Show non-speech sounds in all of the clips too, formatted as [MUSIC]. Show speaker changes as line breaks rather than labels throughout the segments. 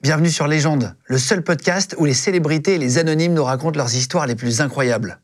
Bienvenue sur Légende, le seul podcast où les célébrités et les anonymes nous racontent leurs histoires les plus incroyables.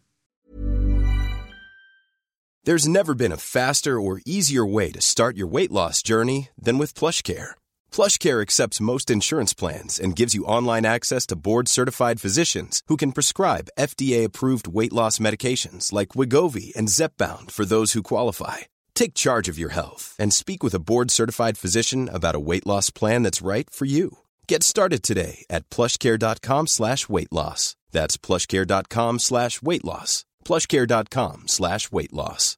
There's never been a faster or easier way to start your weight loss journey than with PlushCare. PlushCare accepts most insurance plans and gives you online access to board-certified physicians who can prescribe FDA-approved weight loss medications like Wigovi and Zepbound for those who qualify. Take charge of your health and speak with a board-certified physician about a weight loss plan that's right for you. Get started today at plushcare.com slash weight loss. That's plushcare.com slash weight loss. plushcare.com slash weight loss.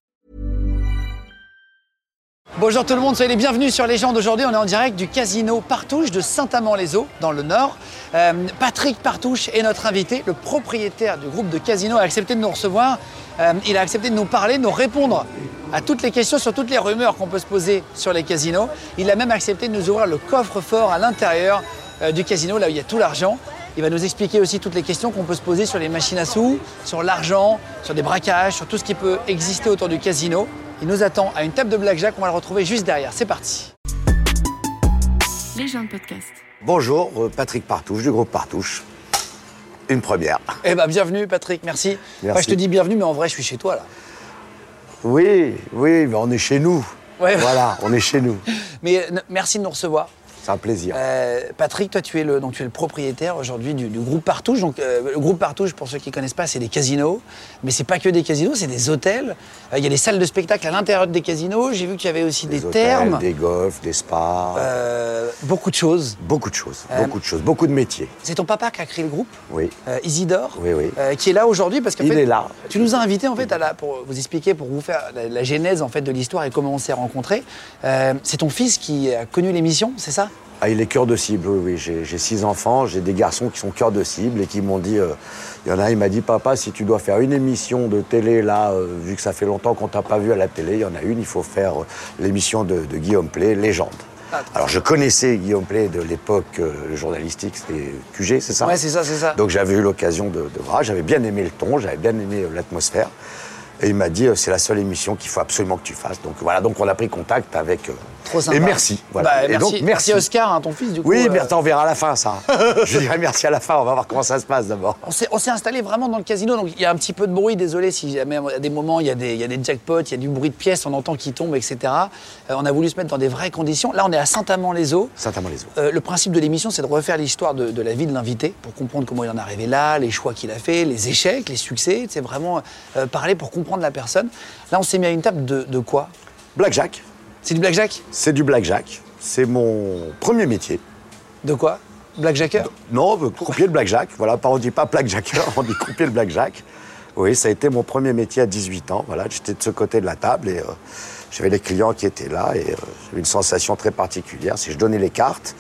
Bonjour tout le monde, soyez les bienvenus sur Légende. Aujourd'hui, on est en direct du casino Partouche de Saint-Amand-les-Eaux, dans le Nord. Euh, Patrick Partouche est notre invité, le propriétaire du groupe de casino a accepté de nous recevoir. Euh, il a accepté de nous parler, de nous répondre à toutes les questions sur toutes les rumeurs qu'on peut se poser sur les casinos. Il a même accepté de nous ouvrir le coffre-fort à l'intérieur euh, du casino, là où il y a tout l'argent. Il va nous expliquer aussi toutes les questions qu'on peut se poser sur les machines à sous, sur l'argent, sur des braquages, sur tout ce qui peut exister autour du casino. Il nous attend à une table de blackjack, on va le retrouver juste derrière. C'est parti.
Légende podcast.
Bonjour, euh, Patrick Partouche du groupe Partouche. Une première.
Eh ben bienvenue Patrick, merci.
Merci.
Enfin, je te dis bienvenue, mais en vrai, je suis chez toi là.
Oui, oui, mais on est chez nous.
Ouais.
Voilà, on est chez nous.
Mais euh, n- merci de nous recevoir.
C'est un plaisir.
Euh, Patrick, toi, tu es le, donc, tu es le propriétaire aujourd'hui du, du groupe Partouche. Donc, euh, le groupe Partouche, pour ceux qui ne connaissent pas, c'est des casinos. Mais c'est pas que des casinos, c'est des hôtels. Euh, Il y a des salles de spectacle à l'intérieur des casinos. J'ai vu qu'il y avait aussi des,
hôtels,
thermes.
Des golfs, des spas.
Euh, beaucoup de choses.
Beaucoup de choses,
euh,
beaucoup de choses, beaucoup de métiers.
C'est ton papa qui a créé le groupe
Oui.
euh, Isidore,
Oui, oui.
euh, qui est là aujourd'hui parce qu'en
Il
fait,
est là.
tu nous as invités en fait à la, pour vous expliquer, pour vous faire la, la genèse en fait de l'histoire et comment on s'est rencontrés. Euh, c'est ton fils qui a connu l'émission, c'est ça
Ah, il est cœur de cible, oui, oui. J'ai j'ai six enfants, j'ai des garçons qui sont cœur de cible et qui m'ont dit. euh, Il y en a, il m'a dit Papa, si tu dois faire une émission de télé, là, euh, vu que ça fait longtemps qu'on t'a pas vu à la télé, il y en a une, il faut faire euh, l'émission de, de Guillaume Play, Légende.
Ah,
Alors, je connaissais Guillaume Play de l'époque euh, journalistique, c'était QG, c'est ça
Ouais, c'est ça, c'est ça.
Ah. Donc, j'avais eu l'occasion de, de voir, j'avais bien aimé le ton, j'avais bien aimé euh, l'atmosphère. Et il m'a dit, euh, c'est la seule émission qu'il faut absolument que tu fasses. Donc voilà, donc on a pris contact avec. euh,
Trop sympa.
Et merci. Voilà.
Bah,
Et
merci,
donc,
merci Oscar, hein, ton fils du coup.
oui,
euh,
mais attends, on verra à la fin, ça. je dirais merci à la fin, on va voir comment ça se passe d'abord.
On s'est, on s'est installé vraiment dans le casino, donc il y a un petit peu de bruit, désolé si jamais à des moments il y, a des, il y a des jackpots, il y a du bruit de pièces, on entend qui tombe, etc. Euh, on a voulu se mettre dans des vraies conditions. Là, on est à Saint-Amand-les-Eaux.
Saint-Amand-les-Eaux.
Euh, le principe de l'émission, c'est de refaire l'histoire de, de la vie de l'invité pour comprendre comment il en est arrivé là, les choix qu'il a fait, les échecs, les succès. C'est vraiment euh, parler pour comprendre la personne. Là, on s'est mis à une table de, de quoi
Blackjack,
C'est du blackjack
c'est du blackjack. C'est mon premier métier.
De quoi Blackjacker
Non, euh, croupier de blackjack. Voilà, pas- on dit pas blackjacker, [LAUGHS] on dit croupier de blackjack. Oui, ça a été mon premier métier à 18 ans. Voilà, j'étais de ce côté de la table et euh, j'avais les clients qui étaient là et euh, j'avais une sensation très particulière. C'est que je donnais les cartes.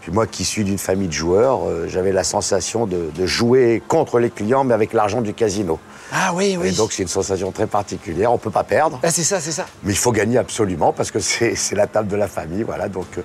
Puis moi, qui suis d'une famille de joueurs, euh, j'avais la sensation de, de jouer contre les clients, mais avec l'argent du casino.
Ah oui, oui.
Et donc, c'est une sensation très particulière. On peut pas perdre.
Ah, c'est ça, c'est ça.
Mais il faut gagner absolument parce que c'est c'est la table de la famille. Voilà, donc euh,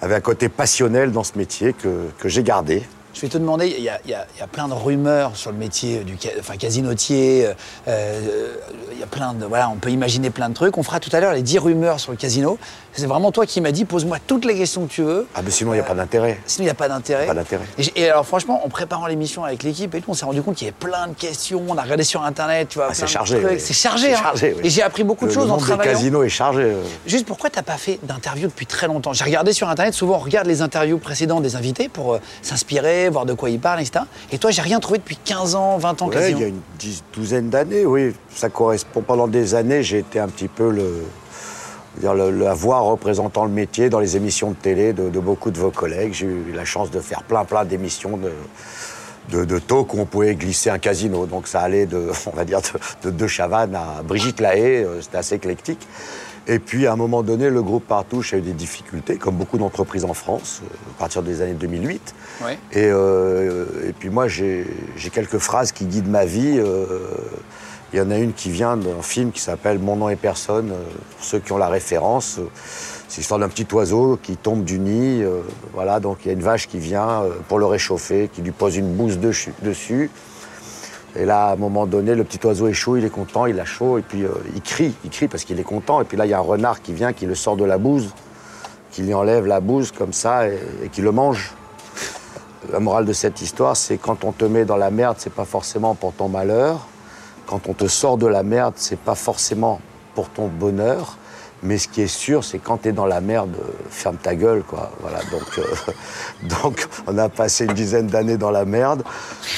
avait un côté passionnel dans ce métier que, que j'ai gardé.
Je vais te demander, il y, a- il y a il y a plein de rumeurs sur le métier du ca- enfin, casinotier, euh, euh, il y a plein de, voilà, on peut imaginer plein de trucs. On fera tout à l'heure les 10 rumeurs sur le casino. C'est vraiment toi qui m'as dit, pose-moi toutes les questions que tu veux.
Ah, mais sinon, il n'y a pas d'intérêt.
Sinon, il n'y a pas d'intérêt.
Pas d'intérêt.
Et, j'ai- et alors, franchement, en préparant l'émission avec l'équipe et tout, on s'est rendu compte qu'il y avait plein de questions. On a regardé sur Internet, tu vois.
Ah,
plein
c'est
de
chargé.
trucs.
oui.
C'est chargé. hein.
oui.
Et j'ai appris beaucoup de
Le-
choses
le
en
monde
travaillant.
Le casino est chargé. euh.
Juste pourquoi t'as pas fait d'interview depuis très longtemps J'ai regardé sur Internet, souvent on regarde les interviews précédentes des invités pour euh, s'inspirer, voir de quoi ils parlent, etc. Et toi, j'ai rien trouvé depuis 15 ans, 20 ans
Ouais, il
quasiment.
y a une dix- douzaine d'années, oui. Ça correspond. Pendant des années, j'ai été un petit peu le. on va Dire le, la voix représentant le métier dans les émissions de télé de, de beaucoup de vos collègues. J'ai eu la chance de faire plein, plein d'émissions de, de, de talk où on pouvait glisser un casino. Donc ça allait de, [LAUGHS] on va dire, de, de, de Chavannes à Brigitte Lahaye, euh, c'était assez éclectique. Et puis à un moment donné, le groupe Partouche a eu des difficultés, comme beaucoup d'entreprises en France, euh, à partir des années 2008.
Ouais.
Et, euh, et puis moi, j'ai j'ai quelques phrases qui guident ma vie. euh, Il y en a une qui vient d'un film qui s'appelle Mon nom est personne. euh, Pour ceux qui ont la référence, euh, c'est l'histoire d'un petit oiseau qui tombe du nid. euh, voilà, donc il y a une vache qui vient euh, pour le réchauffer, qui lui pose une bouse de chu- dessus. Et là, à un moment donné, le petit oiseau est chaud, il est content, il a chaud, et puis euh, il crie, il crie parce qu'il est content. Et puis là, il y a un renard qui vient, qui le sort de la bouse, qui lui enlève la bouse comme ça et- et qui le mange. La morale de cette histoire, c'est quand on te met dans la merde, c'est pas forcément pour ton malheur. Quand on te sort de la merde, c'est pas forcément pour ton bonheur. Mais ce qui est sûr, c'est quand t'es dans la merde, euh, ferme ta gueule, quoi. Voilà, donc, euh, [LAUGHS] donc on a passé une dizaine d'années dans la merde.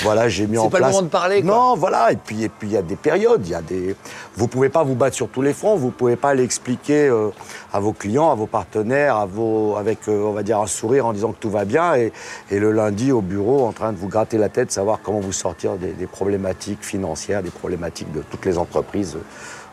Voilà, j'ai mis
C'est
en
pas
place.
le moment de parler, quoi.
Non, Oh, voilà. Et puis, et puis il y a des périodes, il y a des. Vous pouvez pas vous battre sur tous les fronts. Vous pouvez pas l'expliquer euh, à vos clients, à vos partenaires, à vos, avec, euh, on va dire, un sourire en disant que tout va bien et, et le lundi au bureau en train de vous gratter la tête, savoir comment vous sortir des, des problématiques financières, des problématiques de toutes les entreprises.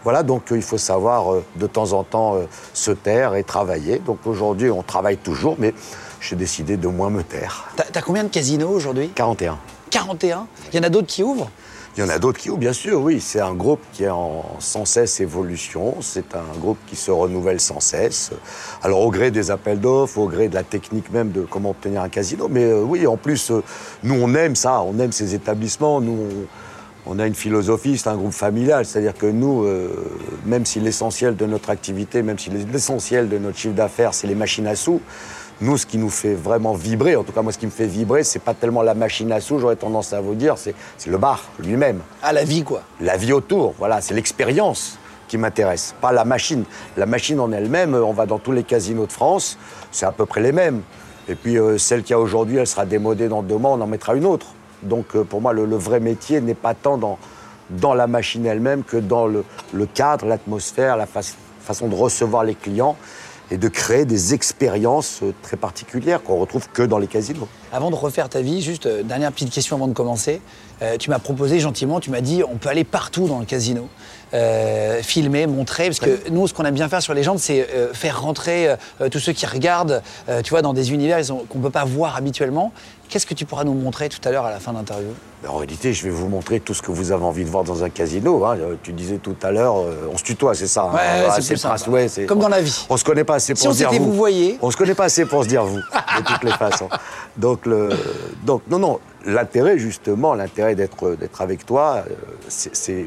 Voilà, donc euh, il faut savoir euh, de temps en temps euh, se taire et travailler. Donc aujourd'hui, on travaille toujours, mais j'ai décidé de moins me taire.
T'as t'as combien de casinos aujourd'hui
41.
41 Il y en a d'autres qui ouvrent
Il y en a d'autres qui ouvrent, bien sûr, oui. C'est un groupe qui est en sans cesse évolution. C'est un groupe qui se renouvelle sans cesse. Alors, au gré des appels d'offres, au gré de la technique même de comment obtenir un casino. Mais euh, oui, en plus, euh, nous, on aime ça. On aime ces établissements. Nous, on, on a une philosophie, c'est un groupe familial. C'est-à-dire que nous, euh, même si l'essentiel de notre activité, même si l'essentiel de notre chiffre d'affaires, c'est les machines à sous, nous, ce qui nous fait vraiment vibrer, en tout cas moi, ce qui me fait vibrer, c'est pas tellement la machine à sous, j'aurais tendance à vous dire, c'est c'est le bar lui-même,
À la vie, quoi.
la vie autour. Voilà, c'est l'expérience qui m'intéresse, pas la machine. La machine en elle-même, euh, on va dans tous les casinos de France, c'est à peu près les mêmes. Et puis euh, celle qu'il y a aujourd'hui, elle sera démodée dans deux mois, on en mettra une autre. Donc euh, pour moi, le, le vrai métier n'est pas tant dans, dans la machine elle-même que dans le, le cadre, l'atmosphère, la fa- façon de recevoir les clients et de créer des expériences euh, très particulières qu'on retrouve que dans les casinos.
Avant de refaire ta vie, juste euh, dernière petite question avant de commencer. Euh, tu m'as proposé gentiment, tu m'as dit on peut aller partout dans le casino, Euh, filmer, montrer, parce que nous ce qu'on aime bien faire sur les gens, c'est euh, faire rentrer euh, tous ceux qui regardent, euh, tu vois, dans des univers ils ont- qu'on ne peut pas voir habituellement. Qu'est-ce que tu pourras nous montrer tout à l'heure à la fin de l'interview
Mais Ben, En réalité, je vais vous montrer tout ce que vous avez envie de voir dans un casino. hein. Euh, Tu disais tout à l'heure, euh, on se tutoie, c'est ça hein
Ouais, ouais, c'est
c'est
plus
Prince,
sympa.
ouais, c'est-
Comme dans la vie.
On se connaît pas assez pour
Si on
se dire
s'était
vous.
vous voyez.
On se connaît pas assez pour se dire vous, de toutes les façons. Donc, le, donc non, non, l'intérêt, justement, l'intérêt d'être d'être avec toi, euh, c'est- c'est...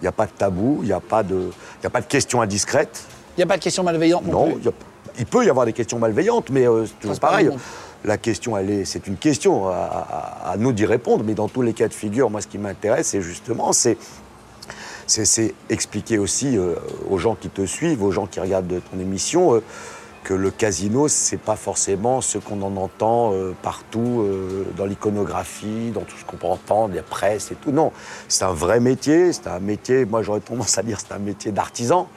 Il n'y a pas de tabou, il n'y a, pas de- y a pas de questions indiscrètes.
Il n'y a pas de question malveillante non,
Non,
plus.
y a- il peut y avoir des questions malveillantes, mais euh, c'est toujours
c'est pas
pareil.
bon.
La question, elle est, c'est une question à, à- à nous d'y répondre, mais dans tous les cas de figure, moi, ce qui m'intéresse, c'est justement, c'est c'est- c'est expliquer aussi euh, aux gens qui te suivent, aux gens qui regardent de ton émission, euh, que le casino, c'est pas forcément ce qu'on en entend euh, partout, euh, dans l'iconographie, dans tout ce qu'on peut entendre, les presses et tout. Non, c'est un vrai métier, c'est un métier, moi j'aurais tendance à dire, c'est un métier d'artisan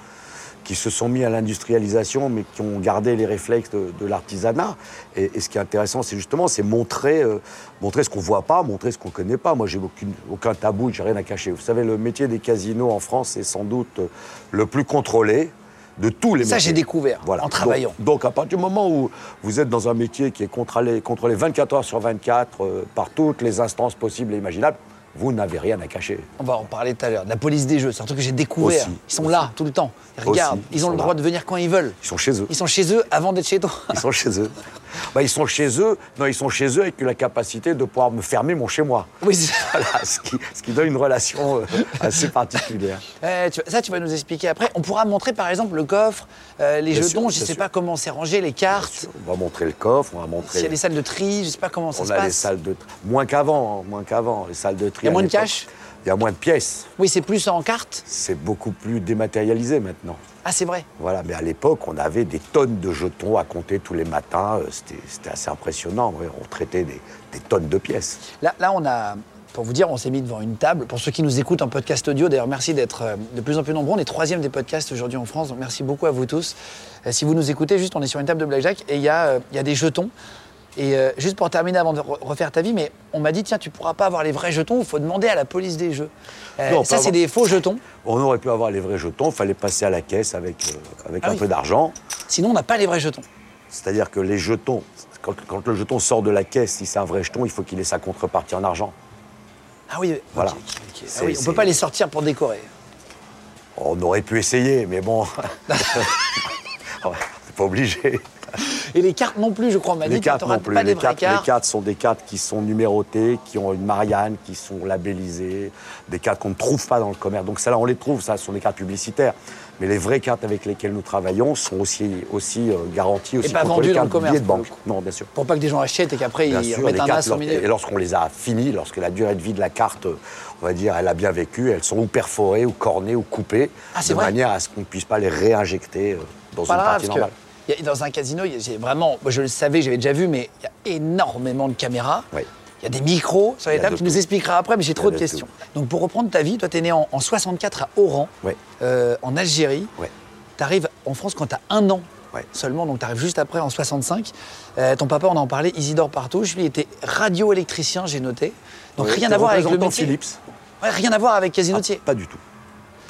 qui se sont mis à l'industrialisation, mais qui ont gardé les réflexes de, de l'artisanat. Et, et ce qui est intéressant, c'est justement, c'est montrer, euh, montrer ce qu'on voit pas, montrer ce qu'on connaît pas. Moi, j'ai aucune- aucun tabou, j'ai rien à cacher. Vous savez, le métier des casinos en France est sans doute euh, le plus contrôlé de tous les
Ça,
métiers.
j'ai découvert, en
Donc-
travaillant.
donc, à partir du moment où vous êtes dans un métier qui est contrôlé, contrôlé 24 heures sur 24 euh, par toutes les instances possibles et imaginables, vous n'avez rien à cacher.
On va en parler tout à l'heure. La police des jeux, c'est un truc que j'ai découvert.
Aussi,
ils sont
aussi.
là tout le temps. Ils regardent,
Aussi,
ils
ils
ont
sont
le droit
là.
de venir quand ils veulent.
Ils sont chez eux.
Ils sont chez eux avant d'être chez toi. [LAUGHS]
Ils sont chez eux. Bah, ils sont chez eux. Non, ils sont chez eux avec la capacité de pouvoir me fermer mon chez moi. [LAUGHS]
Oui, c'est ça.
Voilà, ce qui, ce qui donne une relation euh, assez particulière.
Eh, tu- ça, tu vas nous expliquer après. On pourra montrer par exemple le coffre, euh, les
Bien
jetons, je
sûr,
ne
bien
sais
sûr.
pas comment c'est rangé, les cartes,
On va montrer le coffre, on va montrer.
s'il y a des salles de tri, je ne sais pas comment ça
on
se
a
passe.
les salles de tri. Moins qu'avant, hein, moins qu'avant. Les salles de tri.
Il y a
à
moins de
l'époque,
cash
Il y a moins de pièces.
Oui, c'est plus en cartes.
C'est beaucoup plus dématérialisé maintenant.
Ah, c'est vrai.
Voilà, mais à l'époque, on avait des tonnes de jetons à compter tous les matins. Euh, C'était c'était assez impressionnant. ouais. On traitait des- des tonnes de pièces.
Là, là, on a, pour vous dire, on s'est mis devant une table. Pour ceux qui nous écoutent en podcast audio, d'ailleurs, merci d'être euh, de plus en plus nombreux. On est troisième des podcasts aujourd'hui en France, donc merci beaucoup à vous tous. Euh, si vous nous écoutez, juste, on est sur une table de blackjack et il y, a, euh, il y a des jetons. Et euh, juste pour terminer avant de re- refaire ta vie, mais on m'a dit, tiens, tu pourras pas avoir les vrais jetons, il faut demander à la police des jeux. Euh,
Non, pas
ça, c'est
avoir-
des faux jetons.
On aurait pu avoir les vrais jetons, il fallait passer à la caisse avec, euh, avec
Ah
un
oui.
peu d'argent.
Sinon, on n'a pas les vrais jetons.
C'est-à-dire que les jetons, quand, quand le jeton sort de la caisse, si c'est un vrai jeton, il faut qu'il ait sa contrepartie en argent.
Ah oui, ok,
Voilà.
ok, ok. Ah
C'est-
oui, on ne peut
c'est-
pas les sortir pour décorer.
On aurait pu essayer,
[LAUGHS]
mais bon. On n'est pas obligé.
Et les cartes non plus, je crois, on m'a dit.
Les cartes
t'auras
non plus.
Pas les
Les
vraies
cartes, les
cartes.
cartes sont des cartes qui sont numérotées, qui ont une Marianne, qui sont labellisées, des cartes qu'on ne trouve pas dans le commerce. Donc celles-là, on les trouve, ça, ce sont des cartes publicitaires. Mais les vraies cartes avec lesquelles nous travaillons sont aussi, aussi euh, garanties, aussi
pas vendues
contrôlées
dans
qu'un
le commerce,
billet de
pour
banque.
le coup.
Non, bien sûr.
Pour pas que des gens achètent et qu'après
Bien
ils
sûr,
remettent
les
un
cartes,
masque au
lors-
milieu.
et lorsqu'on les a finies, lorsque la durée de vie de la carte, euh, on va dire, elle a bien vécu, elles sont ou perforées, ou cornées, ou coupées,
Ah, c'est
de
vrai
manière à ce qu'on ne puisse pas les réinjecter euh, dans
Pas
une
grave,
partie
parce que
normale.
y a- dans un casino, il y a- c'est vraiment, moi, je le savais, j'avais déjà vu, mais il y a énormément de caméras.
Oui.
Il y a des micros sur les
Il y a
tables,
de
tu nous
tout.
expliqueras après, mais j'ai trop
de
de questions.
tout.
Donc pour reprendre ta vie, toi t'es né en, en 64 à Oran,
Oui.
euh, en Algérie.
Ouais.
T'arrives en France quand t'as un an
Ouais.
seulement, donc t'arrives juste après en 65. Euh, ton papa, on en parlait, Isidore Partouche, lui il était radioélectricien, j'ai noté. Donc
Oui,
rien
t'es
à voir avec le
représentant
métier.
Philips.
Ouais, rien à voir avec
Ah,
Casinotier.
pas du tout.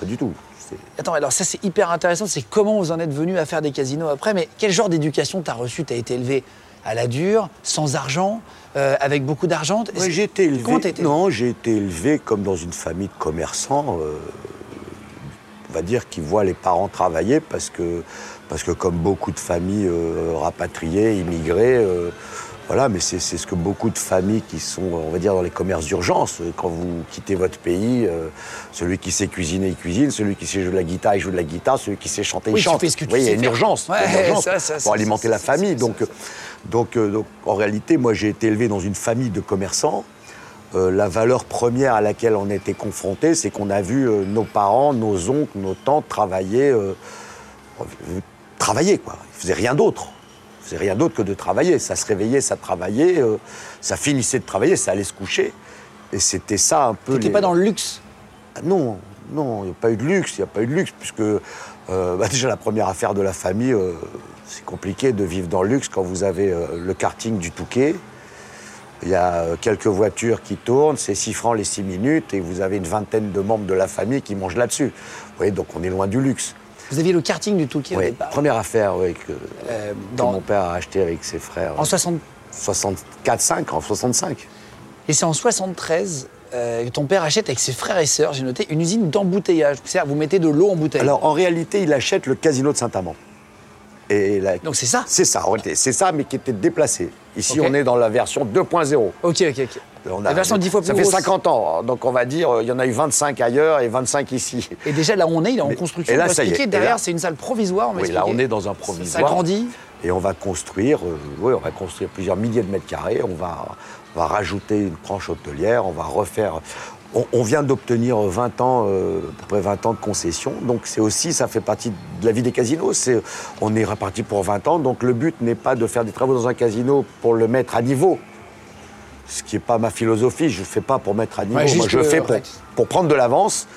Pas du tout. C'est-
Attends, alors ça c'est hyper intéressant, c'est comment vous en êtes venu à faire des casinos après, mais quel genre d'éducation t'as reçu T'as été élevé à la dure, sans argent, euh, avec beaucoup d'argent
Ouais, j'ai été élevé.
Comment t'as été
Non, j'ai été élevé comme dans une famille de commerçants. euh, on va dire qui voit les parents travailler parce que, parce que comme beaucoup de familles euh, rapatriées, immigrées, euh, voilà, mais c'est c'est ce que beaucoup de familles qui sont, euh, on va dire, dans les commerces d'urgence. euh, Quand vous quittez votre pays, euh, celui qui sait cuisiner, il cuisine, celui qui sait jouer de la guitare, il joue de la guitare, celui qui sait chanter, il
Oui, tu
chante.
fais ce que tu
Vous voyez, il y a
sais
une
faire.
urgence, il y a une
Ouais,
urgence
ça, ça,
pour
ça,
alimenter
ça,
la
ça,
famille.
ça,
donc,
ça, ça.
donc, euh, donc, en réalité, moi, j'ai été élevé dans une famille de commerçants. Euh, la valeur première à laquelle on était confronté, c'est qu'on a vu euh, nos parents, nos oncles, nos tantes travailler, euh, euh, travailler quoi. Ils faisaient rien d'autre. Ils faisaient rien d'autre que de travailler. Ça se réveillait, ça travaillait, euh, ça finissait de travailler, ça allait se coucher. Et c'était ça un peu.
T'étais
les-
pas dans le luxe.
ah Non, non, il n'y a pas eu de luxe, il n'y a pas eu de luxe, puisque euh, bah, déjà la première affaire de la famille, euh, c'est compliqué de vivre dans le luxe quand vous avez euh, le karting du Touquet. Il y a euh, quelques voitures qui tournent, c'est 6 francs les 6 minutes, et vous avez une vingtaine de membres de la famille qui mangent là-dessus. Vous voyez, donc on est loin du luxe.
Vous aviez le karting du Touquet au
Ouais,
départ.
première affaire ouais, que,
Euh,
que
dans-
mon père a acheté avec ses frères.
En 60...
64-5, en 65.
Et c'est en 73 euh, que ton père achète avec ses frères et sœurs, j'ai noté, une usine d'embouteillage. C'est-à-dire vous mettez de l'eau en bouteille.
Alors en réalité, il achète le casino de Saint-Amand. Et la-
Donc c'est ça
C'est ça, en réalité, c'est ça, mais qui était déplacé. Ici,
Ok.
on est dans la version 2.0.
Ok, ok, ok.
On a-
La version 10 fois plus
Euh, Ça fait
grosse.
50 ans, donc on va dire, euh, il y en a eu 25 ailleurs et 25 ici.
Et déjà là où on est, il est en
Mais-
construction.
et là,
On va
ça y est,
expliquer,
et
Derrière
là-
c'est une salle provisoire. on va
Oui, là,
expliquer.
on est dans un
Ça- Ça
provisoire.
grandit.
Et on va construire, euh, oui, on va construire plusieurs milliers de mètres carrés, on va, on va rajouter une tranche hôtelière, on va refaire. On, on vient d'obtenir 20 ans, euh, à peu près 20 ans de concession, donc c'est aussi, ça fait partie de la vie des casinos. C'est, on est reparti pour 20 ans, donc le but n'est pas de faire des travaux dans un casino pour le mettre à niveau. Ce qui n'est pas ma philosophie, je ne fais pas pour mettre à niveau,
Ouais,
moi
juste
je
le-
fais pour,
ouais.
pour prendre de l'avance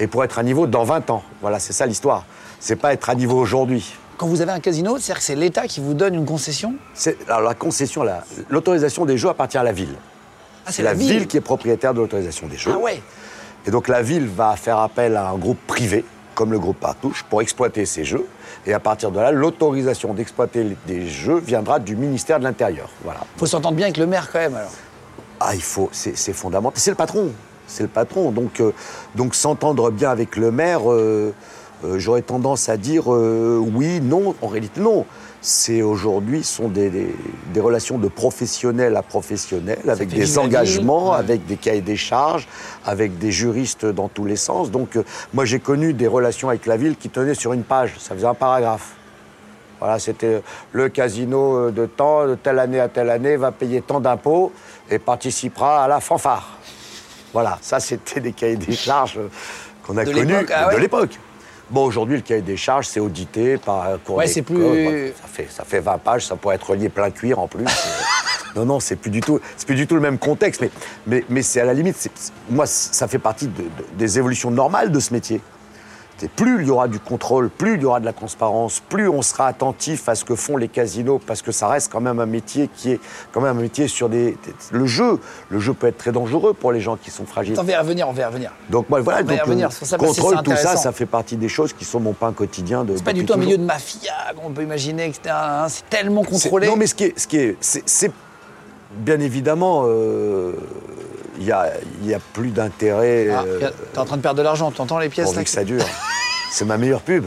et pour être à niveau dans 20 ans. Voilà, c'est ça l'histoire. C'est pas être à niveau aujourd'hui.
Quand vous avez un casino, c'est-à-dire que c'est l'État qui vous donne une concession
C'est- alors la concession, la- l'autorisation des jeux appartient à la ville.
Ah,
C'est la, ville. qui est propriétaire de l'autorisation des jeux.
Ah ouais
Et donc la ville va faire appel à un groupe privé, comme le groupe Partouche, pour exploiter ces jeux. Et à partir de là, l'autorisation d'exploiter les- des jeux viendra du ministère de l'Intérieur. Voilà.
Faut s'entendre bien avec le maire quand même alors.
Ah, il faut, c'est c'est fondamental. C'est le patron, c'est le patron. Donc, euh, donc s'entendre bien avec le maire, euh, euh, j'aurais tendance à dire euh, oui, non. En réalité, non. C'est aujourd'hui ce sont des, des- des relations de professionnel à professionnel, avec
fait vivre
des
la ville,
engagements,
ouais.
avec des cahiers des charges, avec des juristes dans tous les sens. Donc, euh, moi, j'ai connu des relations avec la ville qui tenaient sur une page. Ça faisait un paragraphe. Voilà, c'était le casino euh, de temps, de telle année à telle année, va payer tant d'impôts et participera à la fanfare. Voilà, ça c'était des cahiers des charges euh, qu'on a
De
connus
l'époque, ah ouais.
de l'époque. Bon, aujourd'hui, le cahier des charges, c'est audité par un cours
Ouais,
des
c'est plus-
comptes. Voilà, ça, fait, ça fait 20 pages, ça pourrait être relié plein cuir
[LAUGHS]
en plus. Euh, non, non, c'est plus, du tout- c'est plus du tout le même contexte. Mais, mais, mais c'est à la limite, c'est- c'est- moi, c'est- ça fait partie de- de- des évolutions normales de ce métier. Et plus il y aura du contrôle, plus il y aura de la transparence, plus on sera attentif à ce que font les casinos, parce que ça reste quand même un métier qui est quand même un métier sur des. Le jeu, le jeu peut être très dangereux pour les gens qui sont fragiles.
Attends, on va y revenir, on va y revenir.
Donc moi, voilà,
On va y
donc,
revenir,
le
c'est pour ça, parce que
contrôle,
c'est
tout ça,
intéressant.
ça fait partie des choses qui sont mon pain quotidien. De,
C'est pas du tout un milieu de mafia qu'on peut imaginer, etc. hein, C'est tellement contrôlé.
Non, mais ce qui est, ce qui est, c'est, c'est- bien évidemment, euh, il y a, il y a plus d'intérêt.
Ah,
euh,
regarde, T'es en train de perdre de l'argent, tu entends les pièces
Pourvu
là
que ça dure. C'est ma meilleure pub.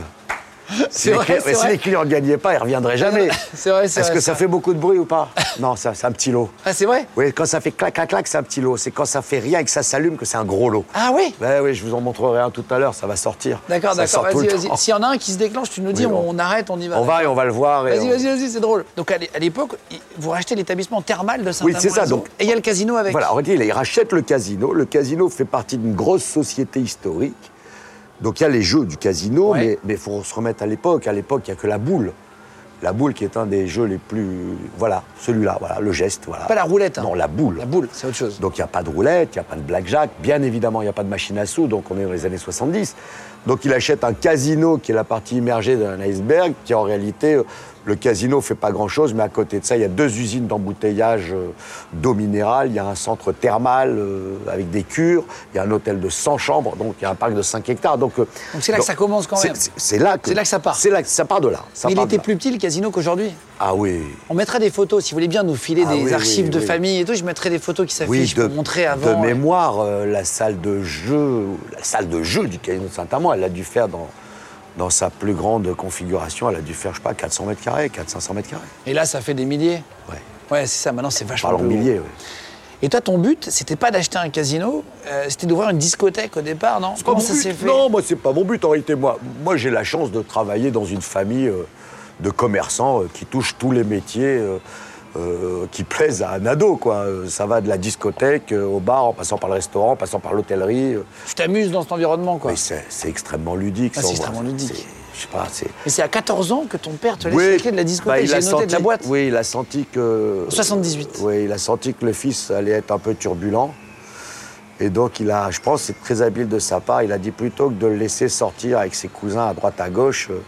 Si, les,
vrai, [LAUGHS]
cli-
c'est
mais si
vrai.
les clients ne gagnaient pas, ils ne reviendraient jamais.
C'est vrai, c'est
Est-ce
vrai,
que
c'est
ça
vrai.
fait beaucoup de bruit ou pas Non, ça, c'est un petit lot.
Ah, c'est vrai
Oui, quand ça fait clac, clac, clac, c'est un petit lot. C'est quand ça fait rien et que ça s'allume que c'est un gros lot.
Ah oui
Ben oui, je vous en montrerai un tout à l'heure, ça va sortir.
D'accord,
Ça
d'accord.
sort tout
Vas-y,
le
vas-y.
temps.
S'il y en a un qui se déclenche, tu nous dis,
Oui,
on,
on-
on arrête, on y va.
On va et on va le voir. et
Vas-y,
on-
vas-y, vas-y, c'est drôle. Donc à l'é- à l'époque, il- vous rachetez l'établissement thermal de saint
Oui, c'est ça, donc-
Et il y a le casino avec.
Voilà, on dit, il rachète le casino. Le casino fait partie d'une grosse société historique. Donc il y a les jeux du casino,
Ouais.
mais- mais il faut se remettre à l'époque. À l'époque, il n'y a que la boule. La boule qui est un des jeux les plus. Voilà, celui-là, voilà, le geste. Voilà.
Pas la roulette, hein.
Non, la boule.
La boule, c'est autre chose.
Donc il n'y a pas de roulette, il n'y a pas de blackjack, bien évidemment il n'y a pas de machine à sous, donc on est dans les années 70. Donc il achète un casino qui est la partie immergée d'un iceberg, qui en réalité, euh, le casino fait pas grand-chose, mais à côté de ça, il y a deux usines d'embouteillage euh, d'eau minérale, il y a un centre thermal euh, avec des cures, il y a un hôtel de 100 chambres, donc il y a un parc de 5 hectares. Donc euh,
Donc, c'est là que ça commence, quand
c'est-
même.
C'est c'est là,
C'est là que ça part.
C'est là que ça part de là. ça
Mais il
part de
était
là.
plus petit le casino qu'aujourd'hui.
Ah oui.
On mettra des photos, si vous voulez bien nous filer
Ah
des
oui,
archives
oui,
de
oui.
famille et tout, je mettrai des photos qui s'affichent pour montrer avant.
de mémoire, euh, la salle de jeu, la salle de jeu du Casino de Saint-Amand, elle a dû faire dans, dans sa plus grande configuration, elle a dû faire, je sais pas, 400 mètres carrés, 400-500 mètres carrés.
Et là, ça fait des milliers.
Ouais.
Ouais, c'est ça, maintenant c'est vachement
Parlons
plus gros.
milliers, ouais.
Et toi, ton but, c'était pas d'acheter un casino, euh, c'était d'ouvrir une discothèque au départ, non Comment
mon
ça
but.
s'est fait
Non, moi, c'est pas mon but en réalité. Moi, moi j'ai la chance de travailler dans une famille euh, de commerçants euh, qui touchent tous les métiers euh, euh, qui plaisent à un ado, quoi. Euh, Ça va de la discothèque euh, au bar, en passant par le restaurant, en passant par l'hôtellerie. euh.
Tu t'amuses dans cet environnement, quoi.
Mais c'est c'est extrêmement ludique.
Ah,
ça,
c'est
on voit.
extrêmement ludique.
C'est- Je sais pas, c'est.
Mais c'est à 14 ans que ton père te laisse les clés de la
bah,
discothèque,
il
j'ai
a
noté
senti-
de la boîte.
Oui, il a senti que.
78.
Oui, il a senti que le fils allait être un peu turbulent. Et donc, il a, je pense, que c'est très habile de sa part. Il a dit plutôt que de le laisser sortir avec ses cousins à droite à gauche, euh,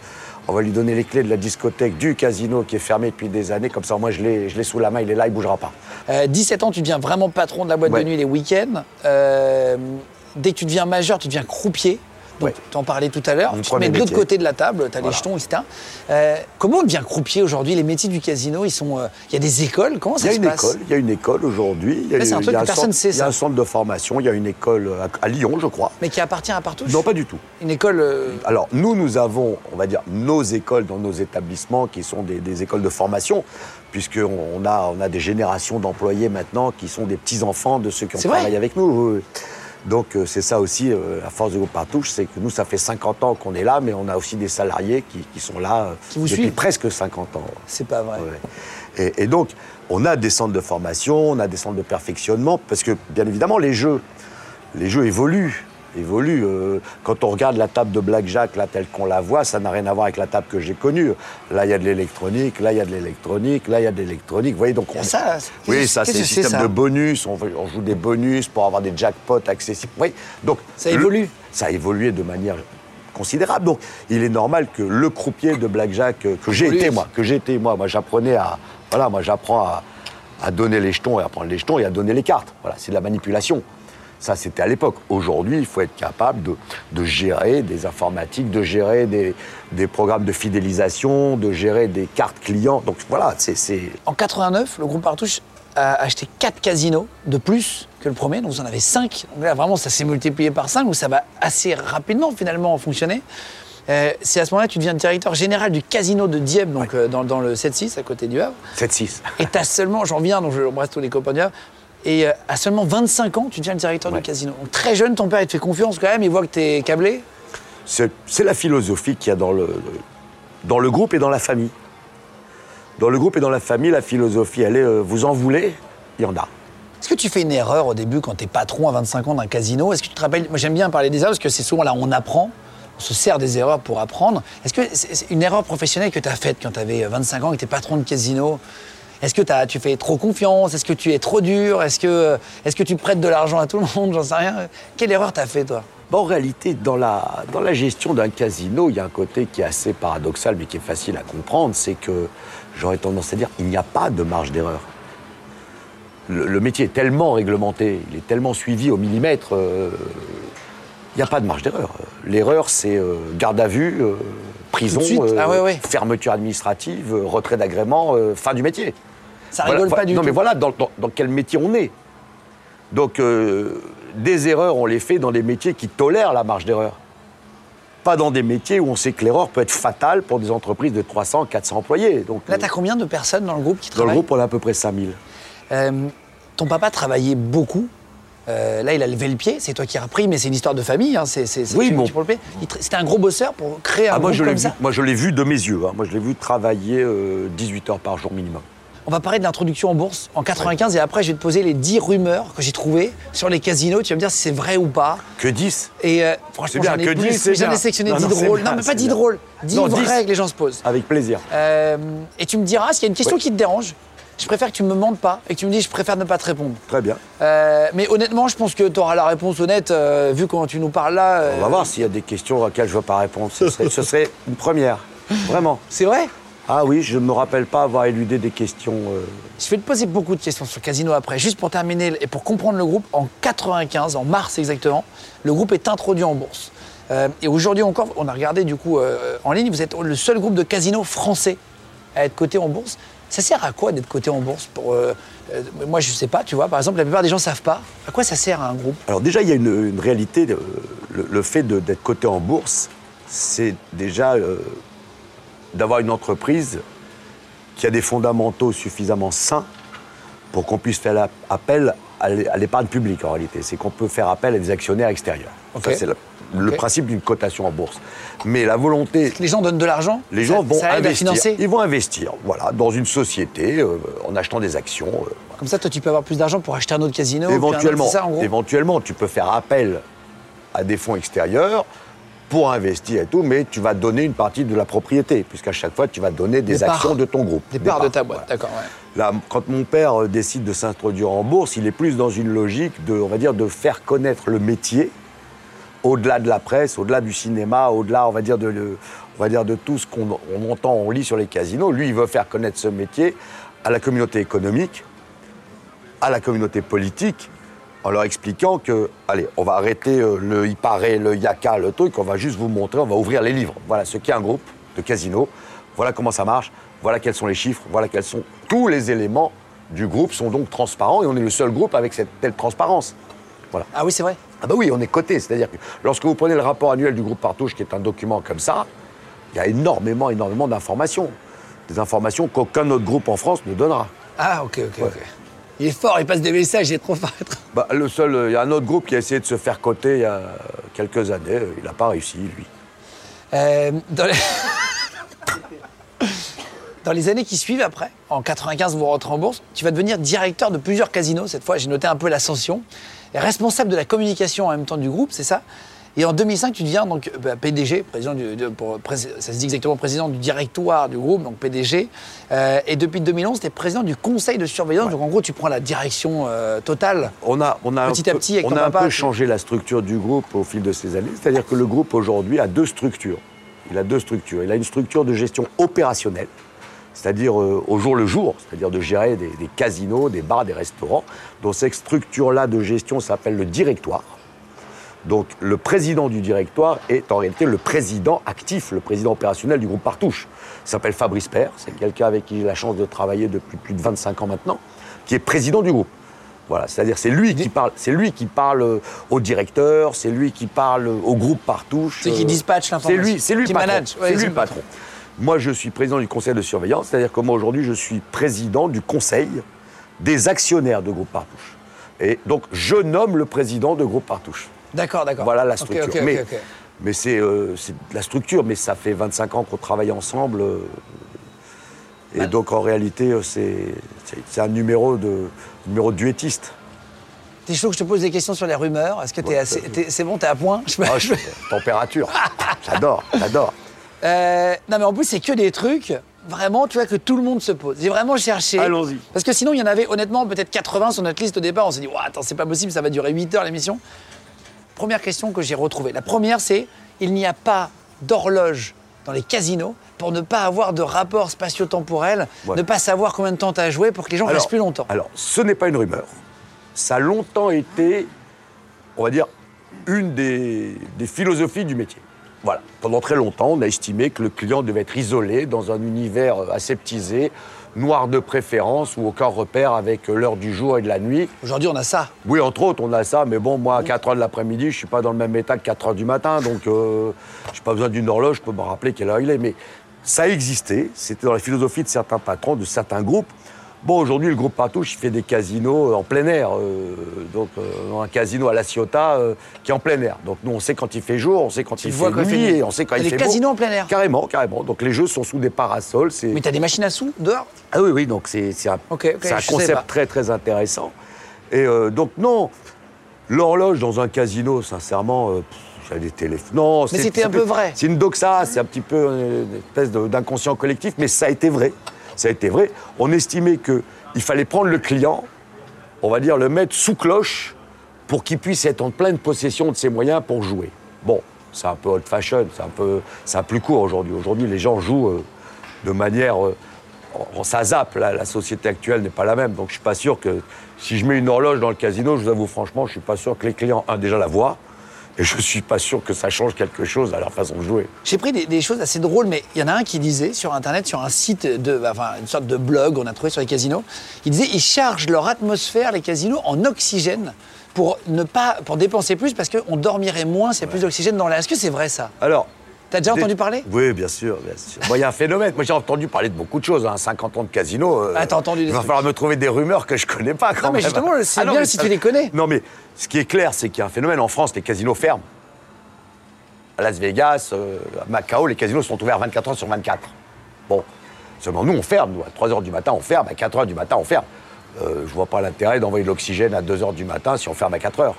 on va lui donner les clés de la discothèque du casino qui est fermé depuis des années. Comme ça, moi, je l'ai je l'ai sous la main, il est là, il bougera pas.
Euh, 17 ans, tu deviens vraiment patron de la boîte
Ouais.
de nuit les week-ends. Euh, dès que tu deviens majeur, tu deviens croupier. Donc,
Ouais.
tu en parlais tout à l'heure.
Mon
Tu te
premier
mets de l'autre
métier.
côté de la table, tu as les
Voilà.
jetons, etc. Euh, comment on devient croupier aujourd'hui Les métiers du casino, ils sont. euh, Il y a des écoles. Comment
Il y
ça
a
se
une
passe
école, il y a une école aujourd'hui. Il y a,
Là, c'est un
il y
truc
a
que personne
centre-
sait,
Il y a
ça.
un centre de formation, il y a une école à- à Lyon, je crois.
Mais qui appartient à Partouche
Non, pas du tout.
Une école. euh,
Alors, nous, nous avons, on va dire, nos écoles dans nos établissements qui sont des, des écoles de formation, puisqu'on on a, on a des générations d'employés maintenant qui sont des petits-enfants de ceux qui ont
C'est vrai
travaillé avec nous. oui, oui. Donc, euh, c'est ça aussi, euh, la force de Groupe Partouche, c'est que nous, ça fait 50 ans qu'on est là, mais on a aussi des salariés qui, qui sont là euh,
Qui vous
depuis
suivent.
presque 50 ans.
C'est pas vrai.
Ouais. Et, et donc, on a des centres de formation, on a des centres de perfectionnement, parce que, bien évidemment, les jeux, les jeux évoluent. évoluent. Euh, quand on regarde la table de Blackjack, là, telle qu'on la voit, ça n'a rien à voir avec la table que j'ai connue. Là, il y a de l'électronique, là, il y a de l'électronique, là, il y a de l'électronique. Vous voyez, donc...
Ah,
on-
ça,
oui,
qu'est-ce-
ça, c'est
qu'est-ce
le
que c'est,
système
ça
de bonus. On, on joue des bonus pour avoir des jackpots accessibles. Oui, donc...
Ça
le-
évolue.
ça a évolué de manière considérable. Donc, il est normal que le croupier de Blackjack, euh, que j'ai
Évolue.
été, moi, que j'ai été, moi, moi, j'apprenais à... Voilà, moi, j'apprends à, à donner les jetons et à prendre les jetons et à donner les cartes. Voilà, c'est de la manipulation. Ça, c'était à l'époque. Aujourd'hui, il faut être capable de, de gérer des informatiques, de gérer des, des programmes de fidélisation, de gérer des cartes clients. Donc, voilà, c'est- c'est...
En 89, le groupe Partouche a acheté 4 casinos de plus que le premier, donc vous en avez 5. Donc là, vraiment, ça s'est multiplié par 5, donc ça va assez rapidement finalement fonctionner. Euh, c'est à ce moment-là que tu deviens directeur général du casino de Dieppe, donc euh, dans, dans le 7-6 à côté du Havre.
7-6.
Et t'as seulement, j'en viens, donc je embrasse tous les copains du Havre, et euh, à seulement 25 ans, tu deviens le directeur
Ouais.
du casino. Donc très jeune, ton père, il te fait confiance quand même, il voit que t'es câblé.
C'est c'est la philosophie qu'il y a dans le, dans le groupe et dans la famille. Dans le groupe et dans la famille, la philosophie, elle est euh, vous en voulez, il y en a.
Est-ce que tu fais une erreur au début quand t'es patron à 25 ans d'un casino Est-ce que tu te rappelles Moi j'aime bien parler des erreurs parce que c'est souvent là on apprend, on se sert des erreurs pour apprendre. Est-ce que c'est c'est une erreur professionnelle que t'as faite quand t'avais 25 ans et que t'es patron de casino Est-ce que t'as- tu fais trop confiance Est-ce que tu es trop dur Est-ce que, est que tu prêtes de l'argent à tout le monde J'en sais rien. Quelle erreur t'as fait toi
Bah, en réalité, dans la, dans la gestion d'un casino, il y a un côté qui est assez paradoxal, mais qui est facile à comprendre, c'est que j'aurais tendance à dire il n'y a pas de marge d'erreur. Le, le métier est tellement réglementé, il est tellement suivi au millimètre, euh, il n'y a pas de marge d'erreur. L'erreur, c'est euh, garde à vue, euh, prison, euh,
Tout de suite Ah ouais, ouais.
fermeture administrative, euh, retrait d'agrément, euh, fin du métier.
Ça
Voilà,
rigole
voilà.
pas du
non,
tout.
mais voilà dans, dans- dans quel métier on est. Donc, euh, des erreurs, on les fait dans des métiers qui tolèrent la marge d'erreur. Pas pas dans des métiers où on sait que l'erreur peut être fatale pour des entreprises de 300, 400 employés. Donc,
Là,
euh,
t'as combien de personnes dans le groupe qui
dans le
travaillent
groupe, on a à peu près 5000.
Euh, ton papa travaillait beaucoup. Euh, là, il a levé le pied. C'est toi qui as repris, mais c'est une histoire de famille. hein. C'est, c'est, c'est
Oui,
tu-
bon.
tu prends le pied. Il tra- C'était un gros bosseur pour créer un
Ah, moi,
groupe
je l'ai
comme
vu,
ça.
moi, je l'ai vu de mes yeux. hein. Moi, je l'ai vu travailler euh, 18 heures par jour minimum.
On va parler de l'introduction en bourse en 95 et après, je vais te poser les 10 rumeurs que j'ai trouvées sur les casinos. Tu vas me dire si c'est vrai ou pas.
Que 10
Et euh,
C'est
franchement,
bien,
j'en ai,
que
plus,
10, c'est
mais j'en ai
bien.
sélectionné
Non,
10
non, c'est
drôles.
bien,
non, mais pas
c'est
10
bien.
drôles. 10
Non, Ah. 10.
vraies que les gens se posent.
Avec plaisir.
Euh, et tu me diras s'il y a une question
Oui.
qui te dérange. Je préfère que tu me mentes pas et que tu me dis je préfère ne pas te répondre.
Très bien.
Euh, mais honnêtement, je pense que tu auras la réponse honnête euh, vu comment tu nous parles là. euh,
On va voir s'il y a des questions auxquelles je ne veux pas répondre. Ce serait, ce serait une première. Vraiment.
C'est vrai
Ah oui, je ne me rappelle pas avoir éludé des questions. euh,
Je vais te poser beaucoup de questions sur Casino après. Juste pour terminer et pour comprendre le groupe, en 95, en mars exactement, le groupe est introduit en bourse. Euh, et aujourd'hui encore, on a regardé du coup euh, en ligne, vous êtes le seul groupe de casinos français à être coté en bourse. Ça sert à quoi d'être coté en bourse pour, euh, euh, Moi, je sais pas, tu vois. Par exemple, la plupart des gens savent pas. À quoi ça sert à un groupe
Alors déjà, il y a une, une réalité. de- le, le fait de- d'être coté en bourse, c'est déjà euh, d'avoir une entreprise qui a des fondamentaux suffisamment sains pour qu'on puisse faire la- appel à l'é- à l'épargne publique en réalité. C'est qu'on peut faire appel à des actionnaires extérieurs.
Ok.
Ça, c'est la- le
Ok.
principe d'une cotation en bourse. Mais la volonté
Les gens donnent de l'argent.
les
ça-
gens vont
ça aide à
investir.
financer.
Ils vont investir, voilà, dans une société, euh, en achetant des actions. euh,
Comme ça, toi, tu peux avoir plus d'argent pour acheter un autre casino. puis un autre,
éventuellement,
c'est ça, en gros
éventuellement, tu peux faire appel à des fonds extérieurs pour investir et tout, mais tu vas donner une partie de la propriété, puisqu'à chaque fois, tu vas donner des,
Des parts.
actions de ton groupe.
Des parts de ta boîte,
voilà.
d'accord. ouais.
Là, quand mon père euh, décide de s'introduire en bourse, il est plus dans une logique de, on va dire, de faire connaître le métier au-delà de la presse, au-delà du cinéma, au-delà, on va dire, de, le- on va dire, de tout ce qu'on on entend, on lit sur les casinos. Lui, il veut faire connaître ce métier à la communauté économique, à la communauté politique, en leur expliquant que, allez, on va arrêter euh, le Iparé, le Yaka, le truc, on va juste vous montrer, on va ouvrir les livres. Voilà ce qu'est un groupe de casinos, voilà comment ça marche, voilà quels sont les chiffres, voilà quels sont tous les éléments du groupe sont donc transparents et on est le seul groupe avec cette telle transparence. Voilà.
Ah oui, c'est vrai.
Ah bah oui, on est coté. C'est-à-dire que lorsque vous prenez le rapport annuel du groupe Partouche, qui est un document comme ça, il y a énormément, énormément d'informations. Des informations qu'aucun autre groupe en France ne donnera.
Ah, ok, ok, ok. Il est fort, il passe des messages, il est trop fort.
Bah, le seul, euh, il y a un autre groupe qui a essayé de se faire coter il y a quelques années. euh, Il n'a pas réussi, lui.
Euh, dans, les... [LAUGHS] Dans les années qui suivent après, en 95, vous rentrez en bourse, tu vas devenir directeur de plusieurs casinos. Cette fois, j'ai noté un peu l'ascension. Et responsable de la communication en même temps du groupe, c'est ça et en 2005, tu deviens donc bah, PDG, président du, de- pour- prés- ça se dit exactement président du directoire du groupe, donc PDG. Euh, et depuis 2011, tu es président du conseil de surveillance. Donc en gros, tu prends la direction euh, totale.
On a, on a
Petit
un peu,
à petit, avec
on
ton
a un
papa,
peu
tu-
changé la structure du groupe au fil de ces années. C'est-à-dire que le groupe aujourd'hui a deux structures. Il a deux structures. Il a une structure de gestion opérationnelle, c'est-à-dire euh, au jour le jour, c'est-à-dire de gérer des, des casinos, des bars, des restaurants. Donc cette structure-là de gestion s'appelle le directoire. Donc le président du directoire est en réalité le président actif, le président opérationnel du groupe Partouche. Il s'appelle Fabrice Père, c'est quelqu'un avec qui j'ai la chance de travailler depuis plus de 25 ans maintenant, qui est président du groupe. Voilà, c'est-à-dire c'est lui qui parle, c'est lui qui parle euh, au directeur, c'est lui qui parle euh, au groupe Partouche.
C'est qui
euh,
dispatche
C'est
l'information,
lui, c'est lui
qui
le patron.
manage. Ouais,
c'est
c'est
lui
le
le patron. Moi je suis président du conseil de surveillance, c'est-à-dire que moi aujourd'hui je suis président du conseil des actionnaires de groupe Partouche. Et donc je nomme le président de groupe Partouche.
D'accord, d'accord.
Voilà la
Ok,
structure.
ok, ok,
mais
ok.
mais c'est euh, c'est de la structure, mais ça fait 25 ans qu'on travaille ensemble. euh,
Bah
et donc en réalité, euh, c'est c'est- c'est un numéro de, numéro
[LAUGHS]
de duettiste.
T'es chaud que je te pose des questions sur les rumeurs Est-ce que t'es
Ouais,
assez.
ça-
t'es- c'est bon, t'es à point Je sais pas. [LAUGHS]
Ah, je- température. J'adore, j'adore.
Euh, Non, mais en plus, c'est que des trucs vraiment, tu vois, que tout le monde se pose. J'ai vraiment cherché.
Allons-y.
Parce que sinon, il y en avait honnêtement peut-être 80 sur notre liste au départ. On s'est dit, Ouah, attends, c'est pas possible, ça va durer 8 heures l'émission. Première question que j'ai retrouvée. La première, c'est il n'y a pas d'horloge dans les casinos pour ne pas avoir de rapport spatio-temporel,
Ouais.
ne pas savoir combien de temps t'as joué pour que les gens restent plus longtemps.
Alors, ce n'est pas une rumeur. Ça a longtemps été, on va dire, une des, des philosophies du métier. Voilà. Pendant très longtemps, on a estimé que le client devait être isolé dans un univers euh, aseptisé, noir de préférence ou aucun repère avec l'heure du jour et de la nuit.
Aujourd'hui, on a ça.
Oui, entre autres, on a ça, mais bon, moi, à 4 h de l'après-midi, je ne suis pas dans le même état que 4 h du matin, donc euh, je n'ai pas besoin d'une horloge, je peux me rappeler quelle heure il est. Mais ça existait, c'était dans la philosophie de certains patrons, de certains groupes. Bon, aujourd'hui, le groupe Patouche, il fait des casinos en plein air. euh, donc, euh, dans un casino à La Ciotat euh, qui est en plein air. Donc, nous, on sait quand il fait jour, on sait quand il
vois
fait
quand il fait
nuit,
nuit.
et on sait quand
Et
il
les
fait
casinos
beau.
en plein air.
Carrément, carrément. Donc, les jeux sont sous des parasols. C'est...
Mais t'as des machines à sous dehors
Ah oui, oui, donc c'est c'est un,
Ok, ok,
c'est un
je sais pas.
concept très, très intéressant. Et euh, donc, non, l'horloge dans un casino, sincèrement, euh, pff, j'avais des téléphones. Non, c'est-
c'était
c'est
un peu vrai.
C'est une doxa, c'est un petit peu euh, une espèce de- d'inconscient collectif, mais ça a été vrai. Ça a été vrai. On estimait qu'il fallait prendre le client, on va dire le mettre sous cloche, pour qu'il puisse être en pleine possession de ses moyens pour jouer. Bon, c'est un peu old fashioned, c'est un peu, c'est un plus court aujourd'hui. Aujourd'hui, les gens jouent euh, de manière, euh, on, on- ça zappe. La, la société actuelle n'est pas la même, donc je suis pas sûr que si je mets une horloge dans le casino, je vous avoue franchement, je suis pas sûr que les clients un déjà la voient. Et je suis pas sûr que ça change quelque chose à leur façon de jouer.
J'ai pris des, des choses assez drôles, mais il y en a un qui disait sur Internet, sur un site, de, bah, enfin une sorte de blog on a trouvé sur les casinos, il disait ils chargent leur atmosphère, les casinos, en oxygène pour ne pas pour dépenser plus parce qu'on dormirait moins s'il y a plus d'oxygène dans l'air. Est-ce que c'est vrai ça
Alors,
T'as déjà
Des-
entendu parler
Oui, bien sûr, bien sûr. Moi, il y a un phénomène. Moi, j'ai entendu parler de beaucoup de choses. Hein. 50 ans de casino. euh,
Ah, t'as entendu des
Il va
trucs.
falloir me trouver des rumeurs que je connais pas quand
Non, mais
même. Ah
justement, c'est
non,
bien
mais
si
ça-
tu les connais.
Non, mais ce qui est clair, c'est qu'il y a un phénomène. En France, les casinos ferment. À Las Vegas, euh, à Macao, les casinos sont ouverts 24 heures sur 24. Bon. Seulement, nous, on ferme. Nous, à 3 heures du matin, on ferme. À 4 heures du matin, on ferme. Euh, je vois pas l'intérêt d'envoyer de l'oxygène à 2 heures du matin si on ferme à 4 heures.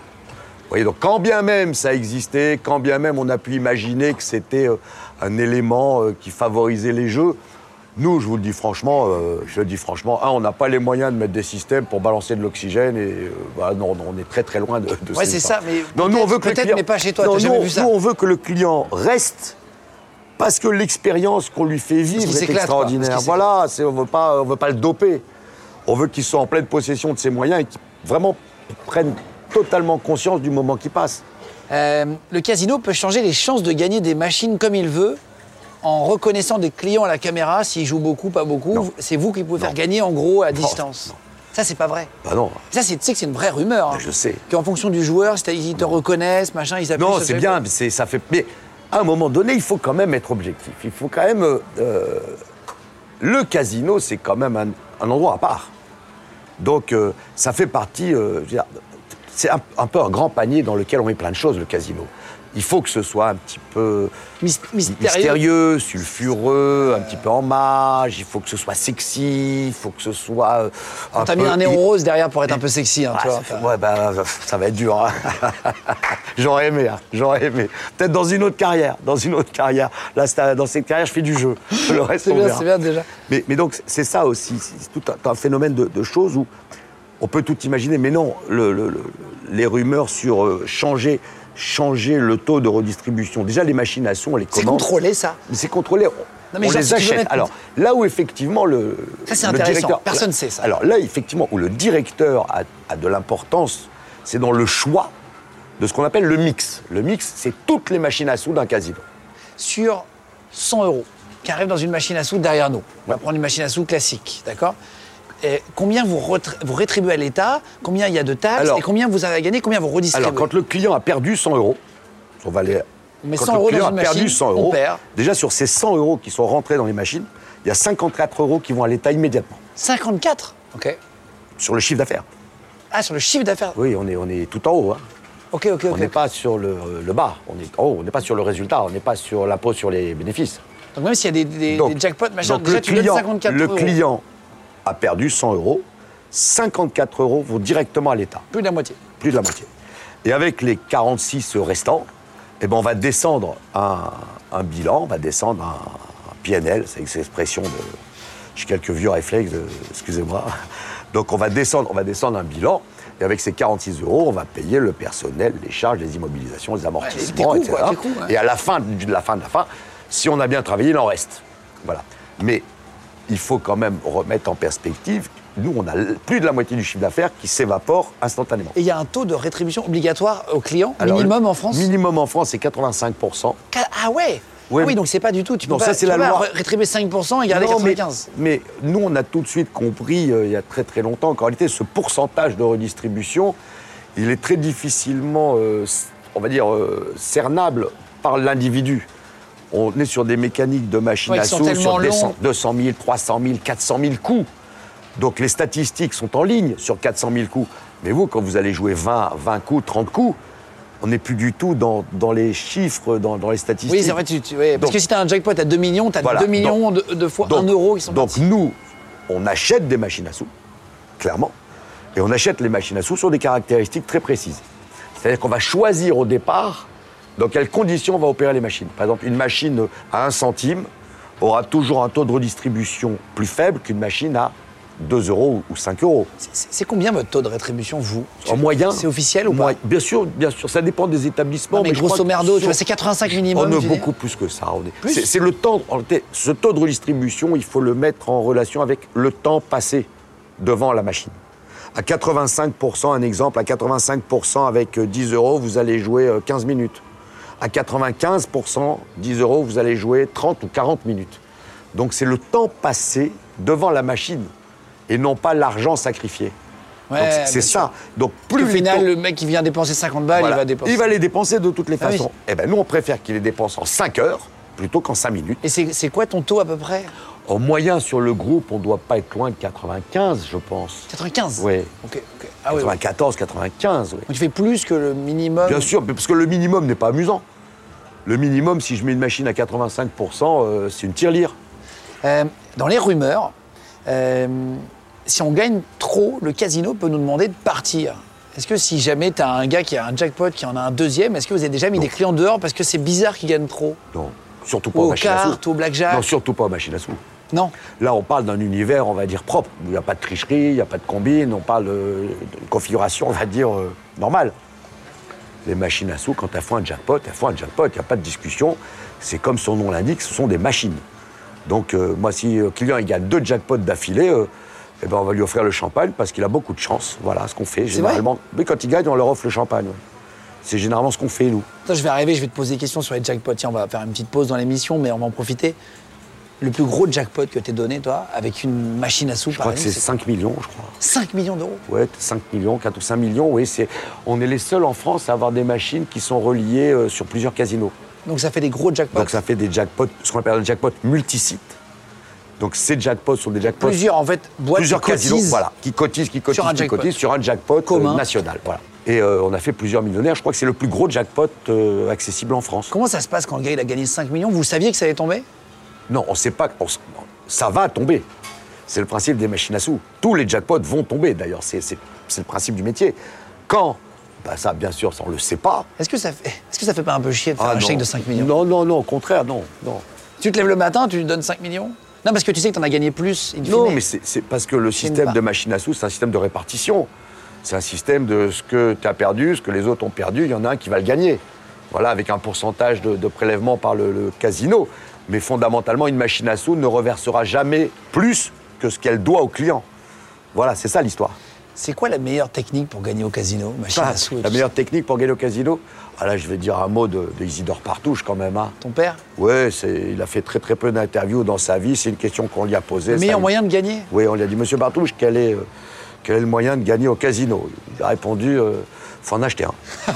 Vous voyez, donc quand bien même ça existait, quand bien même on a pu imaginer que c'était euh, un élément euh, qui favorisait les jeux, nous, je vous le dis franchement, euh, je le dis franchement, un, on n'a pas les moyens de mettre des systèmes pour balancer de l'oxygène et euh, bah, non, non, on est très très loin de, de
Ouais,
ces
c'est
histoires.
ça, mais
non, nous, on veut que le
peut-être,
client-
mais pas chez toi,
Non,
t'as
nous,
jamais vu
on-
ça.
nous, on veut que le client reste parce que l'expérience qu'on lui fait vivre
Parce qu'il
est
s'éclate, quoi, parce qu'il
extraordinaire.
s'éclate.
Voilà, c'est- on veut pas, on veut pas le doper. On veut qu'il soit en pleine possession de ses moyens et qu'il vraiment prenne totalement conscience du moment qui passe.
Euh, le casino peut changer les chances de gagner des machines comme il veut en reconnaissant des clients à la caméra s'ils jouent beaucoup, pas beaucoup.
Non.
C'est vous qui pouvez faire gagner en gros à
Non,
distance.
non.
Ça, c'est pas vrai.
Bah non.
Ça, c'est- tu sais que c'est une vraie rumeur. hein.
je sais. Mm.
Qu'en fonction du joueur, c'est- ils te reconnaissent, machin, ils appuient
Non,
sur
c'est
le-
bien, mais c'est- ça fait. Mais à un moment donné, il faut quand même être objectif. Il faut quand même. euh, euh, le casino, c'est quand même un, un endroit à part. Donc, euh, ça fait partie. euh, je veux dire, c'est un, un peu un grand panier dans lequel on met plein de choses, le casino. Il faut que ce soit un petit peu
Mys- mystérieux.
mystérieux, sulfureux, un petit peu en marge. Il faut que ce soit sexy, il faut que ce soit. euh, un
T'as mis
peu
un néon rose derrière pour être un peu sexy, hein,
ah,
tu vois.
ça fait-
Enfin,
ouais, bah, ça va être dur. hein. [LAUGHS] j'aurais aimé, hein, j'aurais aimé. Peut-être dans une autre carrière, dans une autre carrière. Là, c'est un- dans cette carrière, je fais du jeu. Le reste,
C'est
on
bien,
verra.
c'est bien déjà.
Mais, mais donc, c'est ça aussi. C'est tout un, un phénomène de, de choses où on peut tout imaginer. Mais non, le- le- le- les rumeurs sur euh, changer, changer le taux de redistribution. Déjà, les machines à sous, on les
C'est
commande.
contrôlé, ça.
Mais c'est contrôlé. on-
Non, mais
on
genre,
les
si tu veux
achète.
mettre-
Alors là où effectivement le,
Ça, c'est
le
intéressant.
directeur-
Personne sait ça.
Alors là effectivement où le directeur a, a de l'importance, c'est dans le choix de ce qu'on appelle le mix. Le mix, c'est toutes les machines à sous d'un casino.
sur 100 euros qui arrivent dans une machine à sous derrière nous. On va prendre une machine à sous classique, d'accord Et Combien vous, retra- vous rétribuez à l'État Combien il y a de taxes
Alors-
Et combien vous avez à gagner Combien vous redistribuez
Alors quand le client a perdu 100 euros, on va aller.
On met
quand
100
le
euros
client
dans
a
une
perdu
machine,
100
on
euros,
perd.
Déjà sur ces 100 euros qui sont rentrés dans les machines, il y a 54 euros qui vont à l'État immédiatement
54 Ok.
sur le chiffre d'affaires.
Ah, sur le chiffre d'affaires
Oui, on est, on est tout en haut. hein.
Ok, ok,
On
ok.
n'est pas sur le, le bas, on est en haut, on n'est pas sur le résultat, on n'est pas sur l'impôt sur les bénéfices.
Donc même s'il y a des, des-
Donc-
des jackpots, machin,
donc
déjà
le
tu donnes
client,
54
le
euros.
client a perdu 100 euros, 54 euros vont directement à l'État,
Plus de la moitié.
plus de la moitié. Et avec les 46 restants, eh ben on va descendre un, un bilan, on va descendre un, un PNL, c'est cette expression de. J'ai quelques vieux réflexes, de- excusez-moi. Donc on va descendre, on va descendre un bilan. Et avec ces 46 euros, on va payer le personnel, les charges, les immobilisations, les amortissements,
Ouais, c'est des coûts,
etc.
quoi, hein. des coûts, ouais.
Et à la fin de la fin de la fin, si on a bien travaillé, il en reste. Voilà. Mais il faut quand même remettre en perspective. Nous, on a l- plus de la moitié du chiffre d'affaires qui s'évapore instantanément.
Et il y a un taux de rétribution obligatoire au client,
Alors,
minimum
le
en France
Minimum en France, c'est 85%.
Ca- Ah ouais Ah oui, donc c'est pas du tout. Tu peux
Non,
pas,
ça, c'est
tu
la
peux pas
loi.
ré- Rétribuer 5% et garder
Non, mais-
95.
Mais, nous, on a tout de suite compris, euh, il y a très très longtemps, qu'en réalité, ce pourcentage de redistribution, il est très difficilement, euh, c- on va dire, euh, cernable par l'individu. On est sur des mécaniques de machines
Ouais,
à
qui sont
sous, sur
tellement
des cent-
longs.
200 000, 300 000, 400 000 coups. Donc les statistiques sont en ligne sur 400 000 coups. Mais vous, quand vous allez jouer 20, 20 coups, 30 coups, on n'est plus du tout dans, dans les chiffres, dans, dans les statistiques.
Oui, c'est vrai, tu, tu- ouais, parce
Donc-
que si t'as un jackpot à 2 millions, t'as
Voilà,
2 millions de, de fois 1 euro qui sont
donc
partis.
nous, on achète des machines à sous, clairement, et on achète les machines à sous sur des caractéristiques très précises. C'est-à-dire qu'on va choisir au départ dans quelles conditions on va opérer les machines. Par exemple, une machine à 1 centime aura toujours un taux de redistribution plus faible qu'une machine à 2 euros ou 5 euros.
C'est- C'est c'est combien votre taux de rétribution, vous
En moyen.
C'est officiel ou pas
moyen- Bien sûr, bien sûr, ça dépend des établissements.
Non, mais,
mais je
grosso
crois que
merdo, tu
sur-
vois, c'est 85 minimum.
on
tu
est
dis
beaucoup plus que ça. On est-
Plus
C'est c'est le temps. en réalité, Ce taux de redistribution, il faut le mettre en relation avec le temps passé devant la machine. À 85%, un exemple, à 85% avec euh, 10 euros, vous allez jouer euh, 15 minutes. À 95%, 10 euros, vous allez jouer 30 ou 40 minutes. Donc c'est le temps passé devant la machine et non pas l'argent sacrifié.
Ouais,
Donc, c'est- c'est
bien sûr.
ça. Donc plus
Au
vite
final,
on-
le mec qui vient dépenser 50 balles,
voilà.
il va dépenser.
les dépenser de toutes les
Ah oui.
façons. Eh ben, nous, on préfère qu'il les dépense en 5 heures plutôt qu'en 5 minutes.
Et c'est c'est quoi ton taux à peu près
En moyen, sur le groupe, on doit pas être loin de 95, je pense.
95
Oui.
Ok, ok. Ah oui.
94, 95, oui.
Donc tu fais plus que le minimum.
Bien sûr, mais parce que le minimum n'est pas amusant. Le minimum, si je mets une machine à 85%, euh, c'est une tirelire.
Euh, dans les rumeurs, euh, si on gagne trop, le casino peut nous demander de partir. Est-ce que si jamais tu as un gars qui a un jackpot, qui en a un deuxième, est-ce que vous avez déjà mis des clients dehors parce que c'est bizarre qu'ils gagnent trop
Non, surtout pas
Ou
aux
aux
machines à
cartes,
sous.
au blackjack
Non, surtout pas aux machines à sous.
Non.
Là, on parle d'un univers, on va dire, propre. Il n'y a pas de tricherie, il n'y a pas de combine, on parle euh, d'une configuration, on va dire, euh, normale. Les machines à sous, quand elles font un jackpot, elles font un jackpot, il n'y a pas de discussion. C'est comme son nom l'indique, ce sont des machines. Donc, euh, moi, si le client il gagne deux jackpots d'affilée, euh, eh ben, on va lui offrir le champagne parce qu'il a beaucoup de chance. Voilà ce qu'on fait généralement. Mais quand il gagne, on leur offre le champagne. ouais. C'est généralement ce qu'on fait, nous.
Attends, je vais arriver, je vais te poser des questions sur les jackpots. Tiens, on va faire une petite pause dans l'émission, mais on va en profiter. Le plus gros jackpot que t'es donné, toi, avec une machine à sous,
Je crois que c'est 5 millions, je crois.
5 millions d'euros.
Ouais, 5 millions, 4 ou 5 millions, oui. c'est- On est les seuls en France à avoir des machines qui sont reliées euh, sur plusieurs casinos.
Donc ça fait des gros jackpots.
Donc ça fait des jackpots, ce qu'on appelle des jackpots multisites. Donc ces jackpots sont des jackpots.
plusieurs, en fait, boîtes
plusieurs
qui cotisent.
casinos, voilà, qui cotisent, qui cotisent,
un
qui
jackpot.
cotisent sur un jackpot euh,
Commun.
national. Voilà. Et euh, on a fait plusieurs millionnaires. Je crois que c'est le plus gros jackpot euh, accessible en France.
Comment ça se passe quand le gars, il a gagné 5 millions Vous saviez que ça allait tomber
Non, on sait pas. on s- ça va tomber. C'est le principe des machines à sous. Tous les jackpots vont tomber, d'ailleurs. C'est c'est- c'est le principe du métier. Quand Bah, Ça, bien sûr, ça, on ne le sait pas.
Est-ce que, ça fait... Est-ce que ça fait pas un peu chier de faire
Ah,
un
non.
chèque de 5 millions
Non, non, non, au contraire, non. Non,
Tu te lèves le matin, tu lui donnes 5 millions Non, parce que tu sais que t'en as gagné plus. in
non
fine.
mais c'est c'est parce que le
J'aime
système
pas.
de machine à sous, c'est un système de répartition. C'est un système de ce que tu as perdu, ce que les autres ont perdu, il y en a un qui va le gagner. Voilà, avec un pourcentage de, de prélèvement par le, le casino. Mais fondamentalement, une machine à sous ne reversera jamais plus que ce qu'elle doit au client. Voilà, c'est ça l'histoire. Ah,
C'est quoi la meilleure technique pour gagner au casino Machine à sous et
la
tout
meilleure technique pour gagner au casino Ah là, je vais dire un mot de, de Isidore Partouche quand même. hein.
ça Ton père
Ouais, c'est- il a fait très très peu d'interviews dans sa vie. C'est une question qu'on lui a posée.
Le
ça,
meilleur
il-
moyen de gagner
Oui, on lui a dit, Monsieur Bartouche, quel est, euh, quel est le moyen de gagner au casino Il a répondu, euh, faut en acheter un. Il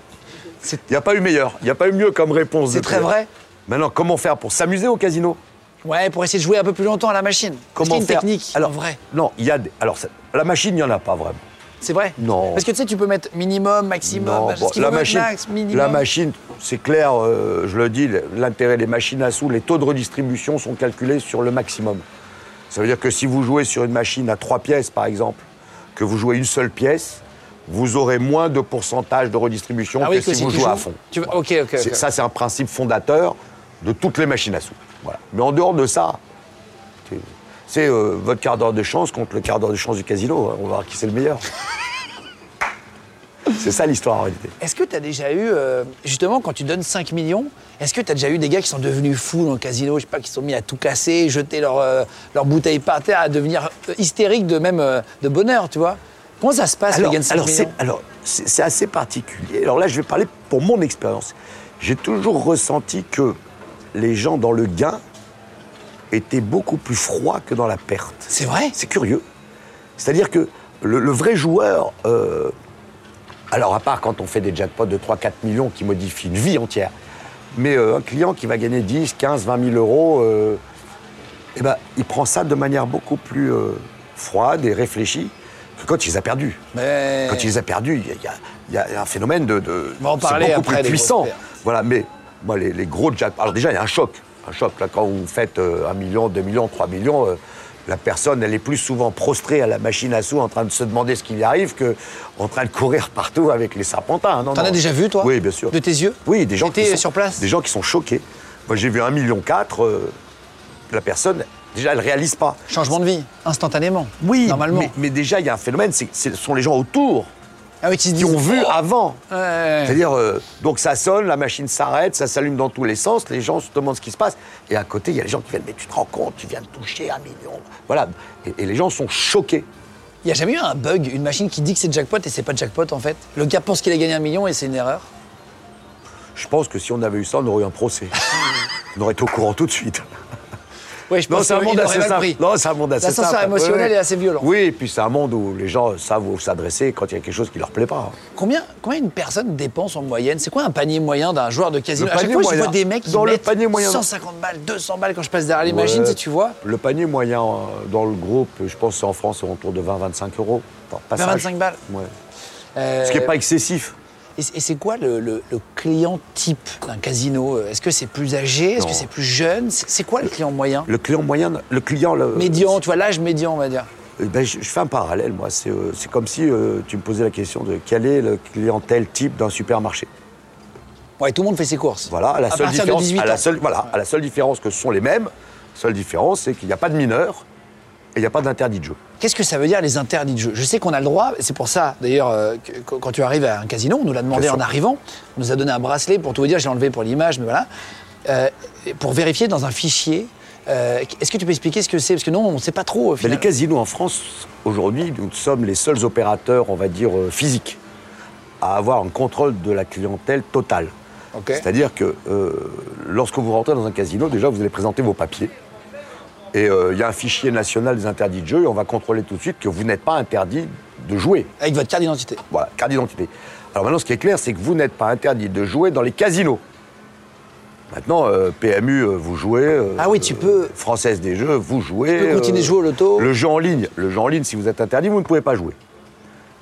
[LAUGHS] C'est-
n'y a pas eu meilleur, il n'y a pas eu mieux comme réponse.
C'est
de
très
plus.
vrai
Maintenant, comment faire pour s'amuser au casino
Ouais, pour essayer de jouer un peu plus longtemps à la machine.
Comment
Est-ce qu'il y a
faire
une technique
Alors
en vrai.
Non, il y a. des- Alors, ça- la machine, il n'y en a pas vraiment.
C'est vrai
Non.
Parce que tu sais, tu peux mettre minimum, maximum.
Non,
est-ce
bon,
qu'il
la,
faut mettre
machine,
max, minimum
la machine, c'est clair, euh, je le dis, l'intérêt des machines à sous, les taux de redistribution sont calculés sur le maximum. Ça veut dire que si vous jouez sur une machine à trois pièces, par exemple, que vous jouez une seule pièce, vous aurez moins de pourcentage de redistribution
Ah
que,
oui, que
si,
si
vous
tu
jouez à
joues-
fond.
tu veux-
Voilà.
ok, ok, ok.
C'est- Ça, c'est un principe fondateur de toutes les machines à sous. Voilà. Mais en dehors de ça, c'est- c'est euh, votre quart d'heure de chance contre le quart d'heure de chance du casino. hein. On va voir qui c'est le meilleur. [LAUGHS] c'est ça l'histoire en réalité.
Est-ce que tu as déjà eu, euh, justement, quand tu donnes 5 millions, est-ce que tu as déjà eu des gars qui sont devenus fous dans le casino, je sais pas, qui se sont mis à tout casser, jeter leur, euh, leur bouteille par terre, à devenir euh, hystériques de même euh, de bonheur, tu vois Comment ça se passe, les
Alors,
gars de 5
alors, c'est,
millions
alors, c'est- c'est assez particulier. Alors là, je vais parler pour mon expérience. J'ai toujours ressenti que les gens dans le gain étaient beaucoup plus froids que dans la perte.
C'est vrai
C'est curieux. C'est-à-dire que le, le vrai joueur, euh, alors à part quand on fait des jackpots de 3-4 millions qui modifient une vie entière, mais euh, un client qui va gagner 10, 15, 20 000 euros, euh, eh ben, il prend ça de manière beaucoup plus euh, froide et réfléchie que quand il les a perdus.
Mais...
Quand il les a perdus, il y a- il y, a- il y a un phénomène de. de
Eh. On va en
c'est
parler
beaucoup
après, les
plus puissant.
grosses pertes.
Voilà, mais moi, les, les gros jackpots. Alors déjà, il y a un choc. Un choc. Là, quand vous faites euh, 1 million, 2 millions, 3 millions, euh, la personne, elle est plus souvent prostrée à la machine à sous en train de se demander ce qui lui arrive que en train de courir [LAUGHS] partout avec les serpentins. hein. Non,
T'en
non.
as déjà vu, toi
Oui, bien sûr.
De tes yeux
Oui, des gens qui
T'étais
sont,
sur place
Des gens qui sont choqués. Moi, j'ai vu 1,4 million. euh, la personne, déjà, elle réalise pas.
Changement de vie, instantanément.
Oui,
Normalement.
Mais, mais déjà, il y a un phénomène, c'est que ce sont les gens autour
Ah oui, qui se
qui ont
disent,
vu
oh
avant.
Ouais.
C'est-à-dire, euh, donc ça sonne, la machine s'arrête, ça s'allume dans tous les sens, les gens se demandent ce qui se passe. Et à côté, il y a les gens qui viennent, mais tu te rends compte, tu viens de toucher un million. Voilà. Et, et les gens sont choqués.
Il n'y a jamais eu un bug, une machine qui dit que c'est jackpot et c'est pas jackpot en fait Le gars pense qu'il a gagné un million et c'est une erreur
Je pense que si on avait eu ça, on aurait eu
[LAUGHS]
un procès. on aurait été au courant tout de suite.
Oui, je
Non,
pense
c'est un
qu'il
monde
aurait
assez
mal
simple.
pris.
Non, c'est un monde assez
L'ascenseur
simple.
émotionnel
Ouais, ouais.
est assez violent.
Oui, et puis c'est un monde où les gens savent où s'adresser quand il y a quelque chose qui leur plaît pas.
Combien, combien une personne dépense en moyenne C'est quoi un panier moyen d'un joueur de casino
Le
À chaque
panier
fois, je
moyen.
vois des mecs qui
Dans le
mettent
panier moyen.
150 balles, 200 balles quand je passe derrière les machines,
Ouais.
si tu vois.
Le panier moyen euh, dans le groupe, je pense c'est en France, c'est autour de 20-25 euros. par passage.
20-25 balles.
Ouais.
Euh,
Ce qui n'est pas excessif.
Et et c'est quoi le, le- le client type d'un casino Est-ce que c'est plus âgé Est-ce que
Non.
c'est plus jeune C'est c'est quoi le client moyen
Le client moyen, le client. Le,
Médian, tu vois, l'âge médian, on va dire.
Euh, ben, je, je fais un parallèle, moi. C'est euh, c'est comme si euh, tu me posais la question de quelle est la clientèle type d'un supermarché.
Ouais, tout le monde fait ses courses.
Voilà, la
À
seule
partir de
différence.
18
à la
ans.
seule, voilà, à la seule différence que ce sont les mêmes, seule différence, c'est qu'il n'y a pas de mineurs et il n'y a pas d'interdit de jeu.
Qu'est-ce que ça veut dire les interdits de jeu Je sais qu'on a le droit, c'est pour ça d'ailleurs euh, que- que- quand tu arrives à un casino, on nous l'a demandé
Bien
en
sûr.
arrivant, on nous a donné un bracelet pour tout vous dire, j'ai enlevé pour l'image, mais voilà, Euh, et pour vérifier dans un fichier. euh, Est-ce que tu peux expliquer ce que c'est Parce que non, on ne sait pas trop. au
Mais
final.
les casinos en France, aujourd'hui, nous sommes les seuls opérateurs, on va dire, euh, physiques, à avoir un contrôle de la clientèle totale.
Ok.
C'est-à-dire que euh, lorsque vous rentrez dans un casino, déjà, vous allez présenter vos papiers. Et euh, il y a un fichier national des interdits de jeu et on va contrôler tout de suite que vous n'êtes pas interdit de jouer.
Avec votre carte d'identité.
Voilà, carte d'identité. Alors maintenant, ce qui est clair, c'est que vous n'êtes pas interdit de jouer dans les casinos. Maintenant, euh, PMU, euh, vous jouez. euh,
Ah oui, tu peux-
Française des Jeux, vous jouez.
Tu peux continuer de jouer au loto.
Euh, Le jeu en ligne. Le jeu en ligne, si vous êtes interdit, vous ne pouvez pas jouer.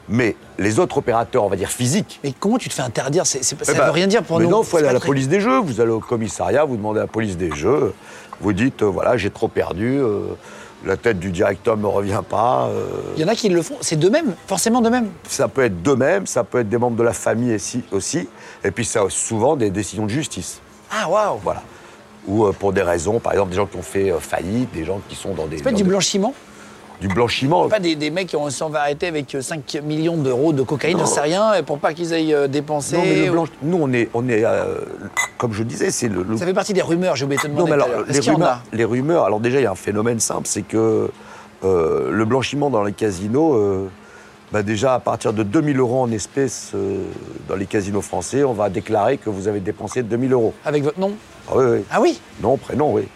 Mais les autres opérateurs, on va dire physiques.
Mais comment tu te fais interdire C'est- c'est pas- Ça
eh
ne
ben,
veut rien dire pour
mais
nous.
Non, il faut
C'est
aller à
pas
la
très-
police des jeux. Vous allez au commissariat, vous demandez à la police des jeux. Vous dites, euh, voilà, j'ai trop perdu. euh, la tête du directeur ne me revient pas. euh,
Il y en a qui le font, c'est d'eux-mêmes, forcément d'eux-mêmes.
ça peut être d'eux-mêmes, ça peut être des membres de la famille aussi, aussi. et puis ça souvent des décisions de justice,
Ah waouh
voilà. Ou euh, pour des raisons, par exemple des gens qui ont fait euh, faillite, des gens qui sont dans des...
C'est pas
dans
du
des-
blanchiment
du blanchiment.
Pas des, des mecs qui ont s'en va arrêter avec euh, 5 millions d'euros de cocaïne, j'en sais rien, et pour pas qu'ils aillent euh, dépenser.
Non mais le
ou-
blanchiment, nous on est, on est euh, comme je disais, c'est le... le-
Ça fait partie des rumeurs, j'ai oublié de te demander.
non mais
tout à
alors
l'heure. Est-ce
les
qu'il y en a
rumeurs, les rumeurs, alors déjà il y a un phénomène simple, c'est que euh, le blanchiment dans les casinos, euh, bah déjà à partir de 2000 euros en espèces euh, dans les casinos français, on va déclarer que vous avez dépensé 2000 euros.
Avec votre nom
Ah oui, oui.
Ah oui
Non, prénom, oui.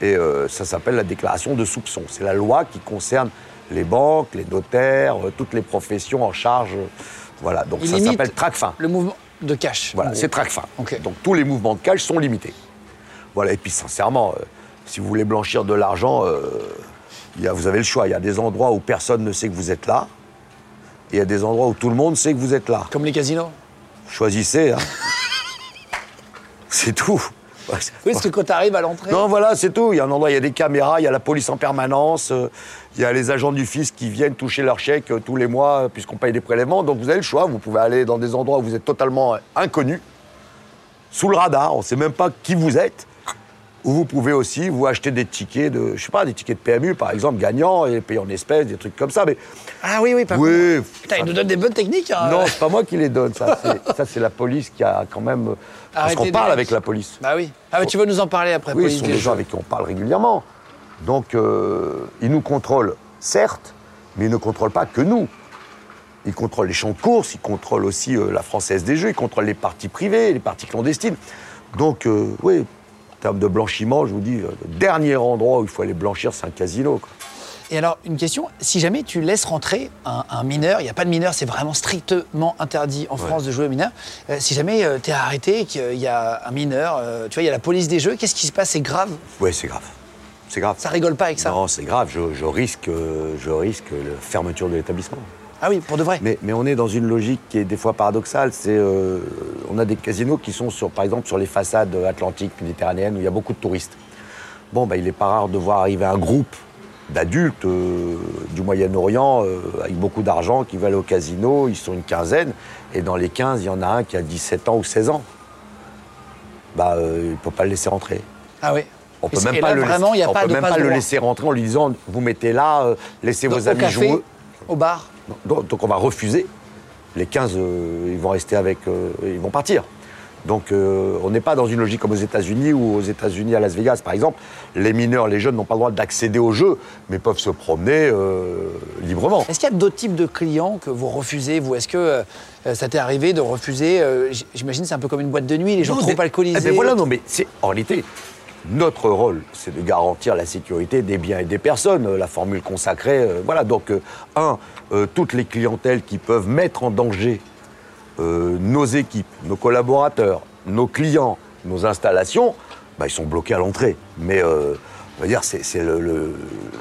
Et euh, ça s'appelle la déclaration de soupçon. C'est la loi qui concerne les banques, les notaires, euh, toutes les professions en charge. euh, Voilà, donc
Il
ça
limite
s'appelle TRACFIN.
Le mouvement de cash. en
Voilà,
gros.
c'est TRACFIN.
Ok.
Donc tous les mouvements de cash sont limités. Voilà, et puis sincèrement, euh, si vous voulez blanchir de l'argent, euh, il y a- vous avez le choix. Il y a des endroits où personne ne sait que vous êtes là, et il y a des endroits où tout le monde sait que vous êtes là.
Comme les casinos
Choisissez. hein. c'est tout. Ouais, c'est-
Oui, parce que quand t'arrives à l'entrée.
non, voilà, c'est tout. Il y a un endroit, il y a des caméras, il y a la police en permanence, euh, il y a les agents du fisc qui viennent toucher leur chèque euh, tous les mois euh, puisqu'on paye des prélèvements. Donc vous avez le choix, vous pouvez aller dans des endroits où vous êtes totalement euh, inconnus, sous le radar, on ne sait même pas qui vous êtes. Ou vous pouvez aussi vous acheter des tickets de, je sais pas, des tickets de PMU par exemple, gagnants et payer en espèces, des trucs comme ça. Mais
Ah oui, oui, pas
oui,
Putain, il nous donne des bonnes techniques. hein.
non, c'est pas moi qui les donne. Ça, c'est- ça, c'est la police qui a quand même.
[LAUGHS]
Parce
Arrêtez
qu'on
de-
parle avec la police.
Bah oui. Ah, mais tu veux nous en parler après,
Oh. Oui,
police
ce sont
des
des gens
jeux.
avec qui on parle régulièrement. Donc, euh, ils nous contrôlent, certes, mais ils ne contrôlent pas que nous. Ils contrôlent les champs de course, ils contrôlent aussi euh, la française des jeux, ils contrôlent les parties privées, les parties clandestines. Donc, euh, oui, termes de blanchiment, je vous dis, euh, le dernier endroit où il faut aller blanchir, c'est un casino. quoi.
Et alors, une question, si jamais tu laisses rentrer un, un mineur, il n'y a pas de mineur, c'est vraiment strictement interdit en France de jouer aux mineurs, euh, si jamais tu es arrêté et qu'il y a un mineur, euh, tu vois, il y a la police des jeux, qu'est-ce qui se passe C'est grave
Ouais, c'est grave. C'est grave.
Ça rigole pas avec ça
Non, c'est grave. Je, je risque, euh, je risque la fermeture de l'établissement.
Ah oui, pour de vrai
Mais, mais on est dans une logique qui est des fois paradoxale. C'est, euh, on a des casinos qui sont, sur, par exemple, sur les façades atlantiques, méditerranéennes, où il y a beaucoup de touristes. Bon, bah, il n'est pas rare de voir arriver un groupe d'adultes euh, du Moyen-Orient euh, avec beaucoup d'argent qui veulent aller au casino. Ils sont une quinzaine. Et dans les 15, il y en a un qui a 17 ans ou 16 ans. Bah, euh, il ne peut pas le laisser rentrer.
Ah oui.
On
Et
peut
c'est-
même
et
pas
là,
le
vraiment, il
laisser,
y a
on
pas
peut
de
même
passe
pas le
droit.
laisser rentrer en lui disant vous mettez là, euh, laissez
Dans-
vos
au
amis
café,
jouer.
au bar.
Donc, donc on va refuser. Les 15, euh, ils vont rester avec, euh, ils vont partir. Donc euh, on n'est pas dans une logique comme aux États-Unis ou aux États-Unis à Las Vegas par exemple. Les mineurs, les jeunes n'ont pas le droit d'accéder au jeu, mais peuvent se promener euh, librement.
Est-ce qu'il y a d'autres types de clients que vous refusez, vous Est-ce que euh, ça t'est arrivé de refuser euh, j- J'imagine c'est un peu comme une boîte de nuit, les gens
Non,
trop
des-
alcoolisés.
Eh ben voilà, non, mais c'est en réalité. Notre rôle, c'est de garantir la sécurité des biens et des personnes, euh, la formule consacrée. euh, voilà, donc, euh, un, euh, toutes les clientèles qui peuvent mettre en danger euh, nos équipes, nos collaborateurs, nos clients, nos installations, bah, ils sont bloqués à l'entrée. Mais, euh, on va dire, c'est c'est le- le-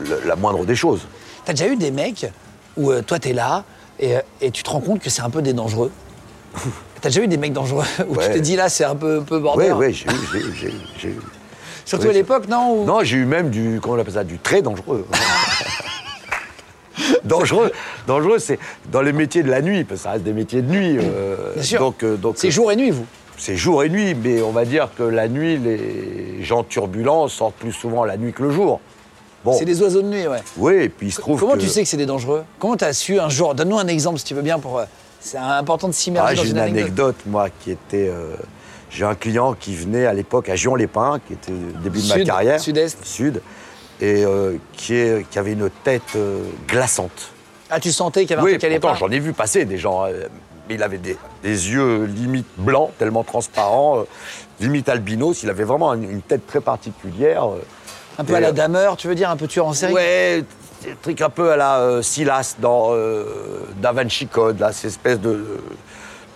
le- la moindre des choses.
T'as déjà eu des mecs où euh, toi t'es là et, euh, et tu te rends compte que c'est un peu des
[LAUGHS]
dangereux T'as déjà eu des mecs dangereux [LAUGHS] où tu
Ouais.
te dis là c'est un peu, un peu
Oui,
border
oui, j'ai eu, j'ai eu, j'ai eu, j'ai eu.
Surtout
oui,
à
c'est-
l'époque, non où-
Non, j'ai eu même du, comment on appelle ça, du
[LAUGHS]
très dangereux. dangereux, dangereux, c'est dans les métiers de la nuit, parce que ça reste des métiers de nuit. euh,
Bien sûr.
Donc, euh, donc,
C'est jour et nuit, vous.
c'est jour et nuit, mais on va dire que la nuit, les gens turbulents sortent plus souvent la nuit que le jour. Bon,
C'est des oiseaux de nuit, ouais.
oui, et puis il se trouve
Comment
que-
tu sais que c'est des dangereux Comment t'as su un jour Donne-nous un exemple si tu veux bien pour. euh, c'est important de s'immerger
Ah,
dans
j'ai
une,
une
anecdote.
anecdote, moi, qui était. euh, j'ai un client qui venait à l'époque à Gion-les-Pins, qui était au début de ma
Sud,
carrière.
sud-est.
Sud. Et euh, qui, est- qui avait une tête euh, glaçante.
Ah, tu sentais qu'il y avait un
Oui,
truc qui allait
pourtant,
pas
j'en ai vu passer des gens. euh, mais il avait des, des yeux limite blancs, tellement transparents, euh, limite albinos. Il avait vraiment un- une tête très particulière. euh,
Un peu à
et,
la
euh,
dameur, tu veux dire, un peu tueur en série
Ouais, c'est un truc un peu à la euh, Silas dans euh, Da Vinci Code, là, cette espèce de,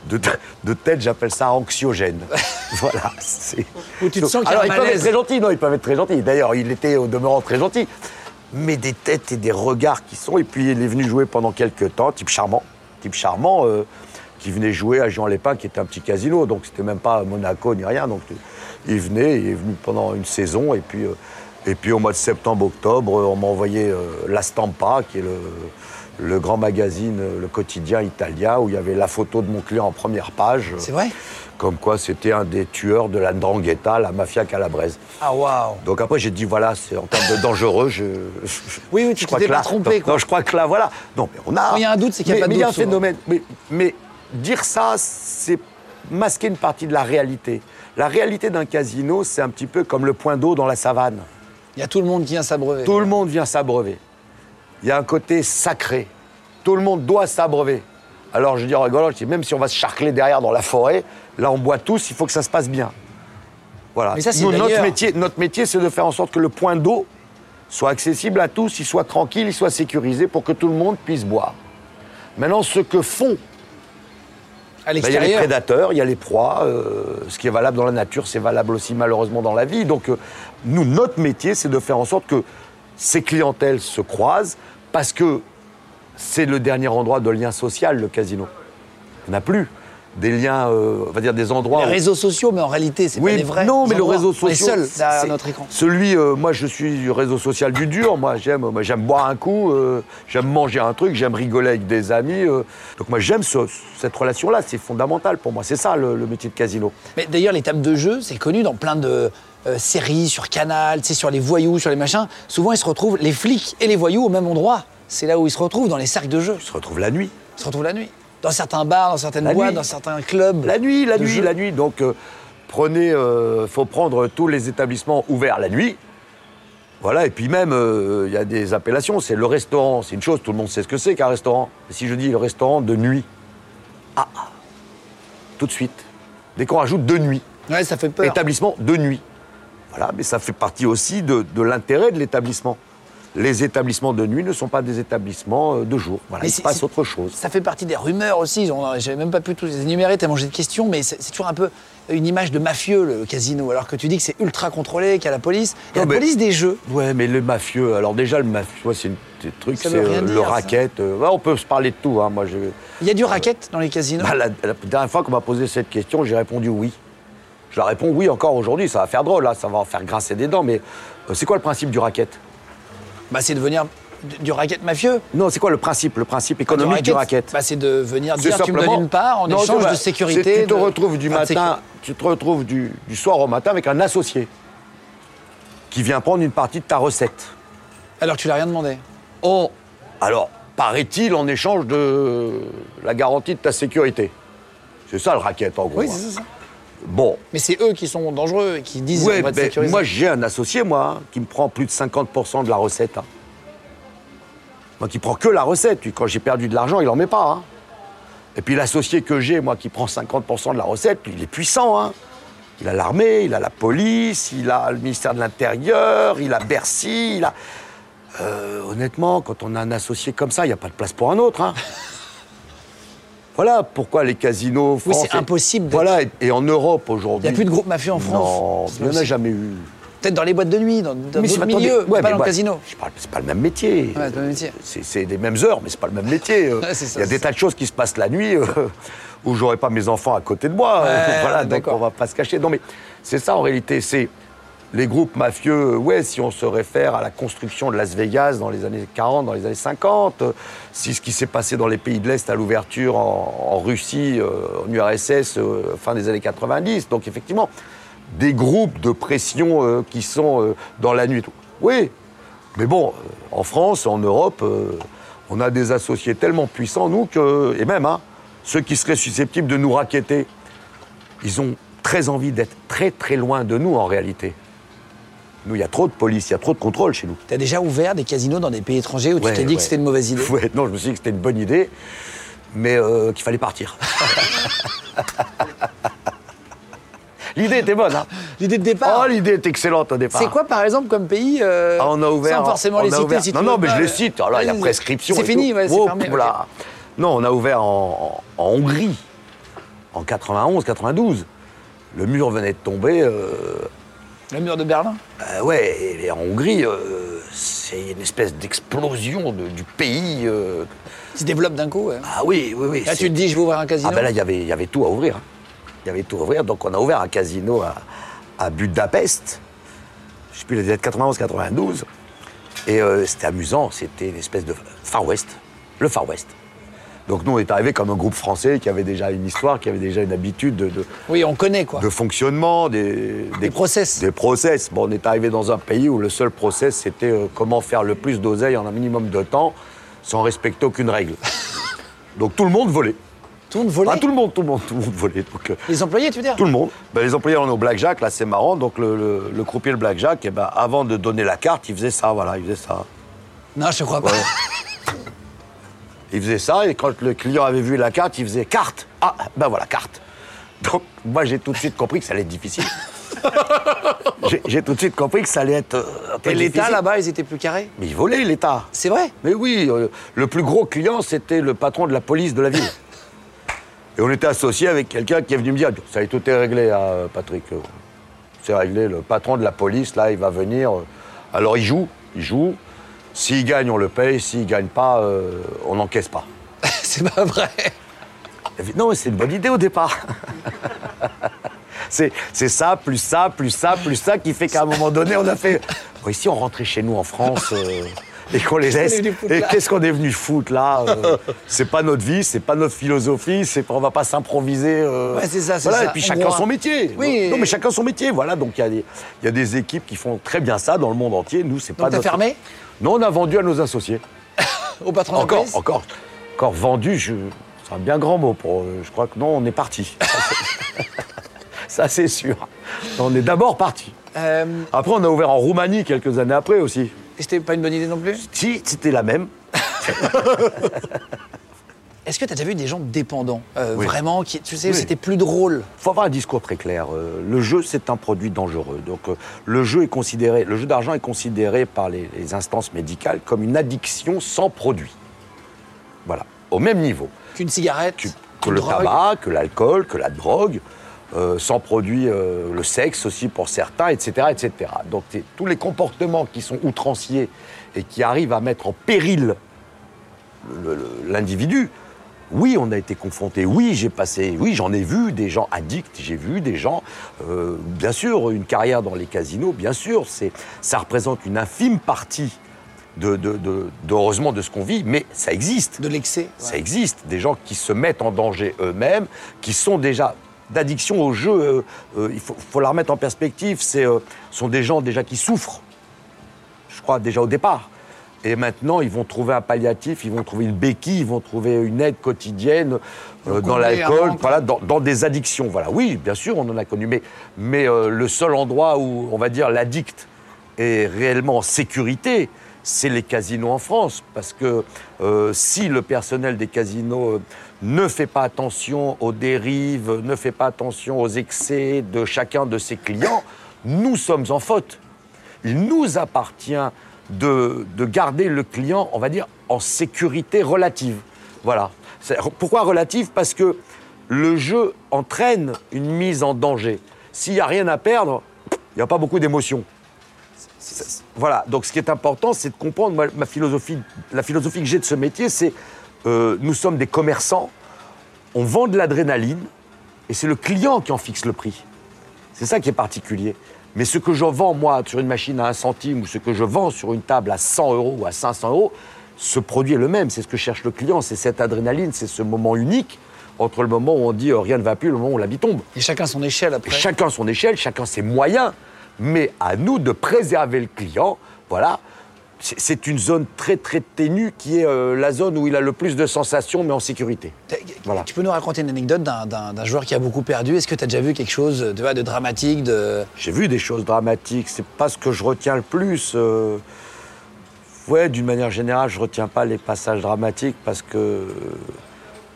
de, de tête, j'appelle ça anxiogène.
[LAUGHS]
voilà. c'est-
Où tu te sens qu'il y a
Alors,
un
ils peuvent
malaise.
être très gentils, non, ils peuvent être très gentils. D'ailleurs, il était au demeurant très gentil. Mais des têtes et des regards qui sont. Et puis, il est venu jouer pendant quelques temps, type charmant. Type charmant. euh, qui venait jouer à Jean Lépin, qui était un petit casino, donc c'était même pas à Monaco ni rien. Donc euh, il venait, il est venu pendant une saison, et puis, euh, et puis au mois de septembre-octobre, euh, on m'a envoyé euh, La Stampa, qui est le, le grand magazine, euh, le quotidien italien, où il y avait la photo de mon client en première page. euh,
C'est vrai
Comme quoi c'était un des tueurs de la Ndrangheta, la mafia calabraise.
Ah, waouh
Donc après j'ai dit voilà, c'est en termes de dangereux, je.
[LAUGHS] Oui, oui, tu
je crois
t'étais
que
pas
là-
trompé,
non,
quoi.
non, je crois que là, voilà. Non, mais on a.
Quand il y a un doute, c'est qu'il y a pas
Mais-
de
mais il y a un
doute, souvent.
phénomène. Mais, mais dire ça, c'est masquer une partie de la réalité. La réalité d'un casino, c'est un petit peu comme le point d'eau dans la savane.
Il y a tout le monde qui vient s'abreuver.
Tout le monde vient s'abreuver. Il y a un côté sacré. Tout le monde doit s'abreuver. Alors je dis en rigolant, je dis, même si on va se charcler derrière dans la forêt, là on boit tous, il faut que ça se passe bien. Voilà.
Mais ça, c'est
Nous, notre
d'ailleurs.
métier, notre métier, c'est de faire en sorte que le point d'eau soit accessible à tous, il soit tranquille, il soit sécurisé pour que tout le monde puisse boire. Maintenant, ce que font,
À
ben, il y a les
l'extérieur.
prédateurs, il y a les proies. euh, ce qui est valable dans la nature, c'est valable aussi malheureusement dans la vie. Donc, euh, nous, notre métier, c'est de faire en sorte que ces clientèles se croisent parce que c'est le dernier endroit de lien social, le casino. On n'a plus des liens, euh, on va dire des endroits.
les
où-
réseaux sociaux, mais en réalité, c'est
oui,
pas des vrais.
Non, mais le
endroits.
réseau
On est
social.
seul derrière
c'est-
notre écran.
Celui, euh, moi, je suis du réseau social du dur. Moi, j'aime, moi, j'aime boire un coup, euh, j'aime manger un truc, j'aime rigoler avec des amis. euh. Donc, moi, j'aime ce- cette relation-là. C'est fondamental pour moi. C'est ça le, le métier de casino.
Mais d'ailleurs, les tables de jeu, c'est connu dans plein de euh, séries sur Canal, tu sais, sur les voyous, sur les machins. Souvent, ils se retrouvent, les flics et les voyous, au même endroit. C'est là où ils se retrouvent, dans les cercles de jeu.
On se retrouve la nuit.
Ils se retrouvent la nuit. Dans certains bars, dans certaines
La
boîtes,
nuit.
dans certains clubs.
La nuit, la
de
nuit,
jeu.
la nuit. Donc, euh, prenez, euh, faut prendre tous les établissements ouverts la nuit. Voilà, et puis même, euh, il y a des appellations. C'est le restaurant, c'est une chose, tout le monde sait ce que c'est qu'un restaurant. Mais si je dis le restaurant de nuit, ah, tout de suite. Dès qu'on rajoute de nuit,
Ouais, ça fait peur.
établissement de nuit, Voilà, mais ça fait partie aussi de, de l'intérêt de l'établissement. Les établissements de nuit ne sont pas des établissements euh, de jour. Voilà,
Mais
il
c'est-
se passe
c'est-
autre chose.
Ça fait partie des rumeurs aussi. on- J'avais même pas pu tous les énumérer tellement j'ai de questions, mais c'est c'est toujours un peu une image de mafieux le casino, alors que tu dis que c'est ultra contrôlé, qu'il y a la police, Il y a
Non,
la
mais-
police des jeux.
Ouais, mais le mafieux, alors déjà le mafieux, moi, c'est une- c'est un truc,
Ça
c'est
veut rien
euh, le
dire, ça.
racket. euh, ouais, on peut se parler de tout. hein, moi, je,
Il y a du racket dans les casinos.
Bah, la, la dernière fois qu'on m'a posé cette question, j'ai répondu oui. Je la réponds oui encore aujourd'hui, ça va faire drôle, là, ça va en faire grincer des dents, mais euh, c'est quoi le principe du racket
Bah, c'est de venir du- du racket mafieux.
Non, c'est quoi le principe Le principe économique du racket,
Bah, c'est de venir
C'est
dire tu me
simplement-
donnes une part en
Non,
échange de
c'est- bah, c'est-
sécurité.
Tu te
de-
retrouves du
Enfin, de
matin, tu te retrouves du, du soir au matin avec un associé qui vient prendre une partie de ta recette.
sécu- Alors que tu l'as rien demandé.
On, Oh, alors, paraît-il, en échange de la garantie de ta sécurité. C'est ça le racket, en gros.
Oui,
hein.
c'est ça.
Bon,
Mais c'est eux qui sont dangereux et qui disent
Ouais,
on va te
ben,
sécuriser.
moi j'ai un associé moi hein, qui me prend plus de 50% de la recette. hein. Moi qui prend que la recette. Lui, Quand j'ai perdu de l'argent, il en met pas. hein. Et puis l'associé que j'ai, moi qui prend 50% de la recette, lui, il est puissant. hein. Il a l'armée, il a la police, il a le ministère de l'Intérieur, il a Bercy, il a. Euh, honnêtement, quand on a un associé comme ça, il n'y a pas de place pour un autre. hein. voilà pourquoi les casinos.
Oui,
France
c'est
et-
impossible d'être-
Voilà, et, et en Europe aujourd'hui.
Il n'y a plus de groupe mafieux en
Hmm. Non,
France.
il n'y en a jamais eu.
Peut-être dans les boîtes de nuit, dans, dans
c'est
d'autres
pas- attendez,
milieux,
ouais,
mais pas
mais
dans
ouais,
le casino.
je parle- C'est pas le même métier.
Ouais, c'est pas le même métier.
C'est- c'est les mêmes heures, mais c'est pas le même métier. euh.
[LAUGHS] Ouais, c'est ça,
Il y a
c'est
des
ça.
tas de choses qui se passent la nuit euh, où j'aurais pas mes enfants à côté de
Ouais,
moi. [LAUGHS] voilà, donc
d'accord.
on va pas se cacher. Non, mais c'est ça en réalité. C'est les groupes mafieux. euh, Ouais, si on se réfère à la construction de Las Vegas dans les années 40, dans les années 50, euh, si ce qui s'est passé dans les pays de l'Est à l'ouverture en, en Russie, euh, en URSS, euh, fin des années 90. Donc effectivement, des groupes de pression euh, qui sont euh, dans la nuit. Oui, mais bon, euh, en France, en Europe, euh, on a des associés tellement puissants, nous, que, et même hein, ceux qui seraient susceptibles de nous raqueter, ils ont très envie d'être très très loin de nous en réalité. Nous, il y a trop de police, il y a trop de contrôle chez nous.
T'as déjà ouvert des casinos dans des pays étrangers où tu
Ouais,
t'es dit
ouais.
que c'était une mauvaise idée.
Ouais, non, je me suis dit que c'était une bonne idée, mais euh, qu'il
[LAUGHS]
fallait partir. l'idée était bonne, hein
L'idée de départ.
Oh, l'idée est excellente au départ.
c'est quoi par exemple comme pays euh,
Ah, on a ouvert.
Sans forcément
on
les
a
citer.
ouvert-
si tu
non,
veux
non, mais
pas,
je
euh,
les cite. Alors là, il y a
vas-y,
prescription.
C'est
et
fini,
tout.
ouais, c'est
Oh,
fermé,
là.
ok.
Non, on a ouvert en, en Hongrie, en 91, 92. Le mur venait de tomber. euh,
Le mur de Berlin.
euh, ouais, et en Hongrie, euh, c'est une espèce d'explosion de- du pays. euh.
qui se développe d'un coup. ouais.
Ah oui, oui, oui.
Là,
c'est-
tu te dis, je vais ouvrir un casino.
Ah ben là, il y avait- il y avait tout à ouvrir. hein. Il y avait tout à ouvrir. Donc on a ouvert un casino à, à Budapest. Je sais plus, la date 91-92. Et euh, c'était amusant, c'était une espèce de Far West. Le Far West. Donc nous, on est arrivé comme un groupe français qui avait déjà une histoire, qui avait déjà une habitude de, de-
Oui, on connaît quoi.
de fonctionnement, des,
Ah, Des process.
Des process. Bon, on est arrivé dans un pays où le seul process, c'était euh, comment faire le plus d'oseille en un minimum de temps, sans respecter
[LAUGHS]
aucune règle. Donc tout le monde volait.
Tout le monde volait.
Ah, tout le monde, tout le monde, tout le monde volait. Donc, euh,
Les employés, tu veux dire
tout le monde. Ben, les employés, on est au blackjack, là c'est marrant. Donc le, le, le croupier, le blackjack, eh ben, avant de donner la carte, il faisait ça, voilà, il faisait ça.
Non, je crois pas. [LAUGHS]
Il faisait ça, et quand le client avait vu la carte, il faisait carte. Ah, ben voilà, carte. Donc moi j'ai tout de suite compris que ça allait
[LAUGHS]
être difficile. J'ai- j'ai tout de suite compris que ça allait être euh, un peu
Et l'État
difficile.
là-bas, ils étaient plus carrés.
Mais il volait l'État.
C'est vrai.
Mais oui, euh, le plus gros client, c'était le patron de la police de la ville. Et on était associé avec quelqu'un qui est venu me dire Ça y est, tout est réglé, hein, Patrick. Euh, C'est réglé, le patron de la police, là, il va venir. Euh, Alors il joue, il joue. S'il gagne, on le paye. S'il gagne pas, euh, on n'encaisse pas.
[LAUGHS] c'est pas vrai. [LAUGHS]
Elle fait, Non, mais c'est une bonne idée au départ. c'est c'est ça, plus ça, plus ça, plus ça qui fait qu'à un moment donné, on a fait. Bon, ici, on rentrait chez nous en France. euh, Et qu'on les
qu'on est
laisse.
venu foutre
Et
là
qu'est-ce qu'on est venu foutre là euh, C'est pas notre vie, c'est pas notre philosophie, c'est pas- on va pas s'improviser. euh,
Ouais, c'est ça, c'est
voilà,
ça,
Et puis
on
chacun
voit.
son métier.
Oui.
Non, mais chacun son métier. Voilà, donc il y a des- il y, a des équipes qui font très bien ça dans le monde entier. Nous, c'est pas.
t'as
notre-
fermé
Non, on a vendu à nos associés.
Au patron de la
Encore,
police.
encore, encore vendu, je... c'est un bien grand mot pour. euh, Je crois que non, on est parti. Ça, c'est sûr. On est d'abord parti.
Euh,
Après, on a ouvert en Roumanie quelques années après aussi.
et c'était pas une bonne idée non plus
Si, c'était la même.
Est-ce que tu as déjà vu des gens dépendants euh,
Oui.
Vraiment, qui, tu sais,
Oui.
c'était plus drôle.
Il faut avoir un discours très clair. Euh, Le jeu, c'est un produit dangereux. Donc, euh, le jeu est considéré, le jeu d'argent est considéré par les, les instances médicales comme une addiction sans produit. Voilà, au même niveau
Qu'une cigarette,
que, que
une
le
drogue.
tabac, que l'alcool, que la drogue, euh, sans produit euh, le sexe aussi pour certains, etc., etc. Donc t'es- tous les comportements qui sont outranciers et qui arrivent à mettre en péril le- le- l'individu. Oui, on a été confronté. Oui, j'ai passé. Oui, j'en ai vu des gens addicts. J'ai vu des gens. euh, bien sûr, une carrière dans les casinos. Bien sûr, c'est ça représente une infime partie de, de, de- d'heureusement de ce qu'on vit, mais ça existe.
de l'excès.
Ça
ouais.
existe, des gens qui se mettent en danger eux-mêmes, qui sont déjà d'addiction au jeu. euh, euh, il faut, faut la remettre en perspective. C'est euh, sont des gens déjà qui souffrent, je crois déjà au départ. Et maintenant, ils vont trouver un palliatif, ils vont trouver une béquille, ils vont trouver une aide quotidienne euh,
Le
dans
combler, un
l'alcool,
manque.
voilà, dans, dans des addictions. Voilà, oui, bien sûr, on en a connu, mais, mais euh, le seul endroit où on va dire l'addict est réellement en sécurité, c'est les casinos en France, parce que euh, si le personnel des casinos euh, ne fait pas attention aux dérives, ne fait pas attention aux excès de chacun de ses clients, nous sommes en faute. Il nous appartient de, de garder le client, on va dire, en sécurité relative. Voilà. C'est- Pourquoi relative Parce que le jeu entraîne une mise en danger. S'il n'y a rien à perdre, il n'y a pas beaucoup d'émotions. Voilà, donc ce qui est important, c'est de comprendre, moi, ma philosophie, la philosophie que j'ai de ce métier, c'est euh, nous sommes des commerçants, on vend de l'adrénaline, et c'est le client qui en fixe le prix. C'est ça qui est particulier. Mais ce que je vends, moi, sur une machine à 1 centime, ou ce que je vends sur une table à 100 euros ou à 500 euros, ce produit est le même. C'est ce que cherche le client, c'est cette adrénaline, c'est ce moment unique entre le moment où on dit euh, rien ne va plus et le moment où la vie tombe.
Et chacun son échelle après.
Chacun son échelle, chacun ses moyens, mais à nous de préserver le client. Voilà, c'est c'est une zone très très ténue qui est euh, la zone où il a le plus de sensations, mais en sécurité.
T'as-
Voilà.
Tu peux nous raconter une anecdote d'un- d'un d'un joueur qui a beaucoup perdu Est-ce que tu as déjà vu quelque chose de, de dramatique de...
J'ai vu des choses dramatiques, c'est pas ce que je retiens le plus. euh, Ouais, d'une manière générale, je retiens pas les passages dramatiques parce que,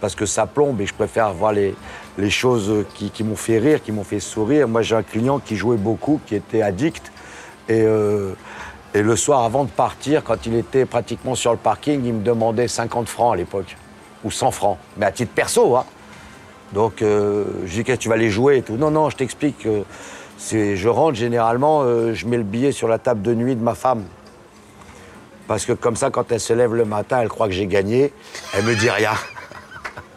parce que ça plombe et je préfère voir les, les choses qui, qui m'ont fait rire, qui m'ont fait sourire. Moi, j'ai un client qui jouait beaucoup, qui était addict. Et, euh, et le soir, avant de partir, quand il était pratiquement sur le parking, il me demandait 50 francs à l'époque, ou 100 francs, mais à titre perso. Hein. Donc, euh, je dis, qu'est-ce que tu vas les jouer et tout. Non, non, je t'explique. euh, c'est- je rentre généralement, euh, je mets le billet sur la table de nuit de ma femme. Parce que comme ça, quand elle se lève le matin, elle croit que j'ai gagné, elle me dit rien. [LAUGHS]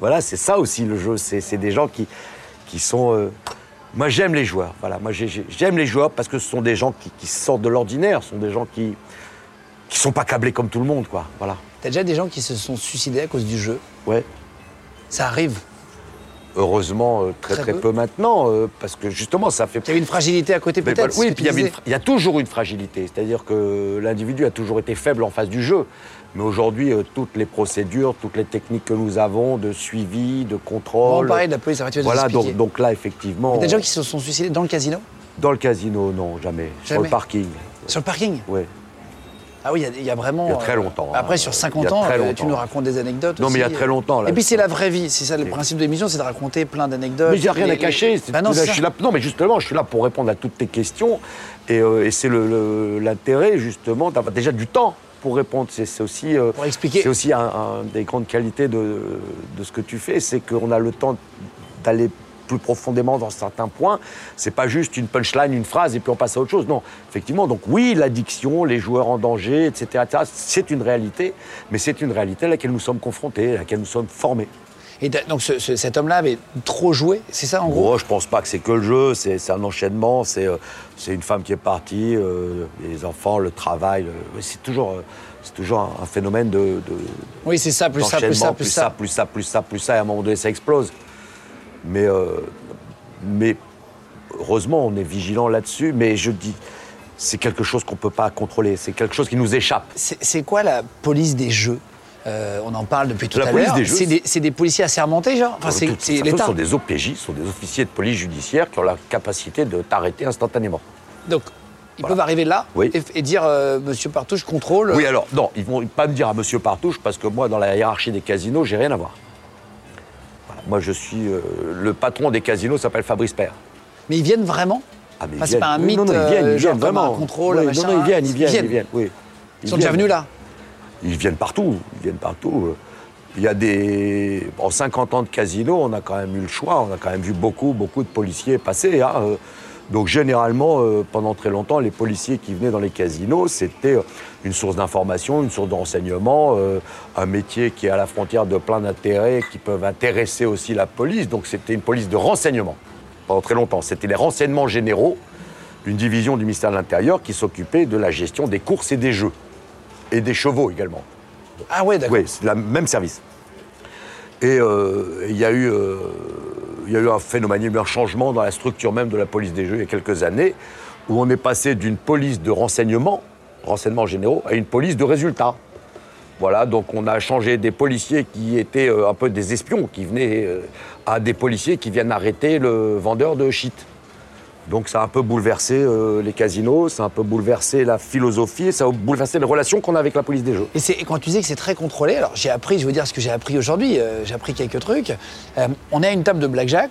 voilà, c'est ça aussi le jeu. C'est c'est des gens qui, qui sont. euh, Moi, j'aime les joueurs. Voilà, moi, j'ai- j'ai- j'aime les joueurs parce que ce sont des gens qui, qui sortent de l'ordinaire, ce sont des gens qui qui sont pas câblés comme tout le monde, quoi. Voilà.
T'as déjà des gens qui se sont suicidés à cause du jeu
Ouais.
Ça arrive.
Heureusement, euh, très
Très
très,
peu.
peu. maintenant, euh, parce que justement, ça fait.
Il y avait une fragilité à côté
Mais
peut-être
voilà, oui,
ce que tu
puis il y, avait une
disais.
fra- il y a toujours une fragilité, c'est-à-dire que l'individu a toujours été faible en face du jeu. Mais aujourd'hui, euh, toutes les procédures, toutes les techniques que nous avons de suivi, de
On
contrôle.
va en parler de la police, ça va, tu vas nous
voilà,
expliquer.
donc, donc là, effectivement,
T'as des gens qui se sont suicidés dans le casino
dans le casino, non, jamais. Sur
Jamais.
le parking,
Sur le parking
oui.
Ah oui, il y a- il y, a vraiment.
Il y a
euh,
très longtemps, hein.
Après, sur
Il
50
y a
ans,
très
euh, tu
longtemps.
nous racontes des anecdotes.
Non, mais il y a
aussi. euh.
très longtemps, là.
Et puis, c'est la vraie vie. C'est ça le principe de l'émission, c'est de raconter plein d'anecdotes.
Mais j'ai rien à
Les-
cacher. c'est-
Bah non,
là,
c'est
je
ça.
suis là, non, mais justement, je suis là pour répondre à toutes tes questions. Et, euh, et c'est le- le- l'intérêt, justement, d'avoir déjà du temps pour répondre. C'est c'est aussi, euh,
Pour expliquer.
c'est aussi un, un des grandes qualités de, de ce que tu fais, c'est qu'on a le temps d'aller plus profondément dans certains points. C'est pas juste une punchline, une phrase, et puis on passe à autre chose. Non, effectivement, donc oui, l'addiction, les joueurs en danger, etc., etc., c'est une réalité, mais c'est une réalité à laquelle nous sommes confrontés, à laquelle nous sommes formés.
Et t'as- donc, ce- ce- cet homme-là avait trop joué, c'est ça en gros
Bon, je pense pas que c'est que le jeu, c'est c'est un enchaînement, c'est euh, c'est une femme qui est partie, euh, les enfants, le travail, euh, c'est toujours, euh, c'est toujours un, un phénomène de, de-
Oui, c'est ça, plus ça, plus ça,
d'enchaînement,
plus ça.
plus ça, plus ça, plus ça, et à un moment donné ça explose. Mais, euh, mais heureusement on est vigilant là-dessus, mais je dis, c'est quelque chose qu'on peut pas contrôler, c'est quelque chose qui nous échappe.
C'est c'est quoi la police des jeux Euh, On en parle depuis tout
La
à
police
l'heure.
des jeux, Ah,
C'est des, c'est des policiers assermentés, genre Enfin, c'est
Tout-
c'est
ça, ce
l'État.
sont des OPJ, ce sont des officiers de police judiciaire qui ont la capacité de t'arrêter instantanément.
Donc, Ils
Voilà.
peuvent arriver là
Oui.
et, et dire euh, Monsieur Partouche contrôle.
Oui, alors, non, ils vont pas me dire à Monsieur Partouche, parce que moi, dans la hiérarchie des casinos, j'ai rien à voir. Voilà, moi, je suis. euh, le patron des casinos s'appelle Fabrice Père.
Mais ils viennent vraiment
Ah, mais
Enfin,
ils
c'est
viennent.
pas un
Oui,
mythe.
Non, non, ils viennent,
euh, genre
ils viennent
comme
vraiment.
Un contrôle,
Oui,
machin.
non, non, ils viennent, ils viennent, ils viennent. oui.
Ils sont déjà venus là.
Ils viennent partout, ils viennent partout. Il y a des. En 50 ans de casino, on a quand même eu le choix, on a quand même vu beaucoup, beaucoup de policiers passer. hein. Euh, Donc généralement, euh, pendant très longtemps, les policiers qui venaient dans les casinos, c'était euh, une source d'information, une source de renseignement, euh, un métier qui est à la frontière de plein d'intérêts qui peuvent intéresser aussi la police. Donc c'était une police de renseignement pendant très longtemps. C'était les renseignements généraux, une division du ministère de l'Intérieur qui s'occupait de la gestion des courses et des jeux et des chevaux également.
Ah ouais, d'accord.
Oui, c'est le même service. Et euh, il y a eu, euh, il y a eu un phénomène, il y a eu un changement dans la structure même de la police des jeux il y a quelques années, où on est passé d'une police de renseignement, renseignements généraux, à une police de résultats. Voilà, donc on a changé des policiers qui étaient euh, un peu des espions, qui venaient euh, à des policiers qui viennent arrêter le vendeur de shit. Donc ça a un peu bouleversé euh, les casinos, ça a un peu bouleversé la philosophie, ça a bouleversé les relations qu'on a avec la police des jeux.
Et, c'est- et quand tu disais que c'est très contrôlé, alors j'ai appris, je veux dire ce que j'ai appris aujourd'hui, euh, j'ai appris quelques trucs. Euh, on est à une table de blackjack,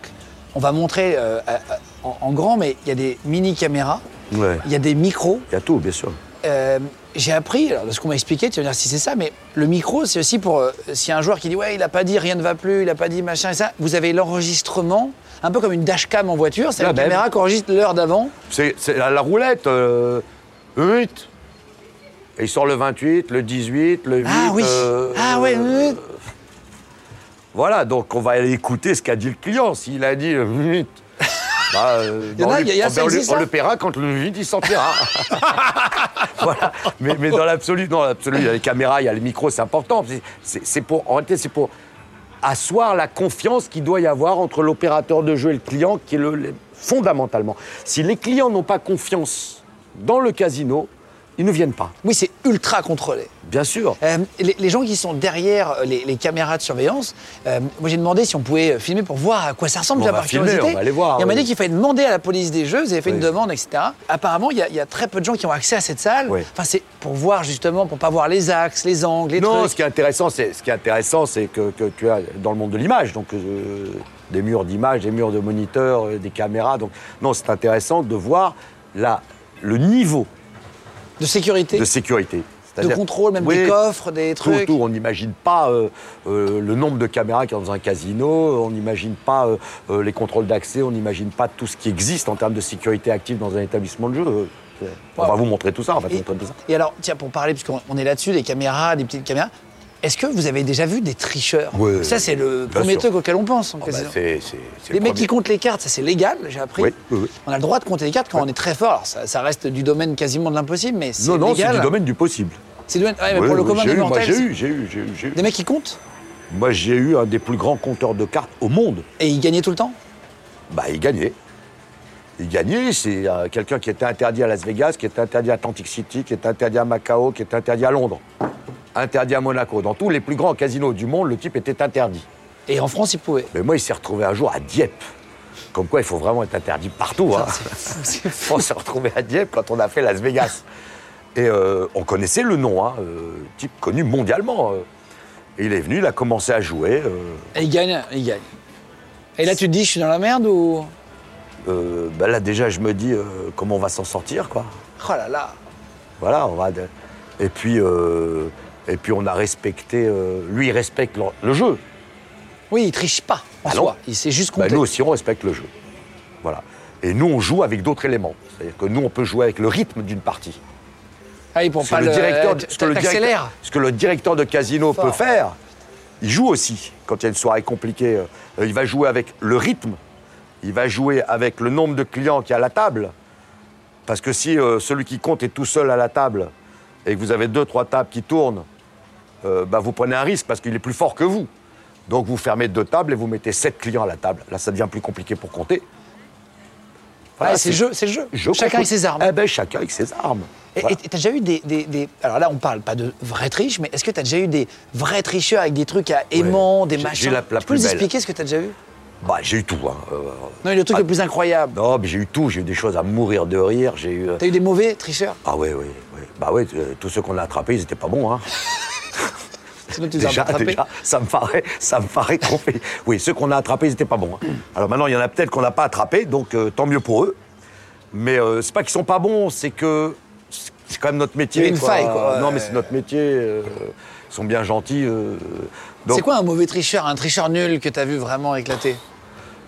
on va montrer euh, à- à- en, en grand, mais il y a des mini caméras,
Ouais.
il y a des micros.
Il y a tout, bien sûr.
Euh, j'ai appris, alors, de ce qu'on m'a expliqué, tu vas me dire si c'est ça, mais le micro, c'est aussi pour. euh, si un joueur qui dit ouais, il a pas dit rien ne va plus, il a pas dit machin et ça, vous avez l'enregistrement, un peu comme une dashcam en voiture, c'est
La
la
même.
caméra qui enregistre l'heure d'avant.
C'est c'est la, la roulette. euh, 8. Et il sort le 28, le 18, le 8.
Ah oui
euh,
Ah ouais
euh,
oui.
Voilà, donc on va aller écouter ce qu'a dit le client. S'il a dit le
[LAUGHS]
8. bah, euh,
Il y en a,
on lui-
il y a-
on-
ça
on, lui-
existe,
on
ça
le paiera quand le 8 il sortira. [LAUGHS] voilà. Mais, mais dans l'absolu, non, dans l'absolu, il y a les caméras, il y a les micros, c'est important. C'est- c'est- C'est pour, en réalité, c'est pour asseoir la confiance qu'il doit y avoir entre l'opérateur de jeu et le client, qui est le, le- fondamentalement. Si les clients n'ont pas confiance dans le casino, ils ne viennent pas.
Oui, c'est ultra contrôlé.
Bien sûr.
Euh, les, les gens qui sont derrière euh, les, les caméras de surveillance, euh, moi j'ai demandé si on pouvait euh, filmer pour voir à quoi ça ressemble
Bon,
déjà
on va
par
filmer,
curiosité.
on va aller voir,
Et on m'a
oui.
dit qu'il fallait demander à la police des jeux, vous avez fait
Oui.
une demande, etc. Apparemment, il y, a- il y a très peu de gens qui ont accès à cette salle.
Oui.
Enfin, c'est pour voir justement, pour pas voir les axes, les angles, les
non,
trucs.
ce qui est intéressant, c'est ce qui est intéressant, c'est que, que tu as dans le monde de l'image, donc euh, des murs d'image, des murs de moniteurs, euh, des caméras. Donc non, c'est intéressant de voir la, le niveau
De sécurité,
de sécurité.
de
C'est-à-dire-
contrôle, même
Oui,
des coffres, des
Tout,
trucs.
tout. on n'imagine pas euh, euh, le nombre de caméras qu'il y a dans un casino, on n'imagine pas euh, euh, les contrôles d'accès, on n'imagine pas tout ce qui existe en termes de sécurité active dans un établissement de jeu. Euh, c'est- On va vous montrer tout ça, on va te
Et,
montrer tout ça.
et alors, tiens, pour parler, puisqu'on on est là-dessus, les caméras, les petites caméras, est-ce que vous avez déjà vu des tricheurs
Oui,
Ça, c'est le
bien
premier
sûr.
truc auquel on pense. en
Ah bah,
casino.
c'est- c'est- c'est
Les
le
mecs
premier.
qui comptent les cartes, ça c'est légal, j'ai appris.
Oui, oui, oui.
On a le droit de compter les cartes quand on est très fort. Alors, ça, ça reste du domaine quasiment de l'impossible, mais c'est
Non, non, c'est
légal.
du domaine du possible.
C'est du domaine- ouais, mais
Oui,
pour le
oui,
commun
j'ai
des
eu, moi,
mortels.
j'ai eu, j'ai eu, j'ai eu, j'ai eu.
Des mecs qui comptent
Moi, j'ai eu un des plus grands compteurs de cartes au monde.
et ils gagnaient tout le temps.
Bah, il gagnait. Il gagnait, c'est euh, quelqu'un qui était interdit à Las Vegas, qui était interdit à Atlantic City, qui était interdit à Macao, qui était interdit à Londres, interdit à Monaco. Dans tous les plus grands casinos du monde, le type était interdit.
Et en France, ils
[LAUGHS]
pouvaient.
Mais moi, il s'est retrouvé un jour à Dieppe. Comme quoi, il faut vraiment être interdit partout. hein. [LAUGHS] on s'est retrouvé à Dieppe quand on a fait Las Vegas. Et euh, on connaissait le nom, hein, euh, type connu mondialement. euh. Et il est venu, il a commencé à jouer. euh,
Et ils gagnent, ils gagnent. Et là, tu te dis, je suis dans la merde ou.
euh, bah là, déjà, je me dis euh, comment on va s'en sortir, quoi.
Oh là là
Voilà, on va. de- Et puis, euh, et puis on a respecté. euh, lui, il respecte le, le jeu.
Oui, ils trichent pas en
Ah non.
soi. Ils sait juste
Bah,
compter.
nous aussi, on respecte le jeu. Voilà. Et nous, on joue avec d'autres éléments. C'est-à-dire que nous, on peut jouer avec le rythme d'une partie.
ah oui, pour
Ce
pas
que
le.
le directeur-
euh,
ce que le
t'accélères.
directeur- ce que le directeur de casino
Fort.
peut faire, il joue aussi quand il y a une soirée compliquée. euh, Il va jouer avec le rythme, il va jouer avec le nombre de clients qu'il y a à la table. Parce que si euh, celui qui compte est tout seul à la table et que vous avez deux, trois tables qui tournent, euh, bah, vous prenez un risque parce qu'il est plus fort que vous. Donc vous fermez deux tables et vous mettez sept clients à la table. Là, ça devient plus compliqué pour compter. Voilà,
Ouais, c'est le jeu, c'est le jeu.
Je
Chacun avec
compte.
ses armes.
Eh ben, chacun avec ses armes.
Et
Voilà.
et t'as déjà eu des, des- des- Alors là, on parle pas de vrais triches, mais est-ce que t'as déjà eu des vrais tricheurs avec des trucs à aimants, des
J'ai-
machins
j'ai la- la
Tu peux
plus
nous
belle.
expliquer ce que t'as déjà vu
Bah, j'ai eu tout. Hein. Euh,
Non, mais le truc le plus incroyable.
non, mais j'ai eu tout. J'ai eu des choses à mourir de rire. J'ai eu. euh,
T'as eu des mauvais tricheurs
Ah oui, oui, oui. Bah oui, euh, tous ceux qu'on a attrapés, ils étaient
[LAUGHS]
pas bons, hein.
Sinon, tu les as
Déjà,
rattrapés.
déjà, ça me paraît, ça me paraît compliqué. Oui, ceux qu'on a attrapés, ils n'étaient pas bons. hein. Alors maintenant, il y en a peut-être qu'on n'a pas attrapés, donc euh, tant mieux pour eux. Mais euh, c'est pas qu'ils sont pas bons, c'est que c'est quand même notre métier.
Il y a une faille, quoi.
Non,
Ouais.
mais c'est notre métier. euh, ils sont bien gentils. euh, donc,
C'est quoi un mauvais tricheur Un tricheur nul que t'as vu vraiment éclater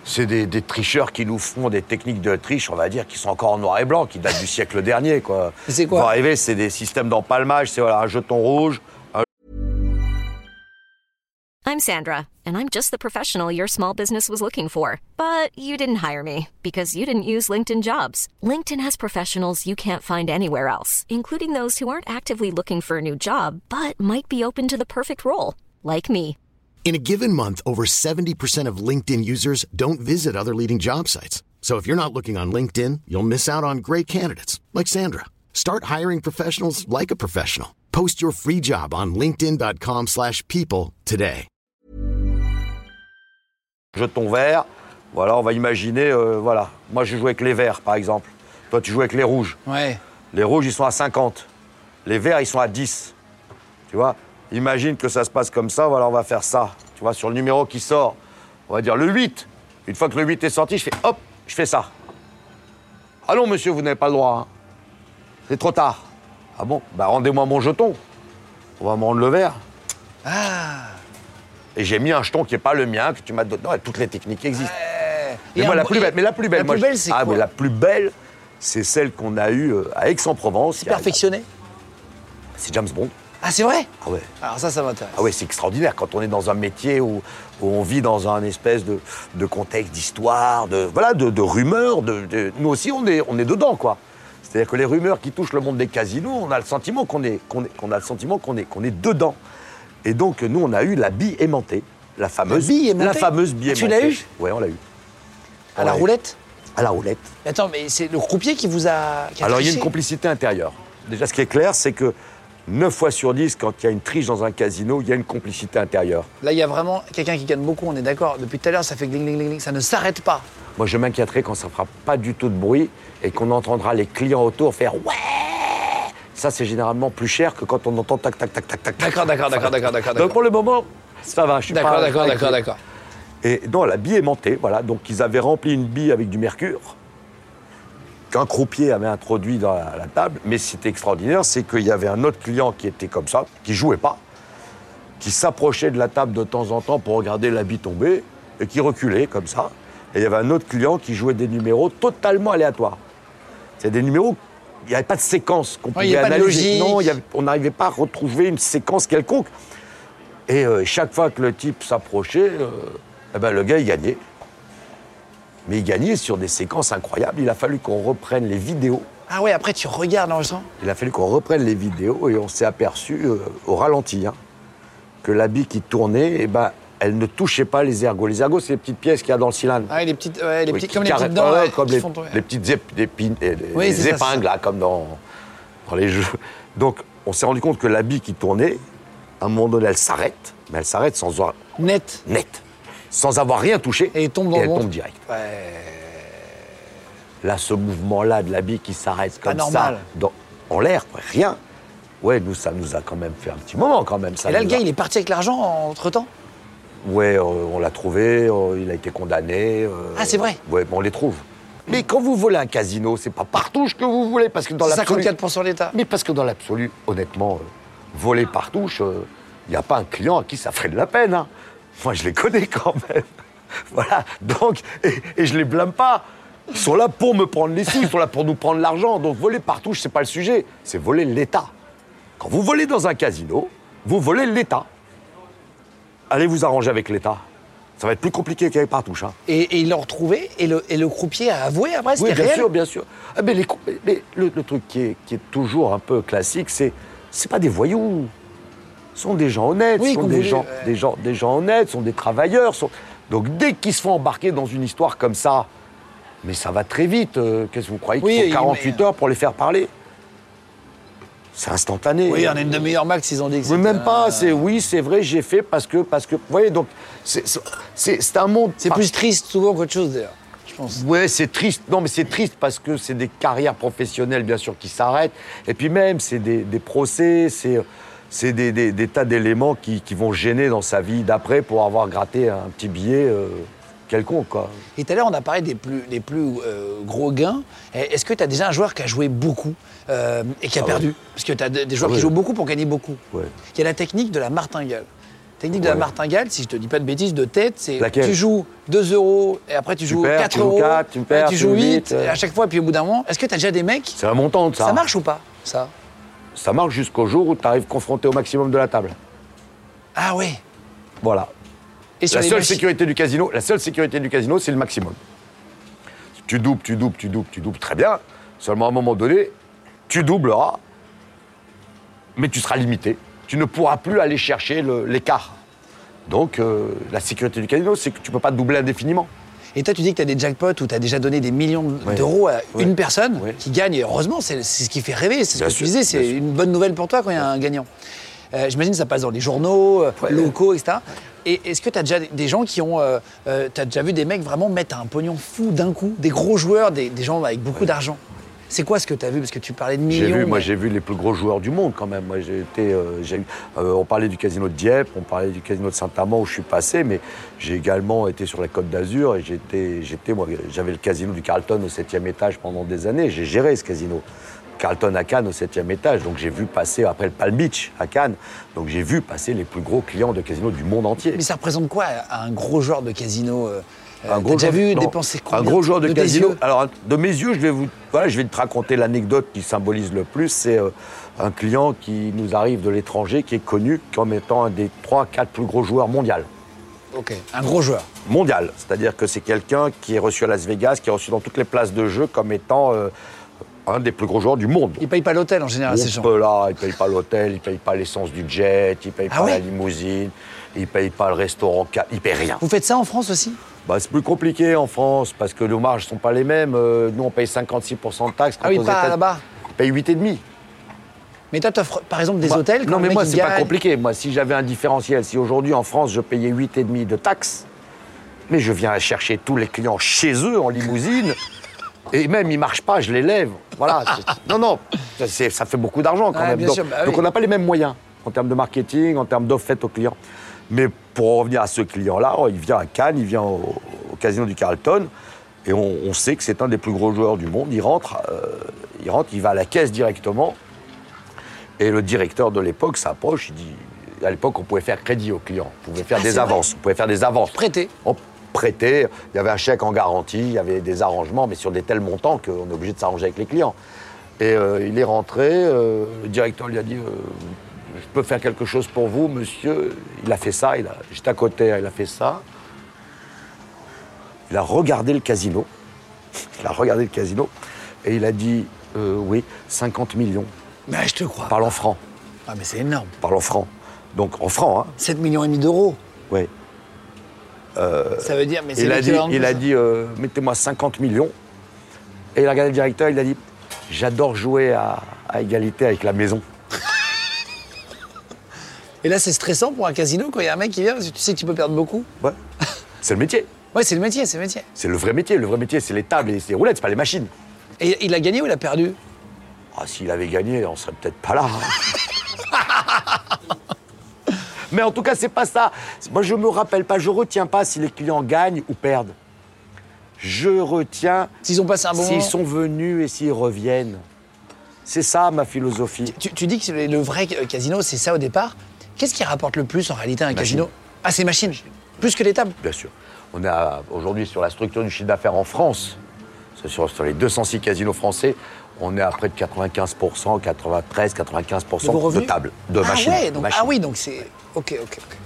C'est des, des tricheurs qui nous font des techniques de triche, on va dire, qui sont encore en noir et blanc, qui datent du siècle dernier, quoi.
C'est quoi
Vous arrivez, c'est des systèmes d'empalmage, c'est voilà, un jeton rouge, un
I'm Sandra, and I'm just the professional your small business was looking for. But you didn't hire me because you didn't use LinkedIn jobs. LinkedIn has professionals you can't find anywhere else, including those who aren't actively looking for a new job but might be open to the perfect role, like me.
In a given month, over 70% of LinkedIn users don't visit other leading job sites. So if you're not looking on LinkedIn, you'll miss out on great candidates like Sandra. Start hiring professionals like a professional. Post your free job on linkedin.com/people slash people today.
jeton vert. Voilà, on va imaginer, euh, voilà. Moi, je joue avec les verts, par exemple. Toi, tu joues avec les rouges.
Ouais.
Les rouges, ils sont à 50. Les verts, ils sont à 10. Tu vois Imagine que ça se passe comme ça, voilà, on va faire ça. Tu vois, sur le numéro qui sort, on va dire le 8. Une fois que le 8 est sorti, je fais hop, je fais ça. Ah non, monsieur, vous n'avez pas le droit. hein. C'est trop tard. Ah bon Bah, rendez-moi mon jeton. On va me rendre le vert. Et j'ai mis un jeton qui n'est pas le mien, que tu m'as donné. Non, toutes les techniques existent. Mais
Et
moi,
un-
la plus belle, mais la plus belle,
La
moi,
plus
je-
belle, c'est
ah,
quoi
mais la plus belle, c'est celle qu'on a eue euh, à Aix-en-Provence. Il y a-
Perfectionné
C'est James Bond.
Ah, c'est vrai
Ah ouais.
Alors ça, ça m'intéresse.
Ah ouais, c'est extraordinaire quand on est dans un métier où, où on vit dans un espèce de, de contexte d'histoire, de voilà, de, de rumeurs. De, de- nous aussi, on est, on est dedans, quoi. C'est-à-dire que les rumeurs qui touchent le monde des casinos, on a le sentiment qu'on est, qu'on est- qu'on a le sentiment qu'on est, qu'on est dedans. Et donc, nous, on a eu la bille aimantée, la fameuse
bille aimantée Ah,
la fameuse bille
Tu
aimantée.
l'as eue
Ouais, on l'a eu.
À la
Ouais.
roulette
À la roulette.
Attends, mais c'est le croupier qui vous a. qui a
Alors il y a
triché
une complicité intérieure. Déjà, ce qui est clair, c'est que 9 fois sur 10, quand il y a une triche dans un casino, il y a une complicité intérieure.
Là, il y a vraiment quelqu'un qui gagne beaucoup, on est d'accord. Depuis tout à l'heure, ça fait gling, gling, gling, gling, ça ne s'arrête pas.
Moi, je m'inquiéterais quand ça fera pas du tout de bruit et qu'on entendra les clients autour faire ouais. Ça, c'est généralement plus cher que quand on entend tac tac tac tac tac. tac.
D'accord, d'accord, d'accord, d'accord, d'accord.
Donc
d'accord.
pour le moment, ça va. Je suis
D'accord,
pas-
d'accord,
pas
d'accord,
inquiet.
d'accord.
Et non, la bille aimantée, voilà. Donc ils avaient rempli une bille avec du mercure qu'un croupier avait introduit dans la, la table. Mais ce qui était extraordinaire, c'est qu'il y avait un autre client qui était comme ça, qui jouait pas, qui s'approchait de la table de temps en temps pour regarder la bille tomber et qui reculait comme ça. Et il y avait un autre client qui jouait des numéros totalement aléatoires. C'est des numéros, il n'y avait pas de séquence qu'on
Ouais,
pouvait
il y avait pas de
analyser.
logique.
Non, il y avait- on n'arrivait pas à retrouver une séquence quelconque. Et euh, chaque fois que le type s'approchait, euh, eh ben, le gars, il gagnait. Mais il gagnait sur des séquences incroyables. Il a fallu qu'on reprenne les vidéos.
Ah ouais, après, tu regardes dans le sang.
Il a fallu qu'on reprenne les vidéos et on s'est aperçu euh, au ralenti hein, que la bille qui tournait, eh ben, elle ne touchait pas les ergots. Les ergots, c'est les petites pièces qu'il y a dans le cylindre.
Ah, les petites. Ouais, les
Oui,
petites
qui
comme les
carré-
petites dents.
ouais,
ouais,
comme
qui
les,
font tomber.
les petites ép- des pin- et des-
Oui,
des
c'est ça, c'est
épingles,
ça.
là, comme dans, dans les jeux. Donc, on s'est rendu compte que la bille qui tournait, à un moment donné, elle s'arrête, mais elle s'arrête sans avoir
Net.
net, sans avoir rien touché.
Et elle tombe dans le
elle
ventre.
tombe direct. Là, ce mouvement-là de la bille qui s'arrête
pas
comme ça,
normal.
dans- en l'air, quoi, rien. Ouais, nous, ça nous a quand même fait un petit moment, quand même. Ça
Et là, le
nous
gars,
a-
il est parti avec l'argent entre temps.
Ouais, euh, on l'a trouvé, euh, il a été condamné. euh,
Ah, c'est vrai
Ouais, bon, on les trouve. Mais quand vous volez un casino, c'est pas partout ce que vous voulez, parce que dans l'absolu...
54% l'État.
Mais parce que dans l'absolu, honnêtement, euh, voler par touche, il n'y a pas un client à qui ça ferait de la peine. hein. Moi, je les connais quand même. [LAUGHS] voilà, donc, et, et je les blâme pas. Ils sont là pour me prendre les sous, ils sont là pour nous prendre l'argent. Donc, voler par touche, c'est pas le sujet, c'est voler l'État. Quand vous volez dans un casino, vous volez l'État. Allez vous arranger avec l'État. Ça va être plus compliqué qu'avec par touche. hein.
Et, et ils l'ont retrouvé et le, et le croupier a avoué après ce
Oui,
qui est
bien
réel.
sûr, bien sûr. Ah, mais les cou- mais- mais le, le truc qui est, qui est toujours un peu classique, c'est c'est pas des voyous. Ce sont des gens honnêtes,
Oui,
ce sont
qu'on
des
voulait,
gens,
ouais.
des gens, des gens honnêtes, ce sont des travailleurs. ce sont- Donc dès qu'ils se font embarquer dans une histoire comme ça, mais ça va très vite. euh, Qu'est-ce que vous croyez
Oui,
qu'ils
il-
ont 48
mais-
heures pour les faire parler C'est instantané.
Oui, on est une demi-heure max, ils ont dit que
Mais
c'était
même
un-
pas, c'est oui, c'est vrai, j'ai fait parce que, parce que, vous voyez, donc, c'est- c'est c'est un monde.
C'est
par-
plus triste souvent qu'autre chose d'ailleurs, je pense.
Ouais, c'est triste. Non, mais c'est triste parce que c'est des carrières professionnelles, bien sûr, qui s'arrêtent. Et puis même, c'est des, des procès, c'est, c'est des, des- des tas d'éléments qui, qui vont gêner dans sa vie d'après pour avoir gratté un petit billet euh, quelconque, quoi.
Et tout à l'heure, on a parlé des plus, des plus euh, gros gains. Eh, Est-ce que tu as déjà un joueur qui a joué beaucoup euh, et qui a perdu Parce que tu as des joueurs
Ah
qui
oui.
jouent beaucoup pour gagner beaucoup.
Ouais.
Il y a la technique de la martingale. Technique de la
Ouais.
martingale, si je te dis pas de bêtises, de tête, c'est
Laquelle
tu joues 2 euros et après tu joues
perds,
4
tu joues
euros,
quatre, tu
ouais,
perds,
tu
tu
joues
joues
8,
huit, ouais.
à chaque fois, puis au bout d'un moment, est-ce que tu as déjà des mecs
C'est un montant, ça.
Ça marche ou pas, ça
Ça marche jusqu'au jour où tu arrives confronté au maximum de la table.
Ah ouais
Voilà.
et
La
les
seule
machi-
sécurité du casino, la seule sécurité du casino, c'est le maximum. Tu doubles, tu doubles, tu doubles, tu doubles, très bien. Seulement à un moment donné, tu doubleras, mais tu seras limité. Tu ne pourras plus aller chercher le- l'écart. Donc euh, la sécurité du casino, c'est que tu ne peux pas doubler indéfiniment.
Et toi, tu dis que tu as des jackpots où tu as déjà donné des millions d'euros à
Ouais.
une personne
Ouais.
qui gagne. Et heureusement, c'est c'est ce qui fait rêver. C'est ce
Bien
que tu
sûr,
disais.
bien
C'est
sûr.
une bonne nouvelle pour toi quand il y a un gagnant. Euh, J'imagine que ça passe dans les journaux, euh, locaux, etc. Et est-ce que tu as déjà des- des gens qui ont. euh, euh, t'as déjà vu des mecs vraiment mettre un pognon fou d'un coup Des gros joueurs, des, des gens avec beaucoup d'argent C'est quoi ce que tu as vu Parce que tu parlais de millions.
J'ai vu, moi
mais-
j'ai vu les plus gros joueurs du monde quand même. Moi j'ai été, euh, j'ai eu- euh, on parlait du casino de Dieppe, on parlait du casino de Saint-Amand où je suis passé, mais j'ai également été sur la Côte d'Azur et j'étais, j'étais, moi, j'avais le casino du Carlton au 7 étage pendant des années. J'ai géré ce casino. Carlton à Cannes au 7 étage, donc j'ai vu passer après le Palm Beach à Cannes, donc j'ai vu passer les plus gros clients de casino du monde entier.
Mais ça représente quoi à un gros joueur de casino euh, euh,
Un gros
T'as déjà
joueur-
vu
non.
dépenser combien
Un gros joueur de,
tes
casino.
yeux
Alors, de mes yeux, je vais, vous, voilà, je vais te raconter l'anecdote qui symbolise le plus. C'est euh, un client qui nous arrive de l'étranger, qui est connu comme étant un des 3-4 plus gros joueurs mondial.
Ok, un gros joueur.
Mondial, c'est-à-dire que c'est quelqu'un qui est reçu à Las Vegas, qui est reçu dans toutes les places de jeu comme étant euh, un des plus gros joueurs du monde.
Ils payent pas l'hôtel en général, ces gens.
On peut là, ils payent pas l'hôtel, ils payent pas l'essence du jet, ils payent
Ah
pas
ouais
la limousine, ils payent pas le restaurant, ca- ils payent rien.
Vous faites ça en France aussi
Bah, c'est plus compliqué en France parce que nos marges ne sont pas les mêmes. Euh, nous, on paye 56% de taxes.
Ah oui,
aux
pas
États-
là-bas.
On paye 8,5.
Mais toi, t'offres par exemple des
Moi-
hôtels quand
Bah, Non,
le
mais
mec,
moi,
il
c'est pas
gagne.
compliqué. Moi, si j'avais un différentiel, si aujourd'hui en France, je payais 8,5 de taxes, mais je viens chercher tous les clients chez eux
[LAUGHS]
en limousine. Et même, ils marchent pas, je les lève. Voilà. c'est- non, non, ça, c'est- ça fait beaucoup d'argent quand
Ouais,
même.
bien
donc,
sûr, bah oui.
donc on n'a pas les mêmes moyens en termes de marketing, en termes d'offres faites aux clients. Mais pour en revenir à ce client-là, oh, il vient à Cannes, il vient au, au casino du Carlton, et on, on sait que c'est un des plus gros joueurs du monde. Il rentre, euh, il rentre, il va à la caisse directement, et le directeur de l'époque s'approche, il dit... À l'époque, on pouvait faire crédit aux clients, on pouvait faire
Ah, c'est
des
vrai.
avances, on pouvait faire des avances.
Prêter.
On prêtait, il y avait un chèque en garantie, il y avait des arrangements, mais sur des tels montants qu'on est obligé de s'arranger avec les clients. Et euh, il est rentré, euh, le directeur lui a dit euh, Je peux faire quelque chose pour vous, monsieur Il a fait ça, il a- j'étais à côté, il a fait ça. Il a regardé le casino, il a regardé le casino, et il a dit Euh, Oui, 50 millions,
Mais je te crois.
parle en francs,
Ah, mais c'est énorme.
parle en francs. Donc en francs, hein
7 millions et demi d'euros.
Ouais.
Ça veut dire, mais c'est
Euh, Il a dit,
l'équivalent de
il
tout
a
ça.
dit euh, mettez-moi 50 millions. Et il a regardé le directeur, il a dit j'adore jouer à, à égalité avec la maison.
Et là, c'est stressant pour un casino quand il y a un mec qui vient parce que tu sais que tu peux perdre beaucoup. [LAUGHS]
Ouais. C'est le métier.
Ouais, c'est le métier, c'est le métier.
C'est le vrai métier. Le vrai métier, c'est les tables et c'est les roulettes, c'est pas les machines.
Et il a gagné ou il a perdu
Ah, s'il avait gagné, on serait peut-être pas là.
[LAUGHS]
hein. Mais en tout cas, c'est pas ça. Moi, je me rappelle pas, je retiens pas si les clients gagnent ou perdent. Je retiens
S'ils ont passé un Ah bon
s'ils
moment
sont venus et s'ils reviennent. C'est ça ma philosophie.
tu, tu dis que le le vrai euh, casino, c'est ça au départ. Qu'est-ce qui rapporte le plus en réalité à un
Machine.
casino Ah, c'est machine. Plus que les tables.
Bien sûr. On est à- aujourd'hui sur la structure du chiffre d'affaires en France, c'est sur, sur les 206 casinos français, on est à près de 95%, 93,
De vos
95% de
revenus
tables, de
ah,
machines.
ouais,
de
donc-
machines.
ah oui, donc c'est. Ok, ok, ok.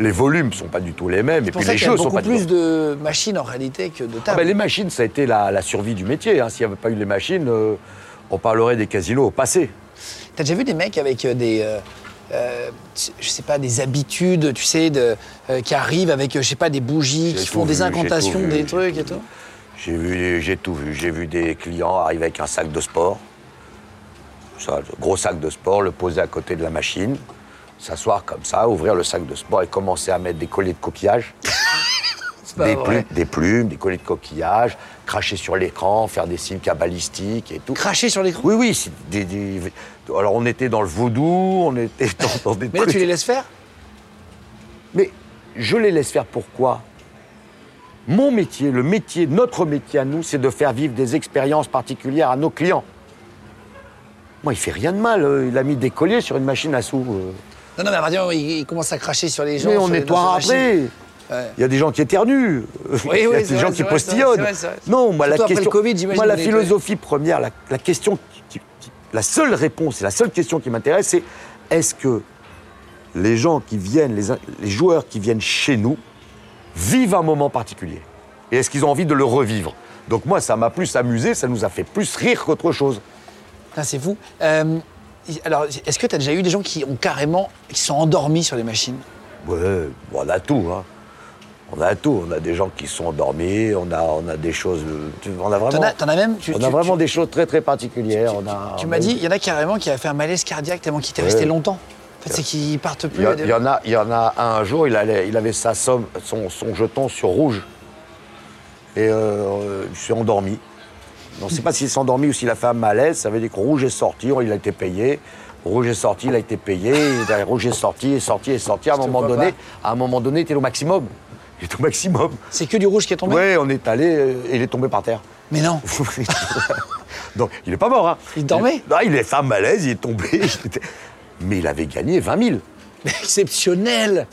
Les volumes ne sont pas du tout les mêmes, et
C'est pour
puis
ça
les
qu'il y a
jeux sont
beaucoup
pas du
plus
tout.
de machines en réalité que de tables.
Ah ben, les machines, ça a été la, la survie du métier. hein. S'il n'y avait pas eu les machines, euh, on parlerait des casinos au passé.
T'as déjà vu des mecs avec euh, des. euh, euh, je sais pas, des habitudes, tu sais, de, euh, qui arrivent avec, euh, je sais pas, des bougies, qui
J'ai
font
tout
des
vu, j'ai
incantations,
tout vu,
des
j'ai
trucs
tout
et tout.
J'ai vu, j'ai tout vu. J'ai vu des clients arriver avec un sac de sport. ça, le gros sac de sport, le poser à côté de la machine, s'asseoir comme ça, ouvrir le sac de sport et commencer à mettre des colliers de
[LAUGHS]
coquillages.
pas
des,
vrai.
plumes, des plumes, des colliers de coquillages, cracher sur l'écran, faire des signes cabalistiques et tout.
Cracher sur l'écran
Oui, oui. c'est des- des- Alors, on était dans le vaudou, on était dans, dans des
Mais là,
trucs-
tu les laisses faire
Mais je les laisse faire pourquoi Mon métier, le métier, notre métier à nous, c'est de faire vivre des expériences particulières à nos clients. Moi, il fait rien de mal. euh, Il a mis des colliers sur une machine à sous. euh.
Non, non, mais à partir du moment où il il commence à cracher sur les gens.
Mais
sur
on
les-
nettoiera
sur la
après.
machine.
Il y a des gens qui éternuent.
Oui,
[LAUGHS] il y a
oui,
des
c'est
gens
vrai,
qui
c'est vrai, c'est vrai,
postillonnent.
c'est vrai, c'est vrai.
Non, moi, la
Surtout après
question.
le Covid, j'imagine,
moi, la
on était-
philosophie première, la, la question. qui- qui- qui- la seule réponse et la seule question qui m'intéresse, c'est est-ce que les gens qui viennent, les, les joueurs qui viennent chez nous, vivent un moment particulier Et est-ce qu'ils ont envie de le revivre Donc, moi, ça m'a plus amusé, ça nous a fait plus rire qu'autre chose.
Putain, c'est fou. Euh, alors, est-ce que tu as déjà eu des gens qui ont carrément. qui sont endormis sur les machines
Ah Ouais, bon, on a tout, hein. On a tout. On a des gens qui sont endormis, on a, on a des choses. euh, tu- On a
T'en
vraiment.
as, t'en as même tu,
on
tu-
a vraiment
tu-
des choses très très particulières. on a,
tu
on
m'as
a-
dit, il y en a carrément qui a fait un malaise cardiaque tellement qu'il t'est resté longtemps. En fait, c'est qu'ils partent
Il
plus.
y,
à
a-
des-
il y en a, il y en a un, un jour, il, allait, il avait sa somme, son, son jeton sur rouge. Et euh, il s'est endormi. On ne sait pas s'il s'est endormi ou s'il a fait un malaise. Ça veut dire que rouge est sorti, il a été payé. Rouge est sorti, il a été payé. et derrière, rouge est sorti, est sorti, est sorti. À un moment
vois
donné, à un moment donné, il était au maximum. Il était au maximum.
C'est que du rouge qui est tombé
Ouais, on est allé euh, et il est tombé par terre. [LAUGHS]
Mais non.
Donc, il est pas mort, hein.
Il dormait
Non, il est fait un malaise, il est tombé. il était- Mais il avait gagné 20 000.
Mais exceptionnel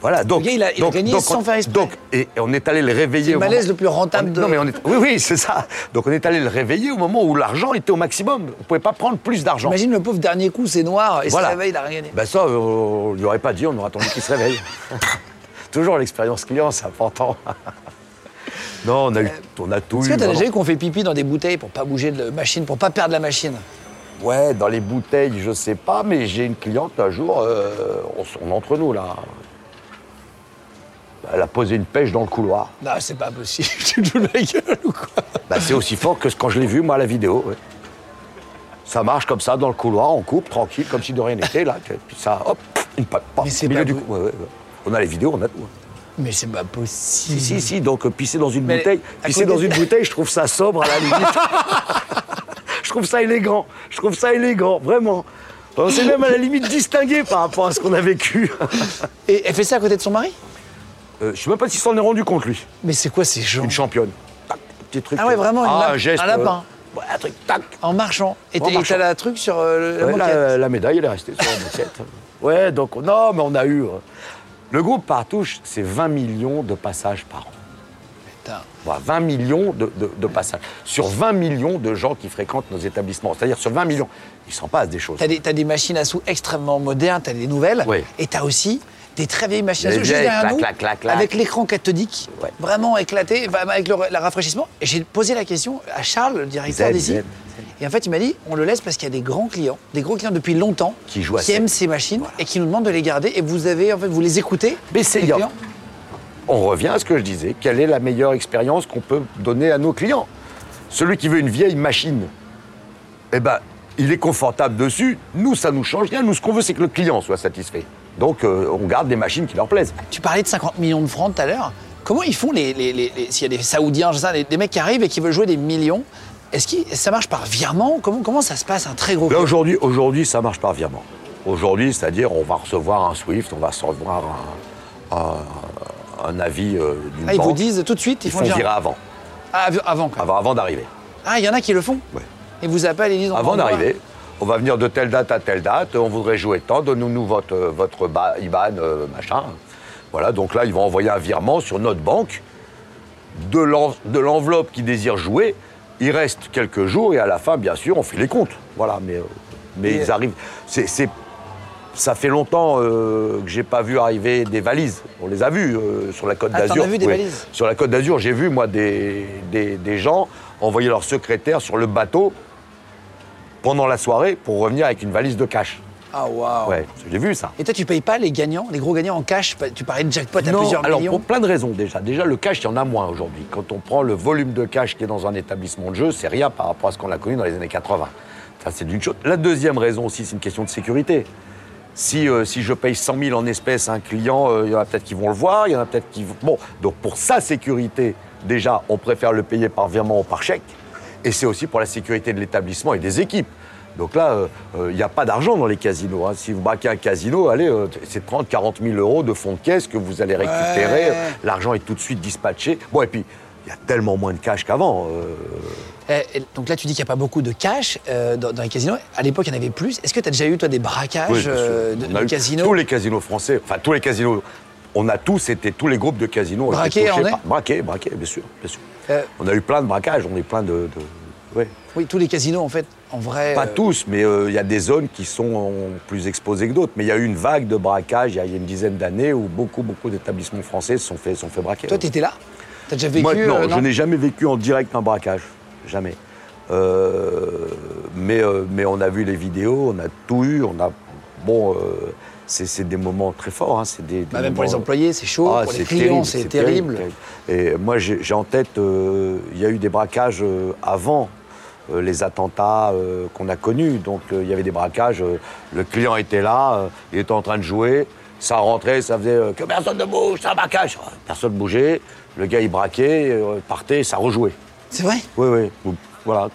Voilà, donc.
Le gars, il a- il a
donc-
gagné
donc,
sans
on-
faire exprès.
Donc, et, et on est allé le réveiller.
C'est le
au moment-
malaise le plus rentable
on-
de-
Non, mais on est. Oui, oui, c'est ça. Donc, on est allé le réveiller au moment où l'argent était au maximum. On pouvait pas prendre plus d'argent.
Imagine le pauvre dernier coup, c'est noir, et
Voilà.
se réveille, il a rien gagné.
Ben ça, euh, on lui aurait pas dit, on aurait attendu qu'il se réveille. [LAUGHS] Toujours l'expérience client, c'est important. [LAUGHS] non, on a, eu, on a tout
Euh, Est-ce
eu.
que t'as déjà
vraiment.
vu qu'on fait pipi dans des bouteilles pour pas bouger de machine, pour pas perdre la machine
Ouais, dans les bouteilles, je sais pas, mais j'ai une cliente un jour, euh, on, s- on est entre nous là. Elle a posé une pêche dans le couloir.
Non, Bah, c'est pas possible, [LAUGHS] tu te joues de la gueule ou quoi
Bah, c'est aussi fort que ce- quand je l'ai vu moi à la vidéo. ouais. Ça marche comme ça dans le couloir, on coupe tranquille, comme si de rien n'était là. Puis ça, hop, une patte, paf,
Mais c'est
au milieu
pas
du
beau.
cou- ouais, ouais, ouais. On a les vidéos, on a tout. hein.
Mais c'est pas
Si,
possible.
si, si, donc euh, pisser dans une
Mhm. Mais
bouteille.
à
Pisser
côté
dans
de-
une bouteille, je trouve ça sobre à
[LAUGHS]
la limite. je trouve ça élégant. Je trouve ça élégant, vraiment. On s'est même à la limite distingué par rapport à ce qu'on
[LAUGHS]
a vécu.
Et elle fait ça à côté de son mari
Euh, je sais même pas s'il s'en est rendu compte, lui.
Mais c'est quoi ces gens
Une championne. Tac, petit truc.
Oh. Ah ouais,
euh,
vraiment, une
ah,
lap-
un geste.
un lapin.
euh, ouais, un truc, tac.
En marchant. Et
En
t'as- et
marchant.
t'as la truc sur euh, le- la
Ouais,
moquette.
la, la médaille, elle est restée sur la moquette. Ouais, donc, non, mais on a eu. euh, Le groupe Partouche, c'est 20 millions de passages par an.
Putain.
Voilà, 20 Bah, millions de, de- de passages. Sur 20 millions de gens qui fréquentent nos établissements. C'est-à-dire sur 20 millions. Il s'en passe des choses.
T'as des, t'as des machines à sous extrêmement modernes, t'as des nouvelles,
Oui.
et t'as aussi des très vieilles machines à
Des
sous juste
vieilles,
derrière
clac,
nous,
clac, clac, clac.
avec l'écran cathodique,
Ouais.
vraiment éclaté, va- avec le, le rafraîchissement. Et j'ai posé la question à Charles, le directeur
Z,
d'ici,
Z.
et en fait il m'a dit, on le laisse parce qu'il y a des grands clients, des gros clients depuis longtemps,
Qui jouent à ça.
aiment ces machines et qui nous demandent de les garder. Et vous avez, en fait, vous les écoutez.
Mais c'est
les
bien.
clients
On revient à ce que je disais. Quelle est la meilleure expérience qu'on peut donner à nos clients Celui qui veut une vieille machine, eh ben, il est confortable dessus. Nous, ça nous change rien. Nous, ce qu'on veut, c'est que le client soit satisfait. Donc, euh, on garde des machines qui leur plaisent.
Tu parlais de 50 millions de francs tout à l'heure. Comment ils font, les, les- les- les- s'il y a des Saoudiens, je sais pas, des, des mecs qui arrivent et qui veulent jouer des millions Est-ce que ça marche par virement comment, comment ça se passe, un très gros
Là,
club
aujourd'hui, aujourd'hui, ça marche par virement. Aujourd'hui, c'est-à-dire, on va recevoir un SWIFT, on va recevoir un, un- un avis euh, d'une
Ah, ils
banque.
vous disent tout de suite, ils,
Ils
font
font
le virement.
virer avant,
Ah, av- avant, quoi.
bah, avant, avant d'arriver.
Ah, il y en a qui le font
Ouais.
Ils vous appellent et disent... on
Avant
va en voir.
d'arriver, on va venir de telle date à telle date, on voudrait jouer tant, donnez-nous votre, euh, votre ba- IBAN, euh, machin. Voilà, donc là, ils vont envoyer un virement sur notre banque de l'en- de l'enveloppe qui désire jouer. Il reste quelques jours et à la fin, bien sûr, on fait les comptes. Voilà, mais, euh, mais ils arrivent. c'est- c'est- ça fait longtemps euh, que j'ai pas vu arriver des valises. On les a vues euh, sur la Côte
Ah, t'en
d'Azur.
as vu des valises
Sur la Côte d'Azur, j'ai vu, moi, des, des- des gens envoyer leur secrétaire sur le bateau pendant la soirée pour revenir avec une valise de cash.
Ah, waouh
Ouais, j'ai vu ça.
Et toi, tu payes pas les gagnants, les gros gagnants en cash Tu parlais de jackpot à
Non,
plusieurs
alors
millions
pour plein de raisons déjà. Déjà, le cash, il y en a moins aujourd'hui. Quand on prend le volume de cash qui est dans un établissement de jeu, c'est rien par rapport à ce qu'on a connu dans les années 80. Ça, c'est d'une chose. La deuxième raison aussi, c'est une question de sécurité. Si, euh, si je paye 100 000 en espèces à un client, euh, il y en a peut-être qui vont le voir, il y en a peut-être qui vont... Bon, donc pour sa sécurité, déjà, on préfère le payer par virement ou par chèque. Et c'est aussi pour la sécurité de l'établissement et des équipes. Donc là, euh, euh, il n'y a pas d'argent dans les casinos. hein. Si vous braquez un casino, allez, euh, c'est 30, 40 000 euros de fonds de caisse que vous allez récupérer.
Ouais.
L'argent est tout de suite dispatché. Bon, et puis, il y a tellement moins de cash qu'avant. euh,
Eh, eh, donc là, tu dis qu'il n'y a pas beaucoup de cash euh, dans, dans les casinos. À l'époque, il y en avait plus. Est-ce que tu as déjà eu, toi, des braquages
Oui, bien sûr.
euh, de,
On a
de
eu
casinos
Tous les casinos français, enfin tous les casinos, on a tous été, tous les groupes de casinos. ont été
Braqués,
touchés
on est
par- Braqués, braqués, bien sûr, bien sûr.
Euh,
On a eu plein de braquages, on a eu plein de... de- ouais.
Oui, tous les casinos, en fait, en vrai.
Pas
euh,
tous, mais euh, il y a des zones qui sont euh, plus exposées que d'autres. Mais il y a eu une vague de braquages il y a il y a une dizaine d'années où beaucoup, beaucoup d'établissements français se sont fait, se sont fait braquer.
Toi, tu étais là Tu as déjà vécu
Moi, non,
euh,
je n'ai jamais vécu en direct un braquage. Jamais. Euh, mais, euh, mais on a vu les vidéos, on a tout eu, on a. Bon, euh, c'est c'est des moments très forts. hein, c'est des, des
Bah, même pour
moments-
les employés, c'est chaud.
Ah,
pour les
c'est
clients,
terrible,
c'est
c'est
terrible.
terrible. Et moi, j'ai j'ai en tête, euh, il y a eu des braquages euh, avant euh, les attentats euh, qu'on a connus. Donc, euh, il y avait des braquages. euh, le client était là, euh, il était en train de jouer. Ça rentrait, ça faisait euh, que personne ne bouge, c'est un braquage. Ah, Personne ne bougeait. Le gars, il braquait, euh, partait, ça rejouait.
C'est vrai
Oui, oui. Ou- Voilà.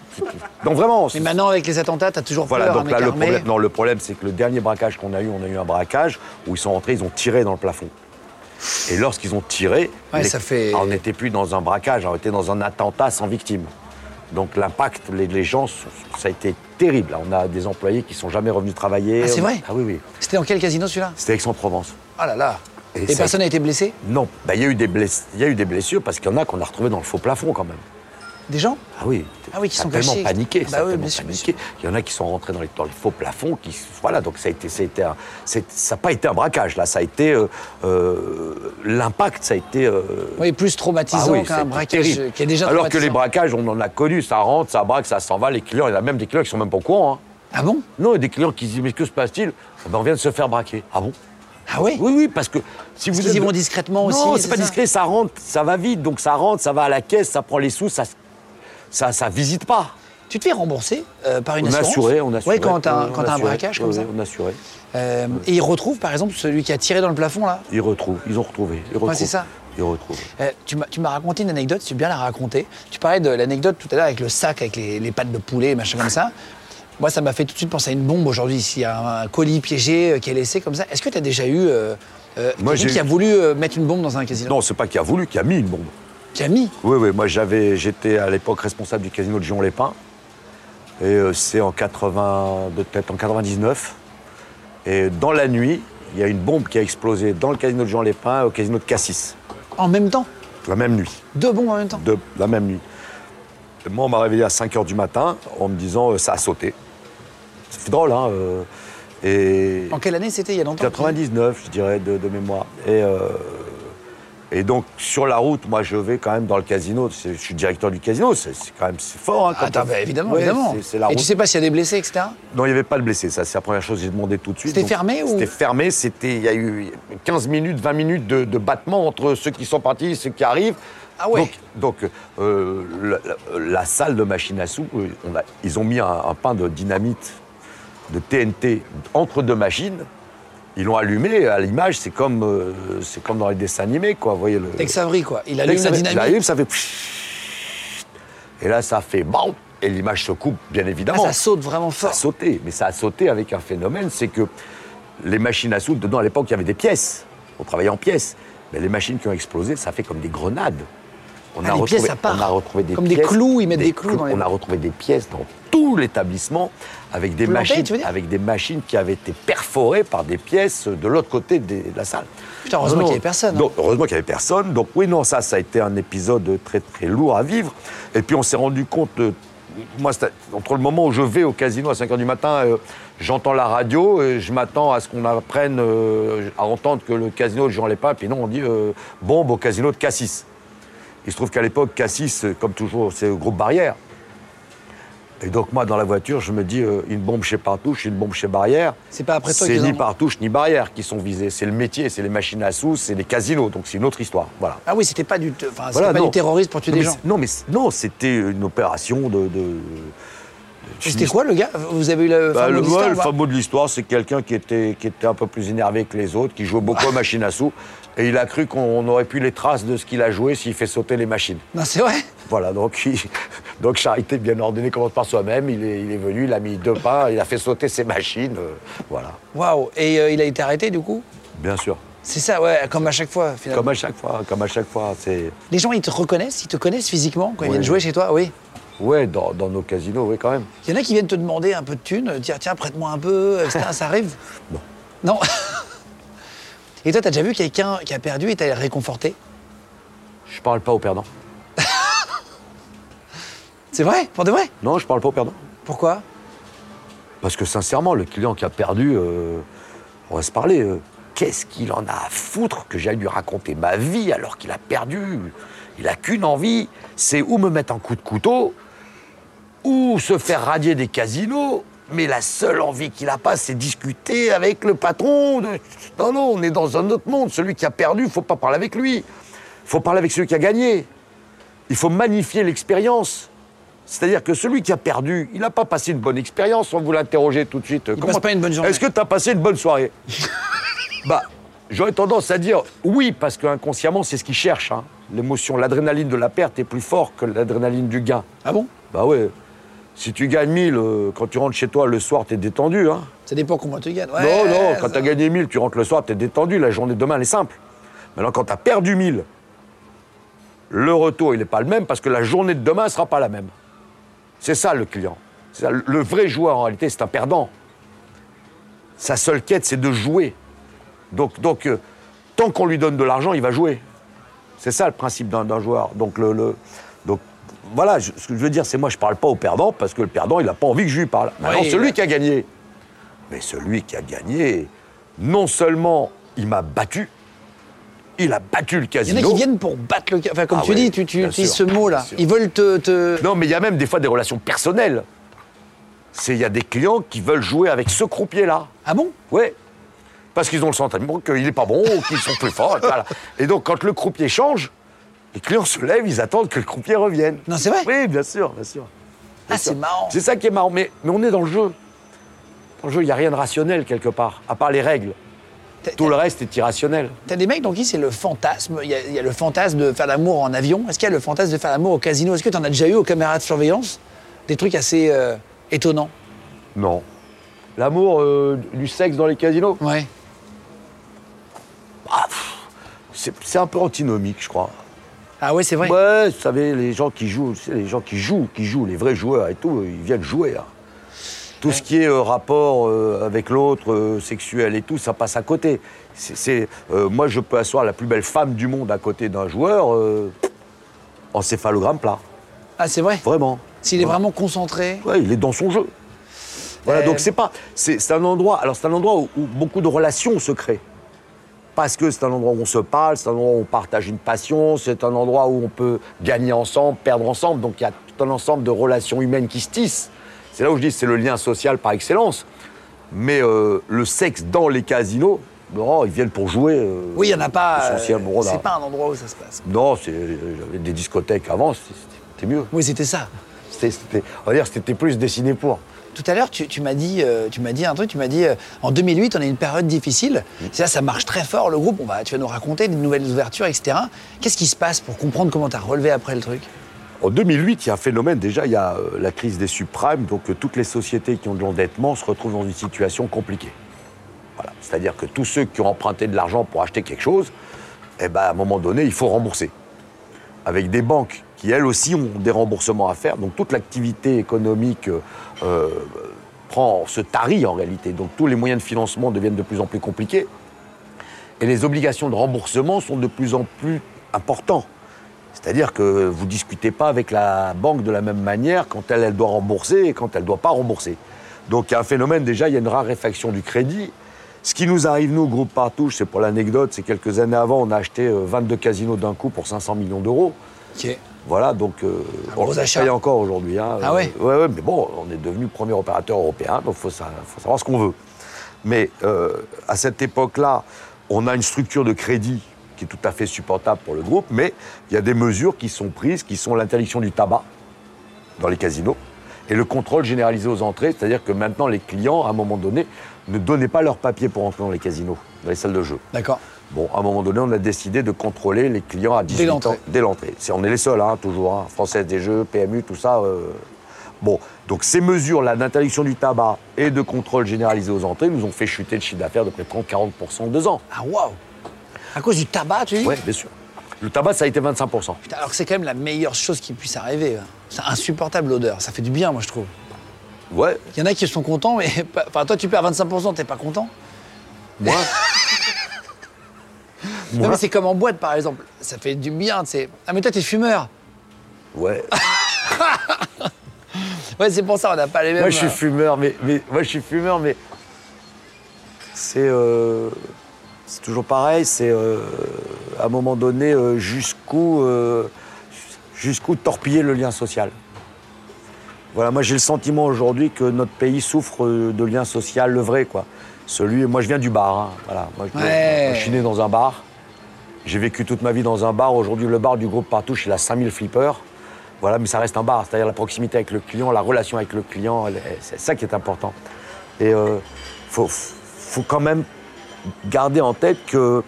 Donc, vraiment.
Mais
c'est-
maintenant, avec les attentats, tu as toujours
voilà,
peur.
donc
un
là,
mec
le
armé.
problème, non, le problème, c'est que le dernier braquage qu'on a eu, on a eu un braquage où ils sont rentrés, ils ont tiré dans le plafond. Et lorsqu'ils ont tiré,
Ouais, ça fait-
on n'était plus dans un braquage, on était dans un attentat sans victime. Donc l'impact, les, les gens, sont- ça a été terrible. On a des employés qui sont jamais revenus travailler.
Ah, c'est
On-
vrai
Ah oui, oui.
C'était dans quel casino, celui-là
C'était Aix-en-Provence.
Ah là là.
Et
Et,
ça-
personne n'a été blessé
Non, Bah, il y, a eu des bless- il y a eu des blessures parce qu'il y en a qu'on a retrouvés dans le faux plafond quand même.
Des gens
Ah oui,
Ah oui, qui
ça a
sont
tellement
cachés.
paniqué,
Ah
ça a
bah oui,
tellement
bien sûr, bien
paniqué. Il y en a qui sont rentrés dans les, dans les faux plafonds, qui voilà, donc ça a été, ça a été un- c'est- ça a pas été un braquage là, ça a été euh, euh, l'impact, ça a été. euh,
Oui, plus traumatisant
ah oui, ça
qu'un
a été
braquage
terrible.
euh, qui est déjà
Alors que les
traumatisant.
braquages, on en a connu, ça rentre, ça braque, ça s'en va. Les clients, il y en a même des clients qui sont même pas au courant. hein.
Ah bon
Non, il y a des clients qui se disent mais que se passe-t-il Ah ben, On vient de se faire braquer. Ah bon
Ah oui
oui, oui, parce que si vous
qu'ils
êtes
y
de-
vont discrètement aussi,
Non,
c'est
c'est pas
ça
discret, ça rentre, ça va vite, donc ça rentre, ça va à la caisse, ça prend les sous, ça, ça, ça visite pas.
Tu te fais rembourser euh, par une
On
assurance
assurait, on assurait.
Oui, quand t'as un,
on
quand t'as un
assurait,
braquage comme
oui,
ça.
oui, On assurait.
Euh, Et ils retrouvent, par exemple, celui qui a tiré dans le plafond, là.
Ils retrouvent, ils ont retrouvé. Ils retrouvent.
c'est ça.
Ils retrouvent.
Euh, tu m'as tu m'as raconté une anecdote, tu bien la raconter. Tu parlais de l'anecdote tout à l'heure avec le sac, avec les, les pattes de poulet, machin comme ça. Moi, ça m'a fait tout de suite penser à une bombe aujourd'hui. S'il y a un, un colis piégé euh, qui est laissé comme ça, est-ce que tu as déjà eu euh, euh,
Moi,
quelqu'un
j'ai
qui
eu-
a voulu euh, mettre une bombe dans un casino
Non, c'est pas qui a voulu, qui a mis une bombe.
Qui a mis
Oui, oui, moi j'avais, j'étais à l'époque responsable du casino de Gion-les-Pins. Et euh, c'est en 80, de tête, en 99. Et dans la nuit, il y a une bombe qui a explosé dans le casino de Gion-les-Pins et au casino de Cassis,
en même temps
la même nuit.
Deux bombes en même temps
de la même nuit. Et moi, on m'a réveillé à 5 h du matin en me disant euh, ça a sauté. C'est drôle, hein euh, Et
En quelle année c'était il y a longtemps
99, je dirais, de, de mémoire. Et, euh, et donc, sur la route, moi, je vais quand même dans le casino. C'est- Je suis directeur du casino, c'est c'est quand même c'est fort. Hein, quand
Attends,
on-
bah, évidemment,
Ouais,
évidemment.
c'est- c'est la
Et
route.
tu sais pas s'il y a des blessés, etc.
Non, il n'y avait pas de blessés, ça c'est la première chose que j'ai demandé tout de suite.
C'était
Donc,
fermé ou-
C'était fermé, c'était, il y a eu 15 minutes, 20 minutes de, de battement entre ceux qui sont partis et ceux qui arrivent.
Ah ouais.
Donc, donc, euh, la, la- la salle de machine à sous, euh, on a- ils ont mis un, un pain de dynamite, de TNT, entre deux machines. Ils l'ont allumé, à l'image, c'est comme, euh, c'est comme dans les dessins animés, quoi. Vous voyez le...
Tex Avery, quoi. Il
Dès
allume la
que
Ah,
ça fait-
dynamique.
j'arrive, ça fait. pfff. Et là, ça fait. bam Et l'image se coupe, bien évidemment.
Ah, ça saute vraiment
Ça a
fort.
sauté. Mais ça a sauté avec un phénomène c'est que les machines à soude, dedans, à l'époque, il y avait des pièces. On travaillait en pièces. Mais les machines qui ont explosé, ça fait comme des grenades. On,
Ah, les pièces, ça part.
on a retrouvé des
Comme des
pièces,
clous, ils mettent des clous dans les-
On a retrouvé des pièces dans tout l'établissement avec des,
Planté,
machines,
tu veux dire
avec des machines qui avaient été perforées par des pièces de l'autre côté des- de la salle.
Putain, heureusement
Non, non.
qu'il y avait personne, hein.
Donc, heureusement qu'il n'y avait personne. Donc oui, non, ça, ça a été un épisode très très lourd à vivre. Et puis on s'est rendu compte, euh, moi, c'était- entre le moment où je vais au casino à 5h du matin, euh, j'entends la radio, et je m'attends à ce qu'on apprenne, euh, à entendre que le casino de Jean Lépin, puis non, on dit euh, bombe au casino de Cassis. Il se trouve qu'à l'époque, Cassis, euh, comme toujours, c'est le groupe Barrière. Et donc moi, dans la voiture, je me dis, euh, une bombe chez Partouche, une bombe chez Barrière.
C'est pas après toi
C'est
qu'ils en
ni
ont-
Partouche ni Barrière qui sont visés. C'est le métier, c'est les machines à sous, c'est les casinos. Donc c'est une autre histoire. Voilà.
Ah oui, c'était pas du, te- enfin, c'était
Voilà,
pas
non.
du terrorisme pour tuer
Non,
des
mais
gens.
c'est- Non, mais c'est- non, c'était une opération de. de-
Et C'était quoi le gars Vous avez eu le
Bah,
fameux
le,
histoire,
ouais, le
bah.
fameux de l'histoire, c'est quelqu'un qui était, qui était un peu plus énervé que les autres, qui jouait beaucoup aux machines à sous, et il a cru qu'on aurait pu les traces de ce qu'il a joué s'il fait sauter les machines.
Non, c'est vrai
Voilà, donc, il- [LAUGHS] donc charité bien ordonnée commence par soi-même. Il est, il est venu, il a mis deux pas, il a fait sauter ses machines. euh, voilà,
Waouh Et euh, il a été arrêté du coup
bien sûr.
C'est ça, ouais, comme à chaque fois finalement.
Comme à chaque fois, comme à chaque fois, c'est
Les gens, ils te reconnaissent, ils te connaissent physiquement quand ils
Oui.
viennent jouer chez toi, oui.
ouais dans, dans nos casinos, oui quand même.
Il y en a qui viennent te demander un peu de thunes, euh, dire tiens, prête-moi un peu, euh,
[LAUGHS]
etc. ça arrive Non. [LAUGHS] Non Et toi, t'as déjà vu quelqu'un qui a perdu et t'as réconforté
Je parle pas aux perdants.
C'est vrai Pour de vrai
Non, je parle pas aux perdants.
Pourquoi
Parce que sincèrement, le client qui a perdu, euh, on va se parler. euh, Qu'est-ce qu'il en a à foutre que j'aille lui raconter ma vie alors qu'il a perdu Il a qu'une envie, c'est ou me mettre un coup de couteau, ou se faire radier des casinos. Mais la seule envie qu'il a pas, c'est discuter avec le patron. de- Non, non, on est dans un autre monde. Celui qui a perdu, faut pas parler avec lui. Faut parler avec celui qui a gagné. Il faut magnifier l'expérience. C'est-à-dire que celui qui a perdu, il n'a pas passé une bonne expérience. On vous l'interroger tout de suite. Il
passe pas une bonne journée.
Est-ce que tu as passé une
[LAUGHS]
bonne soirée Bah, j'aurais tendance à dire oui, parce qu'inconsciemment, c'est ce qu'il cherche. hein. L'émotion, l'adrénaline de la perte est plus fort que l'adrénaline du gain.
Ah bon
Bah ouais. Si tu gagnes 1000, euh, quand tu rentres chez toi le soir, t'es détendu. Hein.
Ça dépend combien tu gagnes. Ouais,
non, non, quand
ça-
t'as gagné 1000, tu rentres le soir, t'es détendu. La journée de demain, elle est simple. Maintenant, quand t'as perdu 1000, le retour, il n'est pas le même parce que la journée de demain ne sera pas la même. C'est ça le client. C'est ça. le vrai joueur, en réalité, c'est un perdant. Sa seule quête, c'est de jouer. Donc, donc euh, tant qu'on lui donne de l'argent, il va jouer. C'est ça le principe d'un d'un joueur. Donc, le, le- donc voilà, je- ce que je veux dire, c'est moi, je parle pas au perdant parce que le perdant, il n'a pas envie que je lui parle. Maintenant,
Oui,
celui
ouais.
qui a gagné. Mais celui qui a gagné, non seulement il m'a battu, il a battu le
Il y
casino.
en a qui viennent pour battre le. Enfin, comme
Ah
tu
ouais,
dis, tu, tu
bien
utilises ce
sûr,
mot-là.
bien sûr.
Ils veulent te. te-
Non, mais il y a même des fois des relations personnelles. C'est il y a des clients qui veulent jouer avec ce croupier-là.
Ah bon
Ouais. Parce qu'ils ont le sentiment qu'il n'est pas bon, ou qu'ils sont plus forts. voilà. Et donc, quand le croupier change, les clients se lèvent, ils attendent que le croupier revienne.
Non, c'est vrai
Oui, bien sûr, bien sûr.
Ah, c'est marrant.
C'est ça qui est marrant. Mais, mais on est dans le jeu. Dans le jeu, il n'y a rien de rationnel quelque part, à part les règles.
T'as-
Tout le reste est irrationnel.
T'as des mecs dans qui c'est le fantasme. Il y, a, il y a le fantasme de faire l'amour en avion. Est-ce qu'il y a le fantasme de faire l'amour au casino Est-ce que t'en as déjà eu aux caméras de surveillance Des trucs assez euh, étonnants.
Non. L'amour euh, du sexe dans les casinos
Ouais.
Ah, pff, c'est c'est un peu antinomique, je crois.
Ah ouais, c'est vrai.
Ouais, vous savez, les gens qui jouent, c'est les gens qui jouent, qui jouent, les vrais joueurs et tout, ils viennent jouer. hein. Tout ce qui est euh, rapport euh, avec l'autre, euh, sexuel et tout, ça passe à côté. C'est, c'est- euh, moi, je peux asseoir la plus belle femme du monde à côté d'un joueur euh, en céphalogramme plat,
Ah, c'est vrai.
vraiment.
S'il est vraiment concentré.
Ouais, il est dans son jeu. Voilà,
Euh,
donc c'est pas, c'est c'est un endroit. Alors c'est un endroit où, où beaucoup de relations se créent. Parce que c'est un endroit où on se parle, c'est un endroit où on partage une passion, c'est un endroit où on peut gagner ensemble, perdre ensemble. Donc il y a tout un ensemble de relations humaines qui se tissent. C'est là où je dis c'est le lien social par excellence. Mais euh, le sexe dans les casinos, non, ils viennent pour jouer. euh,
Oui, il n'y en a pas. euh,
essentiellement, voilà.
c'est pas un endroit où ça se passe.
Non, c'est- j'avais des discothèques avant, c'était- c'était mieux.
Oui, c'était ça.
C'était- c'était- on va dire c'était plus dessiné pour.
Tout à l'heure, tu, tu m'as dit, euh, tu m'as dit un truc. Tu m'as dit, euh, en 2008, on a une période difficile. Ça, ça marche très fort. Le groupe, on va, tu vas nous raconter des nouvelles ouvertures, etc. Qu'est-ce qui se passe pour comprendre comment t'as relevé après le truc
En 2008, il y a un phénomène. Déjà, il y a euh, la crise des subprimes. Donc, euh, toutes les sociétés qui ont de l'endettement se retrouvent dans une situation compliquée. Voilà. C'est-à-dire que tous ceux qui ont emprunté de l'argent pour acheter quelque chose, eh ben, à un moment donné, il faut rembourser. Avec des banques qui, elles aussi, ont des remboursements à faire. Donc, toute l'activité économique euh, euh, prend, se tarit en réalité. Donc, tous les moyens de financement deviennent de plus en plus compliqués. Et les obligations de remboursement sont de plus en plus importantes. C'est-à-dire que vous ne discutez pas avec la banque de la même manière quand elle, elle doit rembourser et quand elle ne doit pas rembourser. Donc il y a un phénomène déjà, il y a une raréfaction du crédit. Ce qui nous arrive, nous, groupe Partouche, c'est pour l'anecdote, c'est quelques années avant, on a acheté euh, 22 casinos d'un coup pour 500 millions d'euros.
Ok.
Voilà, donc euh, on
gros
les
achat.
paye encore aujourd'hui. hein.
Ah
Euh,
ouais
ouais, ouais, mais bon, on est devenu premier opérateur européen, donc il faut, sa- faut savoir ce qu'on veut. Mais euh, à cette époque-là, on a une structure de crédit qui est tout à fait supportable pour le groupe, mais il y a des mesures qui sont prises, qui sont l'interdiction du tabac dans les casinos et le contrôle généralisé aux entrées, c'est-à-dire que maintenant les clients, à un moment donné, ne donnaient pas leurs papiers pour entrer dans les casinos, dans les salles de jeu.
D'accord.
Bon, à un moment donné, on a décidé de contrôler les clients à 18
l'entrée.
ans dès l'entrée. C'est- On est les seuls, hein, toujours. Hein, Française des Jeux, PMU, tout ça. euh, Bon, donc ces mesures-là d'interdiction du tabac et de contrôle généralisé aux entrées nous ont fait chuter le chiffre d'affaires de près de 30-40% en deux ans.
Ah, waouh À cause du tabac, tu dis
Oui, bien sûr. Le tabac, ça a été 25%.
Putain, alors que c'est quand même la meilleure chose qui puisse arriver. hein. C'est insupportable l'odeur, ça fait du bien, moi, je trouve.
Ouais,
Il y en a qui sont contents, mais. [LAUGHS] pas- Enfin, toi, tu perds 25%, t'es pas content
moi.
Non,
Moi
mais c'est comme en boîte, par exemple. Ça fait du bien, tu sais. Ah, mais toi, t'es fumeur.
[LAUGHS] Ouais.
Ouais, c'est pour ça, on n'a pas les mêmes.
Moi, je suis
euh,
fumeur, mais, mais moi, je suis fumeur, mais c'est euh, c'est toujours pareil. C'est euh, à un moment donné euh, jusqu'où euh, jusqu'où torpiller le lien social. Voilà, moi, j'ai le sentiment aujourd'hui que notre pays souffre euh, de lien social, le vrai, quoi. Celui, moi, je viens du bar. hein, voilà, moi, je,
Ouais.
moi, je suis né dans un bar. J'ai vécu toute ma vie dans un bar. Aujourd'hui, le bar du groupe Partouche, il a 5000 flippers. Voilà, mais ça reste un bar. C'est-à-dire la proximité avec le client, la relation avec le client, elle est- c'est ça qui est important. Et euh, faut, faut quand même garder en tête que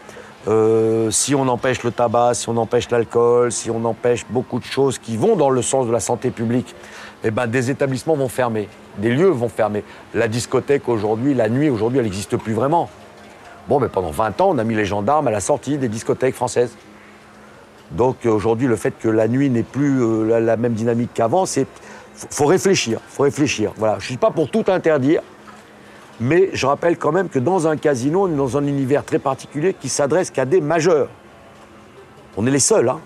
euh, si on empêche le tabac, si on empêche l'alcool, si on empêche beaucoup de choses qui vont dans le sens de la santé publique, eh ben, des établissements vont fermer, des lieux vont fermer. La discothèque aujourd'hui, la nuit aujourd'hui, elle n'existe plus vraiment. Bon, mais pendant 20 ans, on a mis les gendarmes à la sortie des discothèques françaises. Donc euh, aujourd'hui, le fait que la nuit n'est plus euh, la, la même dynamique qu'avant, c'est faut, faut réfléchir, faut réfléchir. Voilà, je suis pas pour tout interdire, mais je rappelle quand même que dans un casino, on est dans un univers très particulier qui s'adresse qu'à des majeurs. On est les seuls, hein.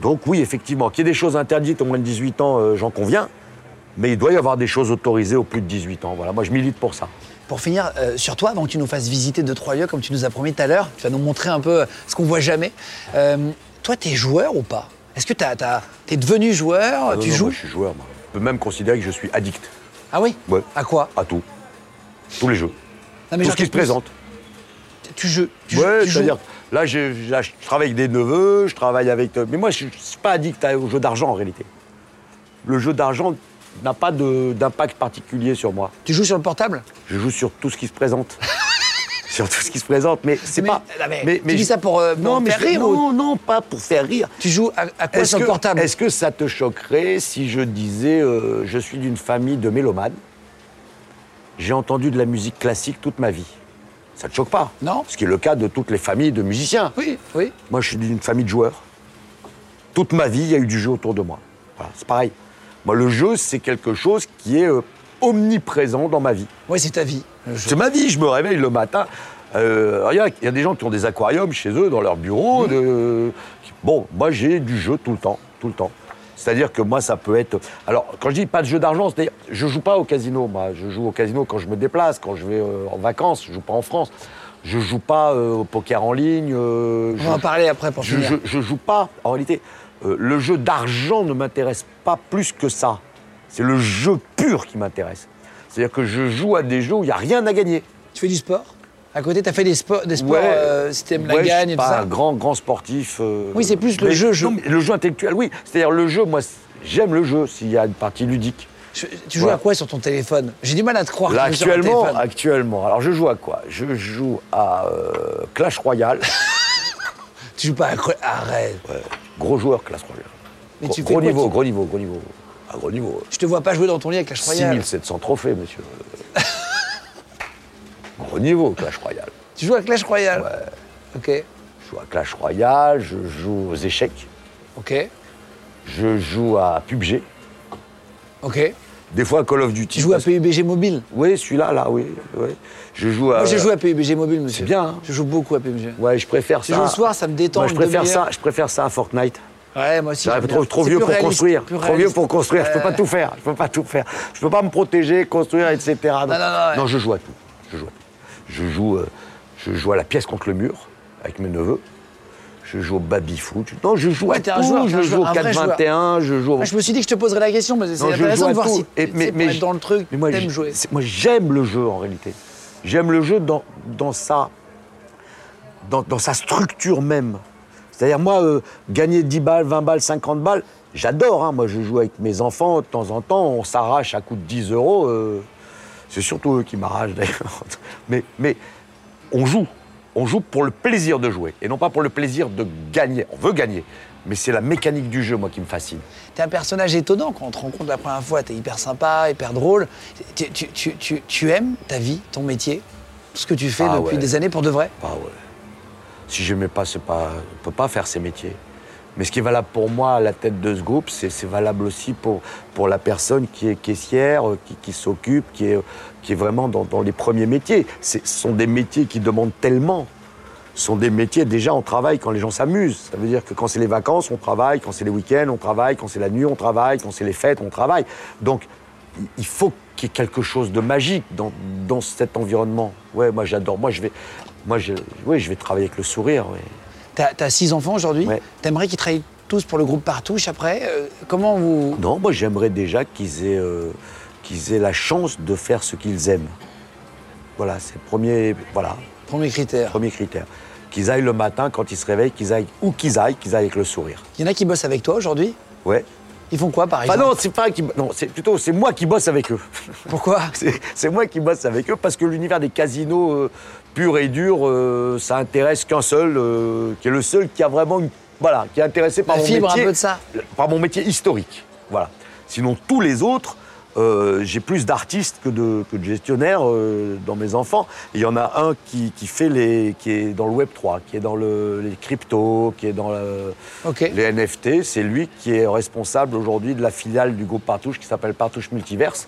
Donc oui, effectivement, qu'il y ait des choses interdites aux moins de 18 ans, euh, j'en conviens, mais il doit y avoir des choses autorisées aux plus de 18 ans. Voilà, moi je milite pour ça.
Pour finir, euh, sur toi, avant que tu nous fasses visiter deux, trois lieux comme tu nous as promis tout à l'heure, tu vas nous montrer un peu euh, ce qu'on voit jamais. Euh, toi, t'es joueur ou pas Est-ce que t'as, t'as- t'es devenu joueur
Ah non,
Tu
non,
joues
moi, Je suis joueur, moi. On peut même considérer que je suis addict
Ah oui
Ouais.
À quoi
à tout. Tous les jeux.
Non, mais
Tout
genre,
ce qui
t'es
se
plus-
présente.
Tu joues. Tu joues-
Ouais,
tu joues.
c'est-à-dire, là, j'ai- là, je travaille avec des neveux, je travaille avec. euh, Mais moi, je ne suis pas addict à- au jeu d'argent en réalité. Le jeu d'argent n'a pas de- d'impact particulier sur moi.
Tu joues sur le portable
Je joue sur tout ce qui
[LAUGHS]
se présente. sur tout ce qui se présente, mais c'est
Mais-
pas.
non, mais tu dis ça pour, euh, pour
non, mais
faire
je-
rire ou-
Non, non, pas pour faire rire.
Tu joues à, à quoi
Est-ce
sur le
que-
portable
Est-ce que ça te choquerait si je disais euh, je suis d'une famille de mélomanes J'ai entendu de la musique classique toute ma vie. Ça te choque pas
Non.
Ce qui est le cas de toutes les familles de musiciens.
Oui, oui.
Moi, je suis d'une famille de joueurs. Toute ma vie, il y a eu du jeu autour de moi. Voilà, c'est pareil. Moi, le jeu, c'est quelque chose qui est euh, omniprésent dans ma vie.
Oui, c'est ta vie. le jeu.
C'est ma vie, je me réveille le matin. Euh, Il y, a- il y a des gens qui ont des aquariums chez eux, dans leur bureau. de- qui- bon, moi j'ai du jeu tout le temps, tout le temps. C'est-à-dire que moi ça peut être. Alors quand je dis pas de jeu d'argent, c'est-à-dire je joue pas au casino. Moi, je joue au casino quand je me déplace, quand je vais euh, en vacances. Je joue pas en France. Je joue pas euh, au poker en ligne. euh,
On va en
je-
parler après pour
je,
finir.
je, je joue pas, en réalité. euh, le jeu d'argent ne m'intéresse pas plus que ça. C'est le jeu pur qui m'intéresse. C'est-à-dire que je joue à des jeux où il n'y a rien à gagner.
Tu fais du sport À côté, t'as fait des, sports, des sports,
Ouais,
euh, si t'aimes la
ouais, je suis
gagne et tout
pas
ça
un grand, grand sportif. euh,
Oui, c'est plus le
mais-
jeu, jeu.
non, mais le jeu intellectuel, oui. C'est-à-dire le jeu, moi, c'est- j'aime le jeu s'il y a une partie ludique.
Je- Tu joues
Voilà.
à quoi sur ton téléphone J'ai du mal à te croire.
Là,
que tu joues sur Oh, un
actuellement,
téléphone.
actuellement, alors je joue à quoi Je joue à euh,
[LAUGHS]
Clash Royale.
Tu joues pas à quoi Arrête.
Ouais, gros joueur, Clash Royale.
Mais
Gros-
tu fais
gros,
quoi,
niveau,
tu-
gros niveau, gros niveau, à gros niveau.
Je te vois pas jouer dans ton lit avec Clash Royale.
6700 trophées, monsieur. Gros niveau, Clash Royale.
Tu joues à Clash Royale Ouais.
Je joue à Clash Royale, je joue aux échecs,
Ok, ok,
je joue à PUBG,
ok.
des fois à Call of Duty.
Tu joues à
parce-
PUBG Mobile
Oui, celui-là, là, oui. oui. Je joue à.
Moi, je joue à PUBG Mobile, monsieur.
Ah C'est bien, hein.
Je joue beaucoup à PUBG.
Ouais, je préfère
Si
ça.
je joue le soir, ça me détend
Moi, je
une
préfère
demi-heure.
ça. Je préfère ça à Fortnite.
Ouais, moi aussi.
J'arrive
j'aime
trop,
bien.
trop
C'est
vieux
plus
pour
réaliste,
construire.
plus
Trop vieux
réaliste.
pour construire. Je peux pas
Euh,
tout faire. Je peux pas tout faire. Je peux pas me protéger, construire, etc.
non,
Donc-
non, ouais.
je joue à tout. Je joue. à tout. Je joue. euh, je joue à la pièce contre le mur avec mes neveux. Je joue au baby foot. Non, je joue à
Ouais, t'es
tout.
un joueur, t'es un
je joue au
joueur, un vrai joueur.
4-21. Je joue. au-
Ah, je me suis dit que je te poserais la question, mais c'est
Non, je joue
intéressant
à
de voir
tout.
si
Et-
mais, pour être
je-
dans le truc,
mais moi,
t'aimes
je-
jouer.
c'est- Moi, j'aime le jeu en réalité. J'aime le jeu dans, dans, sa, dans, dans sa structure même. C'est-à-dire, moi, euh, gagner 10 balles, 20 balles, 50 balles, J'adore, hein, moi je joue avec mes enfants de temps en temps, on s'arrache à coup de 10 euros. euh, c'est surtout eux qui m'arrachent d'ailleurs. [LAUGHS] Mais, mais on joue. On joue pour le plaisir de jouer et non pas pour le plaisir de gagner. On veut gagner, mais c'est la mécanique du jeu, moi, qui me fascine.
T'es un personnage étonnant quand on te rencontre la première fois. T'es hyper sympa, hyper drôle. Tu, tu- tu- tu- tu aimes ta vie, ton métier, ce que tu fais
Ah
depuis
ouais.
des années pour de vrai.
Ah ouais. Si j'aimais pas, c'est pas. On peut pas faire ces métiers. Mais ce qui est valable pour moi à la tête de ce groupe, c'est c'est valable aussi pour, pour la personne qui est caissière, euh, qui, qui s'occupe, qui est, qui est vraiment dans, dans les premiers métiers. C'est- Ce sont des métiers qui demandent tellement. Ce sont des métiers, déjà, on travaille quand les gens s'amusent. Ça veut dire que quand c'est les vacances, on travaille, quand c'est les week-ends, on travaille, quand c'est la nuit, on travaille, quand c'est les fêtes, on travaille. Donc, il- il faut qu'il y ait quelque chose de magique dans, dans cet environnement. Ouais, moi j'adore. Moi, je vais, moi, je, ouais, je vais travailler avec le sourire. ouais.
T'as as six enfants aujourd'hui.
Ouais.
T'aimerais qu'ils travaillent tous pour le groupe Partouche après. Euh, comment vous.
Non, moi j'aimerais déjà qu'ils aient, euh, qu'ils aient la chance de faire ce qu'ils aiment. Voilà, c'est le premier, voilà,
Premier critère.
premier critère. Qu'ils aillent le matin quand ils se réveillent, qu'ils aillent où qu'ils aillent, qu'ils aillent avec le sourire.
Il y en a qui bossent avec toi aujourd'hui.
Ouais.
Ils font quoi par
Enfin
exemple
Bah Ah non, c'est pas qu'ils- non, c'est plutôt c'est moi qui bosse avec eux. [LAUGHS]
Pourquoi
C'est- C'est moi qui bosse avec eux parce que l'univers des casinos euh, pur et dur, euh, ça intéresse qu'un seul, euh, qui est le seul qui a vraiment une- voilà, qui est intéressé par
La
mon
fibre, un
métier,
peu de ça.
par mon métier historique. Voilà. Sinon tous les autres, euh, j'ai plus d'artistes que de, que de gestionnaires euh, dans mes enfants. Et Il y en a un qui, qui fait les, qui est dans le Web 3, qui est dans le- les cryptos, qui est dans le-
Ok.
les NFT. C'est lui qui est responsable aujourd'hui de la filiale du groupe Partouche qui s'appelle Partouche Multiverse.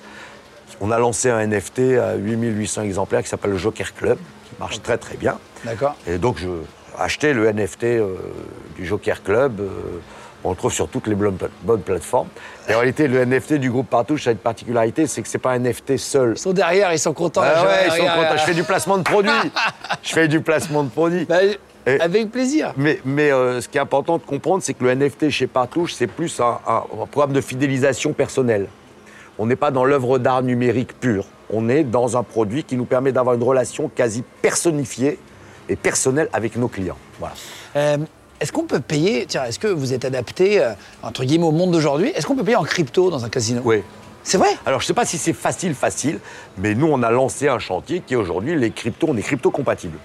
On a lancé un NFT à 8800 exemplaires qui s'appelle le Joker Club, qui marche très très bien.
D'accord.
Et donc, je achetais le NFT euh, du Joker Club. euh, on le trouve sur toutes les blom- bonnes plateformes. Et en réalité, le NFT du groupe Partouche, ça a une particularité, c'est que c'est pas un NFT seul.
Ils sont derrière, ils sont contents.
Ah
Je-
ouais, ils
regarde,
sont
euh,
contents. Je
regarde.
fais du placement de produit.
[LAUGHS]
Je fais du placement de produit.
Bah,
Et-
Avec plaisir.
Mais, mais, euh, ce qui est important de comprendre, c'est que le NFT chez Partouche, c'est plus un, un- un programme de fidélisation personnelle. On n'est pas dans l'œuvre d'art numérique pure. On est dans un produit qui nous permet d'avoir une relation quasi personnifiée et personnelle avec nos clients. Voilà.
Euh, est-ce qu'on peut payer Tiens, est-ce que vous êtes adapté euh, entre guillemets au monde d'aujourd'hui Est-ce qu'on peut payer en crypto dans un casino
Oui.
C'est vrai
Alors, je ne sais pas si c'est facile, facile, mais nous, on a lancé un chantier qui est aujourd'hui les cryptos, on est crypto-compatible.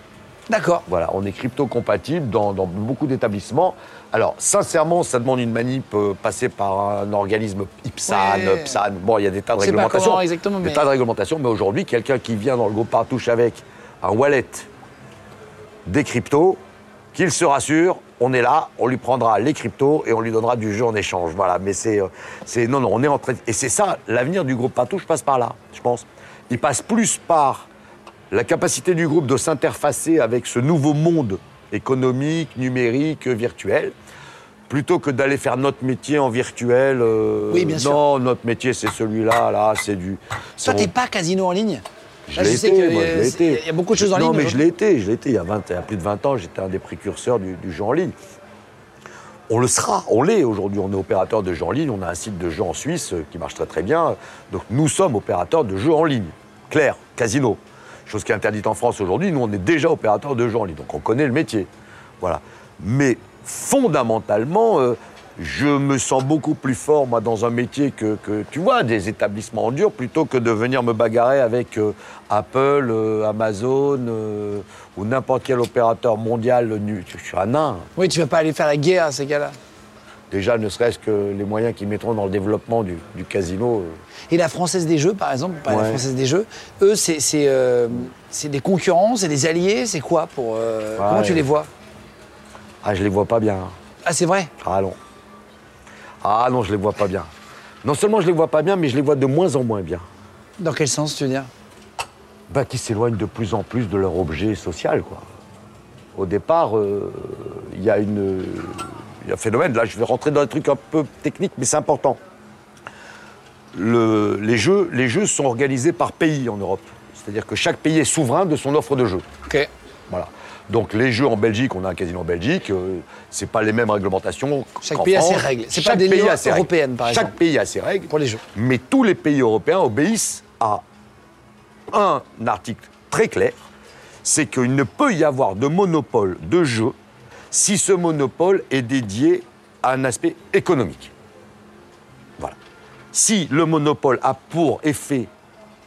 D'accord.
Voilà, on est crypto-compatible dans, dans beaucoup d'établissements. Alors, sincèrement, ça demande une manip euh, passée par un organisme IPSAN,
Ouais.
PSAN. Bon, il y a des tas de
Je sais pas
réglementations.
comment exactement,
Des
mais-
tas de réglementations, mais aujourd'hui, quelqu'un qui vient dans le groupe Partouche avec un wallet des cryptos, qu'il se rassure, on est là, on lui prendra les cryptos et on lui donnera du jeu en échange. Voilà, mais c'est. euh, c'est non, non, on est en train. de- Et c'est ça, l'avenir du groupe Partouche passe par là, je pense. Il passe plus par la capacité du groupe de s'interfacer avec ce nouveau monde économique, numérique, virtuel, plutôt que d'aller faire notre métier en virtuel. euh,
Oui, bien sûr.
Non, notre métier, c'est celui-là, là, c'est du.
Toi,
on-
t'es pas casino en ligne
je
Là,
l'ai
sais
été,
que,
moi, je
euh,
l'ai
c'est-
été.
Il y a beaucoup de choses en ligne. hein.
Non, mais je
aujourd'hui.
l'ai été, je l'ai été. Il y a, 20, il y a plus de 20 ans, j'étais un des précurseurs du, du jeu en ligne. On le sera, on l'est aujourd'hui. On est opérateur de jeux en ligne. On a un site de jeux en Suisse euh, qui marche très très bien. Donc nous sommes opérateurs de jeux en ligne. Clair, casino. Chose qui est interdite en France aujourd'hui. Nous, on est déjà opérateur de jeux en ligne. Donc on connaît le métier. Voilà. Mais fondamentalement, euh, je me sens beaucoup plus fort, moi, dans un métier que, que, tu vois, des établissements en dur, plutôt que de venir me bagarrer avec euh, Apple, euh, Amazon euh, ou n'importe quel opérateur mondial. nu- Je suis un nain.
Oui, tu vas pas aller faire la guerre à ces gars-là.
Déjà, ne serait-ce que les moyens qu'ils mettront dans le développement du, du casino. euh.
Et la Française des Jeux, par exemple, pas la
Ouais.
Française des Jeux, eux, c'est c'est, euh, c'est des concurrents, c'est des alliés, c'est quoi pour. euh, Comment tu
ouais.
les vois
Ah, je les vois pas bien. hein.
Ah, c'est vrai
Ah non. Ah non, je les vois pas bien. Non seulement je les vois pas bien, mais je les vois de moins en moins bien.
Dans quel sens, tu veux dire
bah, qui s'éloignent de plus en plus de leur objet social. Quoi. Au départ, euh, il y a une, il y a un phénomène, là je vais rentrer dans un truc un peu technique, mais c'est important. Le- les, jeux, les jeux sont organisés par pays en Europe. C'est-à-dire que chaque pays est souverain de son offre de jeux.
Ok.
Voilà. Donc les jeux en Belgique, on a un casino en Belgique, euh, c'est pas les mêmes réglementations.
Chaque
qu'en
pays a
France.
ses règles. C'est pas
Chaque
des
pays
lois
a ses règles.
européennes, par
Chaque
exemple.
pays a ses règles.
Pour les jeux.
Mais tous les pays européens obéissent à un article très clair, c'est qu'il ne peut y avoir de monopole de jeu si ce monopole est dédié à un aspect économique. si le monopole a pour effet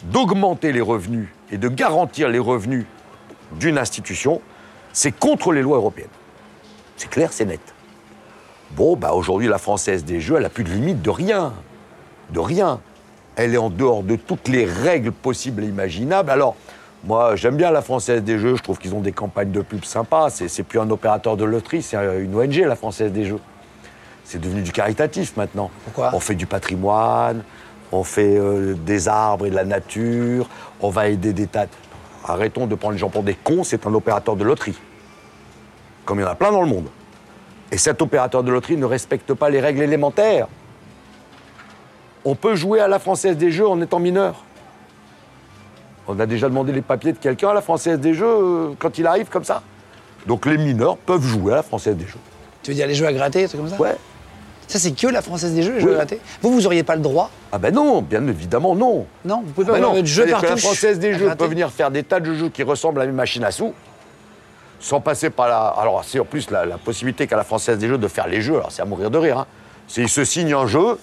d'augmenter les revenus et de garantir les revenus d'une institution, c'est contre les lois européennes. C'est clair, c'est net. Bon, bah aujourd'hui, la Française des Jeux, elle n'a plus de limite de rien. De rien. Elle est en dehors de toutes les règles possibles et imaginables. Alors, moi, j'aime bien la Française des Jeux. Je trouve qu'ils ont des campagnes de pub sympas. C'est c'est plus un opérateur de loterie, c'est une ONG, la Française des Jeux. C'est devenu du caritatif maintenant.
Pourquoi
On fait du patrimoine, on fait euh, des arbres et de la nature, on va aider des tas. de- Arrêtons de prendre les gens pour des cons, c'est un opérateur de loterie. Comme il y en a plein dans le monde. Et cet opérateur de loterie ne respecte pas les règles élémentaires. On peut jouer à la Française des Jeux en étant mineur. On a déjà demandé les papiers de quelqu'un à la Française des Jeux euh, quand il arrive comme ça. Donc les mineurs peuvent jouer à la Française des Jeux.
Tu veux dire les jeux à gratter, des trucs comme ça
Ouais.
Ça, c'est que la Française des jeux, les jeux à
Oui.
gratter. Vous, vous n'auriez pas le droit
Ah ben non, bien évidemment non.
Non, vous pouvez pas
Ben
avoir
non,
votre jeu
c'est-à-dire que
partout. Ah,
La française des
à
jeux
gratter.
peut venir faire des tas de jeux qui ressemblent à une machine à sous, sans passer par la. Alors, c'est en plus la, la possibilité qu'a la française des jeux de faire les jeux, alors c'est à mourir de rire. Hein. C'est ils se signent un jeu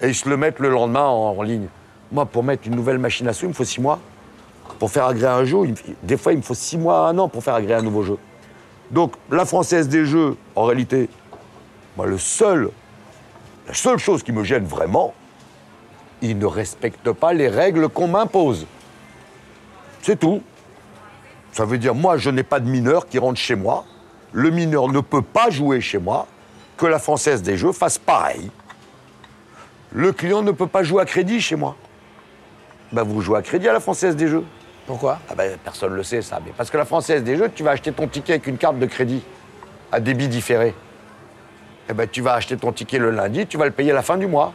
et ils se le mettent le lendemain en, en ligne. Moi, pour mettre une nouvelle machine à sous, il me faut six mois. Pour faire agréer un jeu, il me- des fois, il me faut six mois, un an pour faire agréer un nouveau jeu. Donc, la française des jeux, en réalité, moi, le seul. La seule chose qui me gêne vraiment, ils ne respectent pas les règles qu'on m'impose. C'est tout. Ça veut dire, moi, je n'ai pas de mineur qui rentre chez moi. Le mineur ne peut pas jouer chez moi. Que la Française des Jeux fasse pareil. Le client ne peut pas jouer à crédit chez moi. Ben, vous jouez à crédit à la Française des Jeux.
Pourquoi
Ah ben, personne ne le sait, ça. Mais parce que la Française des Jeux, tu vas acheter ton ticket avec une carte de crédit à débit différé. Eh ben, tu vas acheter ton ticket le lundi, tu vas le payer à la fin du mois.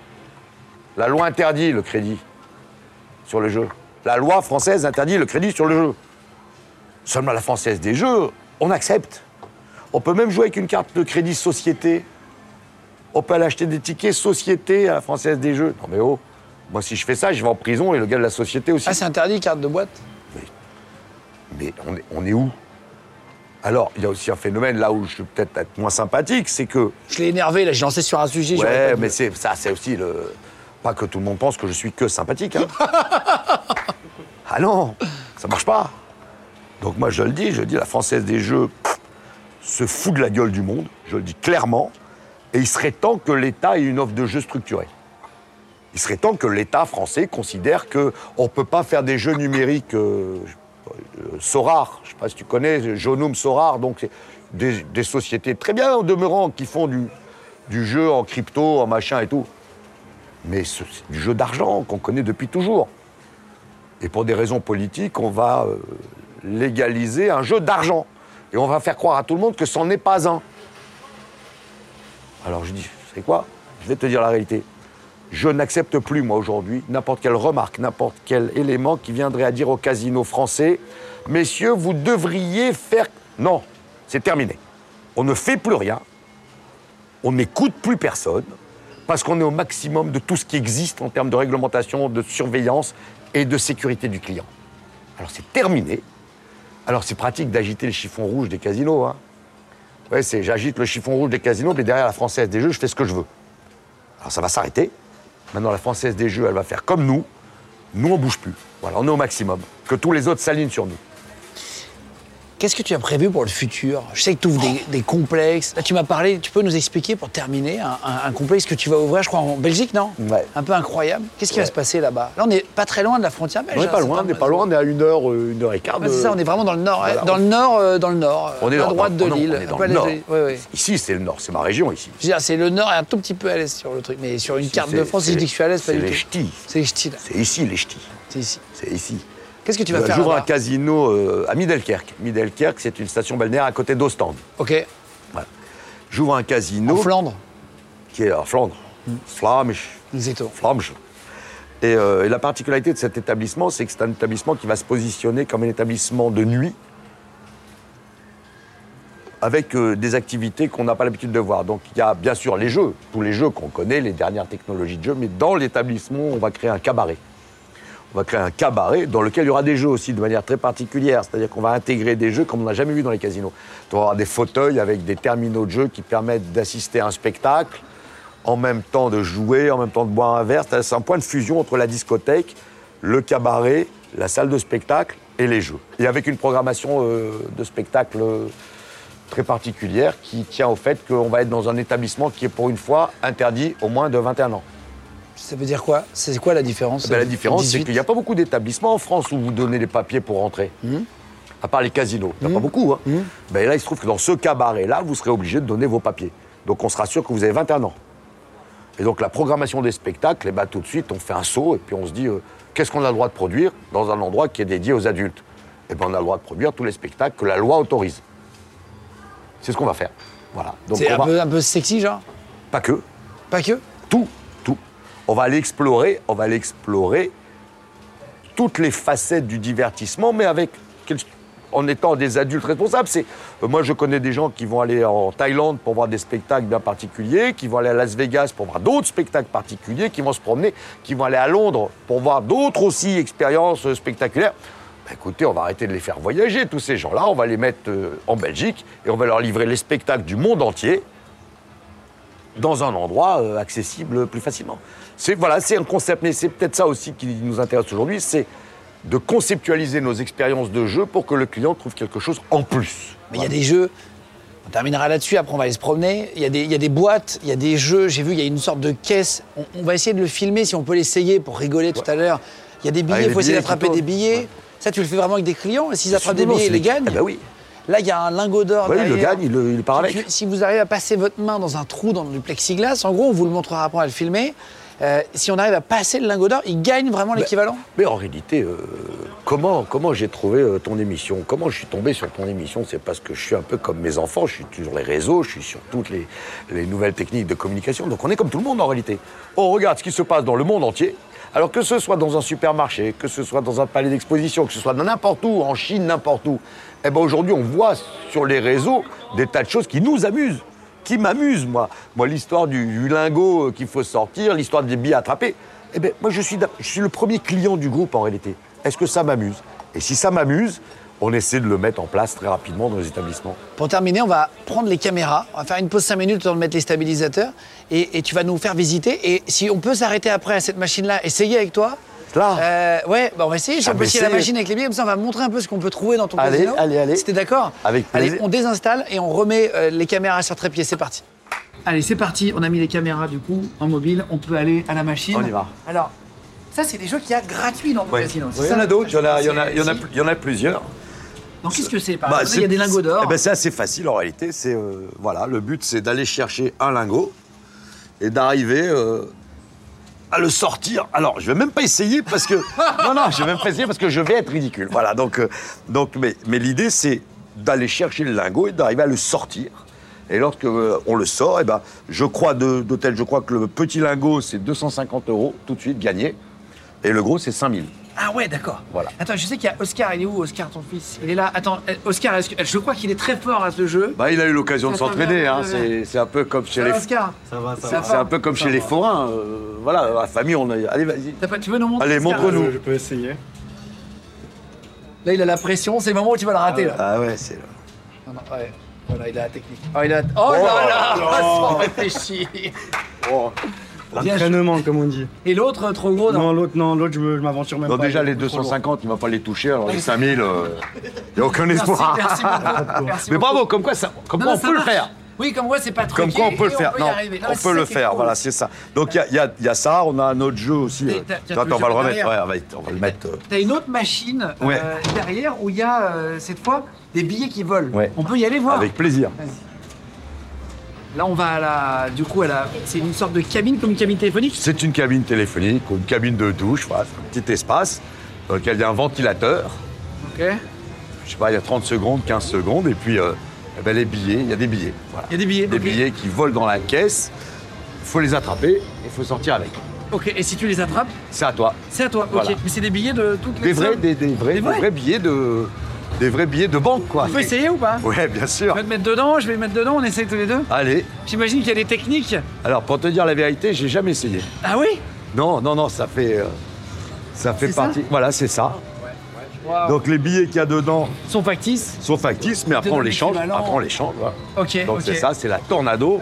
La loi interdit le crédit sur le jeu. La loi française interdit le crédit sur le jeu. Seulement, la Française des Jeux, on accepte. On peut même jouer avec une carte de crédit société. On peut aller acheter des tickets société à la Française des Jeux. Non mais oh, moi si je fais ça, je vais en prison et le gars de la société aussi.
Ah, c'est interdit, carte de boîte
Mais on est, on est où Alors, il y a aussi un phénomène là où je suis peut-être être moins sympathique, c'est que.
Je l'ai énervé, là, j'ai lancé sur un sujet. j'aurais pas
Ouais,
dû.
mais c'est, ça, c'est aussi le. Pas que tout le monde pense que je suis que sympathique. hein. ah non, ça marche pas. Donc moi, je le dis, je dis, la Française des Jeux pff, se fout de la gueule du monde, je le dis clairement, et il serait temps que l'État ait une offre de jeux structurée. Il serait temps que l'État français considère qu'on ne peut pas faire des jeux numériques euh, euh, Sorar, je ne sais pas si tu connais, Jonum Sorar, donc c'est des, des sociétés très bien en demeurant qui font du, du jeu en crypto, en machin et tout. Mais ce- c'est du jeu d'argent qu'on connaît depuis toujours. Et pour des raisons politiques, on va euh, légaliser un jeu d'argent. Et on va faire croire à tout le monde que c'en est pas un. Alors je dis, c'est quoi Je vais te dire la réalité. Je n'accepte plus, moi, aujourd'hui, n'importe quelle remarque, n'importe quel élément qui viendrait à dire au casino français Messieurs, vous devriez faire. Non, c'est terminé. On ne fait plus rien. On n'écoute plus personne. Parce qu'on est au maximum de tout ce qui existe en termes de réglementation, de surveillance et de sécurité du client. Alors c'est terminé. Alors c'est pratique d'agiter le chiffon rouge des casinos. Hein. Ouais, c'est j'agite le chiffon rouge des casinos, mais derrière la française des jeux, je fais ce que je veux. Alors ça va s'arrêter. Maintenant, la Française des Jeux, elle va faire comme nous. Nous, on bouge plus. Voilà, on est au maximum. Que tous les autres s'alignent sur nous.
Qu'est-ce que tu as prévu pour le futur Je sais que tu ouvres des, des complexes. Là, tu m'as parlé, tu peux nous expliquer pour terminer un, un- un complexe que tu vas ouvrir, je crois, en Belgique, non
Ouais.
Un peu incroyable. Qu'est-ce qui va se passer là-bas Là, on n'est pas très loin de la frontière belge.
On n'est
hein,
pas
c'est
loin, on n'est pas loin, on est à une heure, euh, une heure et quart.
Ouais,
de-
Ah, c'est ça, on est vraiment dans le nord, hein,
Voilà,
dans le nord, euh, dans le nord,
on est
à
dans-
droite
dans-
de
non,
l'île.
on est dans
un peu à
le
l'est
nord.
de l'île. Ouais, ouais.
Ici, c'est le nord, c'est ma région ici.
Je veux dire, c'est le nord et un tout petit peu à l'est sur le truc, mais sur une
Ici,
carte de
c'est-
France, si je dis que je suis à l'est, pas
c'est
du
les
tout.
ch'tis.
C'est les ch'tis, là.
C'est ici les ch'tis.
C'est ici.
C'est ici. Euh,
Qu'est-ce que tu vas faire
Bah, J'ouvre un
là-bas
casino euh, à Middelkerk. Middelkerk, c'est une station balnéaire à côté d'Ostende.
Ok.
Voilà. J'ouvre un
En
casino
Flandre, Mm.
qui est à Flandre. Flamish.
Zito.
Flammes. Et, euh, et la particularité de cet établissement, c'est que c'est un établissement qui va se positionner comme un établissement de nuit avec euh, des activités qu'on n'a pas l'habitude de voir. Donc il y a bien sûr les jeux, tous les jeux qu'on connaît, les dernières technologies de jeux, mais dans l'établissement, on va créer un cabaret. On va créer un cabaret dans lequel il y aura des jeux aussi de manière très particulière, c'est-à-dire qu'on va intégrer des jeux comme on n'a jamais vu dans les casinos. On va avoir des fauteuils avec des terminaux de jeu qui permettent d'assister à un spectacle en même temps de jouer, en même temps de boire un verre. C'est un point de fusion entre la discothèque, le cabaret, la salle de spectacle et les jeux. Et avec une programmation euh, de spectacle euh, très particulière qui tient au fait qu'on va être dans un établissement qui est pour une fois interdit au moins de 21 ans.
Ça veut dire quoi C'est quoi la différence
Ben, la différence, c'est
18.
qu'il n'y a pas beaucoup d'établissements en France où vous donnez les papiers pour rentrer. À part les casinos. Il n'y en a pas beaucoup. Hein. Ben, là, il se trouve que dans ce cabaret-là, vous serez obligé de donner vos papiers. Donc, on sera sûr que vous avez 21 ans. Et donc, la programmation des spectacles, eh ben, tout de suite, on fait un saut et puis on se dit euh, qu'est-ce qu'on a le droit de produire dans un endroit qui est dédié aux adultes Eh ben, on a le droit de produire tous les spectacles que la loi autorise. C'est ce qu'on va faire. Voilà. Donc,
C'est
on
un,
va-
peu, un peu sexy, genre
Pas que.
Pas que
Tout, tout. On va aller explorer, on va aller explorer toutes les facettes du divertissement, mais avec quel- en étant des adultes responsables. C'est euh, moi, je connais des gens qui vont aller en Thaïlande pour voir des spectacles bien particuliers, qui vont aller à Las Vegas pour voir d'autres spectacles particuliers, qui vont se promener, qui vont aller à Londres pour voir d'autres aussi expériences euh, spectaculaires. Bah, écoutez, on va arrêter de les faire voyager, tous ces gens-là. On va les mettre euh, en Belgique et on va leur livrer les spectacles du monde entier dans un endroit euh, accessible plus facilement. C'est voilà, c'est un concept, mais c'est peut-être ça aussi qui nous intéresse aujourd'hui, c'est de conceptualiser nos expériences de jeu pour que le client trouve quelque chose en plus.
Mais il y a des jeux. On terminera là-dessus, après on va aller se promener. Il y, a des- il y a des boîtes, il y a des jeux. J'ai vu, il y a une sorte de caisse. On, on va essayer de le filmer si on peut l'essayer pour rigoler tout à l'heure. Il y a des billets,
Ah,
il
et
faut
les
essayer
billets
d'attraper
plutôt.
des billets.
Ouais.
Ça, tu le fais vraiment avec des clients. Et s'ils
Bien
attrapent des
sûr, non,
billets,
c'est
ils les
les-
gagnent.
Eh ben oui.
Là, il y a un lingot d'or.
Ouais, il le
derrière.
gagne, il le- il part
Si,
avec.
tu- si vous arrivez à passer votre main dans un trou dans le plexiglas, en gros, on vous le montrera après à le filmer. Euh, si on arrive à passer le lingot d'or, il gagne vraiment
Bah,
l'équivalent.
Mais en réalité, euh, comment, comment j'ai trouvé euh, ton émission Comment je suis tombé sur ton émission C'est parce que je suis un peu comme mes enfants, je suis sur les réseaux, je suis sur toutes les, les nouvelles techniques de communication. Donc on est comme tout le monde en réalité. On regarde ce qui se passe dans le monde entier. Alors que ce soit dans un supermarché, que ce soit dans un palais d'exposition, que ce soit n'importe où, en Chine, n'importe où, eh ben aujourd'hui on voit sur les réseaux des tas de choses qui nous amusent qui m'amuse, moi. Moi, l'histoire du, du lingot euh, qu'il faut sortir, l'histoire des billets attrapés. Eh bien, moi, je suis, d'a- je suis le premier client du groupe en réalité. Est-ce que ça m'amuse Et si ça m'amuse, on essaie de le mettre en place très rapidement dans les établissements.
Pour terminer, on va prendre les caméras, on va faire une pause 5 minutes le temps de mettre les stabilisateurs et, et tu vas nous faire visiter. Et si on peut s'arrêter après à cette machine-là, essayer avec toi.
Là
Euh, Ouais, bah on va essayer. Si
Ah,
on peut
mais
essayer la
c'est-
machine avec les billets, comme ça on va montrer un peu ce qu'on peut trouver dans ton
Allez,
casino.
allez, allez.
Si t'es d'accord
Avec
Allez,
plaisir.
on désinstalle et on remet euh, les caméras sur trépied. C'est parti. Allez, c'est parti. On a mis les caméras du coup en mobile. On peut aller à la machine.
On y va.
Alors, ça c'est des jeux qu'il y a gratuits dans ton casino. c'est
il y
ça
en a d'autres, il y en a,
C'est-
il y en a- il y en a-
si.
il y en a plusieurs.
Donc qu'est-ce que c'est par
Bah,
exemple, Il y a des
c'est-
lingots d'or.
eh ben, c'est assez facile en réalité. C'est euh, voilà, le but c'est d'aller chercher un lingot et d'arriver euh, à le sortir. Alors, je vais même pas essayer parce
[LAUGHS]
que non non, je vais même pas essayer parce que je vais être ridicule. Voilà, donc euh, donc mais mais l'idée c'est d'aller chercher le lingot et d'arriver à le sortir. Et lorsque euh, on le sort, eh ben, je crois de, de tel, je crois que le petit lingot c'est 250 euros tout de suite gagné, et le gros c'est 5000.
Ah ouais, d'accord.
Voilà.
Attends, je sais qu'il y a Oscar, il est où Oscar, ton fils Il est là. Attends, euh, Oscar, est-ce que- je crois qu'il est très fort à ce jeu.
Bah, il a eu l'occasion de
Ça, ça
s'entraîner.
va,
hein.
ça va.
C'est c'est un peu comme chez
Ah,
les
Oscar,
Ça va, ça
Ça
va.
va.
C'est un peu comme chez les forains. euh, voilà, la famille, on a. Allez, vas-y.
t'as pas- tu veux nous montrer
Allez,
Oscar
montre-nous.
Je, je peux essayer.
Là, il a la pression, c'est le moment où tu vas le rater. Là.
Ah ouais, c'est.
Non, non, ouais. Voilà, il a la technique. Oh, il a... oh, là là, sans réfléchir.
Oh.
Bien joué.
L'entraînement, comme on dit.
Et l'autre, euh, trop gros, non,
Non, l'autre, non, l'autre, je me- je m'aventure même
Non,
pas.
déjà,
il est
les
trop lourd.
250, il va pas les toucher, alors les 5000, il n'y a aucun
Merci,
espoir.
merci
[LAUGHS]
beaucoup. Merci
Mais
beaucoup.
bravo, comme quoi, ça, comme
Non,
quoi
non,
on
ça
peut le
marche.
faire.
Oui, comme quoi, c'est pas
Comme
truqué
quoi, on peut le
et
faire.
On peut, y
Non,
arriver. Non,
on
c'est
peut
ça
le
qui est
faire.
cool.
Voilà, c'est ça. Donc, il y a, il y a- il y a ça. On a un autre jeu aussi.
Mais
euh.
t'as- t'as
Attends,
tout
on va
le
le
jeu
remettre. Ouais,
derrière.
on va, y- on va le mettre. euh.
T'as une autre machine euh,
Ouais.
derrière où il y a euh, cette fois des billets qui volent.
Ouais.
On peut y aller voir.
Avec plaisir.
Là, on va à la. Du coup, à la... c'est une sorte de cabine comme une cabine téléphonique.
C'est une cabine téléphonique, ou une cabine de douche, voilà, c'est un petit espace dans lequel il y a un ventilateur.
Ok. Il
je sais pas, il y a 30 secondes, 15 secondes, et puis euh, eh ben, les billets, il y a des billets. voilà.
y a des billets.
Des
ok.
billets qui volent dans la caisse, il faut les attraper et il faut sortir avec.
Ok. Et si tu les attrapes,
C'est à toi.
c'est à toi. Ok.
Voilà.
Mais c'est des billets de toutes les.
Des vrais,
sommes.
des, des vrais,
Des
des
vrais
vrais billets de. Des vrais billets de banque, quoi.
On peut essayer hein. ou pas
Ouais, bien sûr.
Je vais te mettre dedans. Je vais le mettre dedans. On essaye tous les deux.
Allez,
J'imagine qu'il y a des techniques.
alors pour te dire la vérité, j'ai jamais essayé.
Ah oui.
Non, non, non, ça fait. euh, ça fait
C'est ça
partie. voilà, c'est ça.
Waouh.
Donc les billets qu'il y a dedans
Ils sont factices.
sont factices, mais après on
donne
les change.
l'équivalent.
Après on les change. voilà.
Ok.
Donc
ok.
c'est ça, c'est la tornado.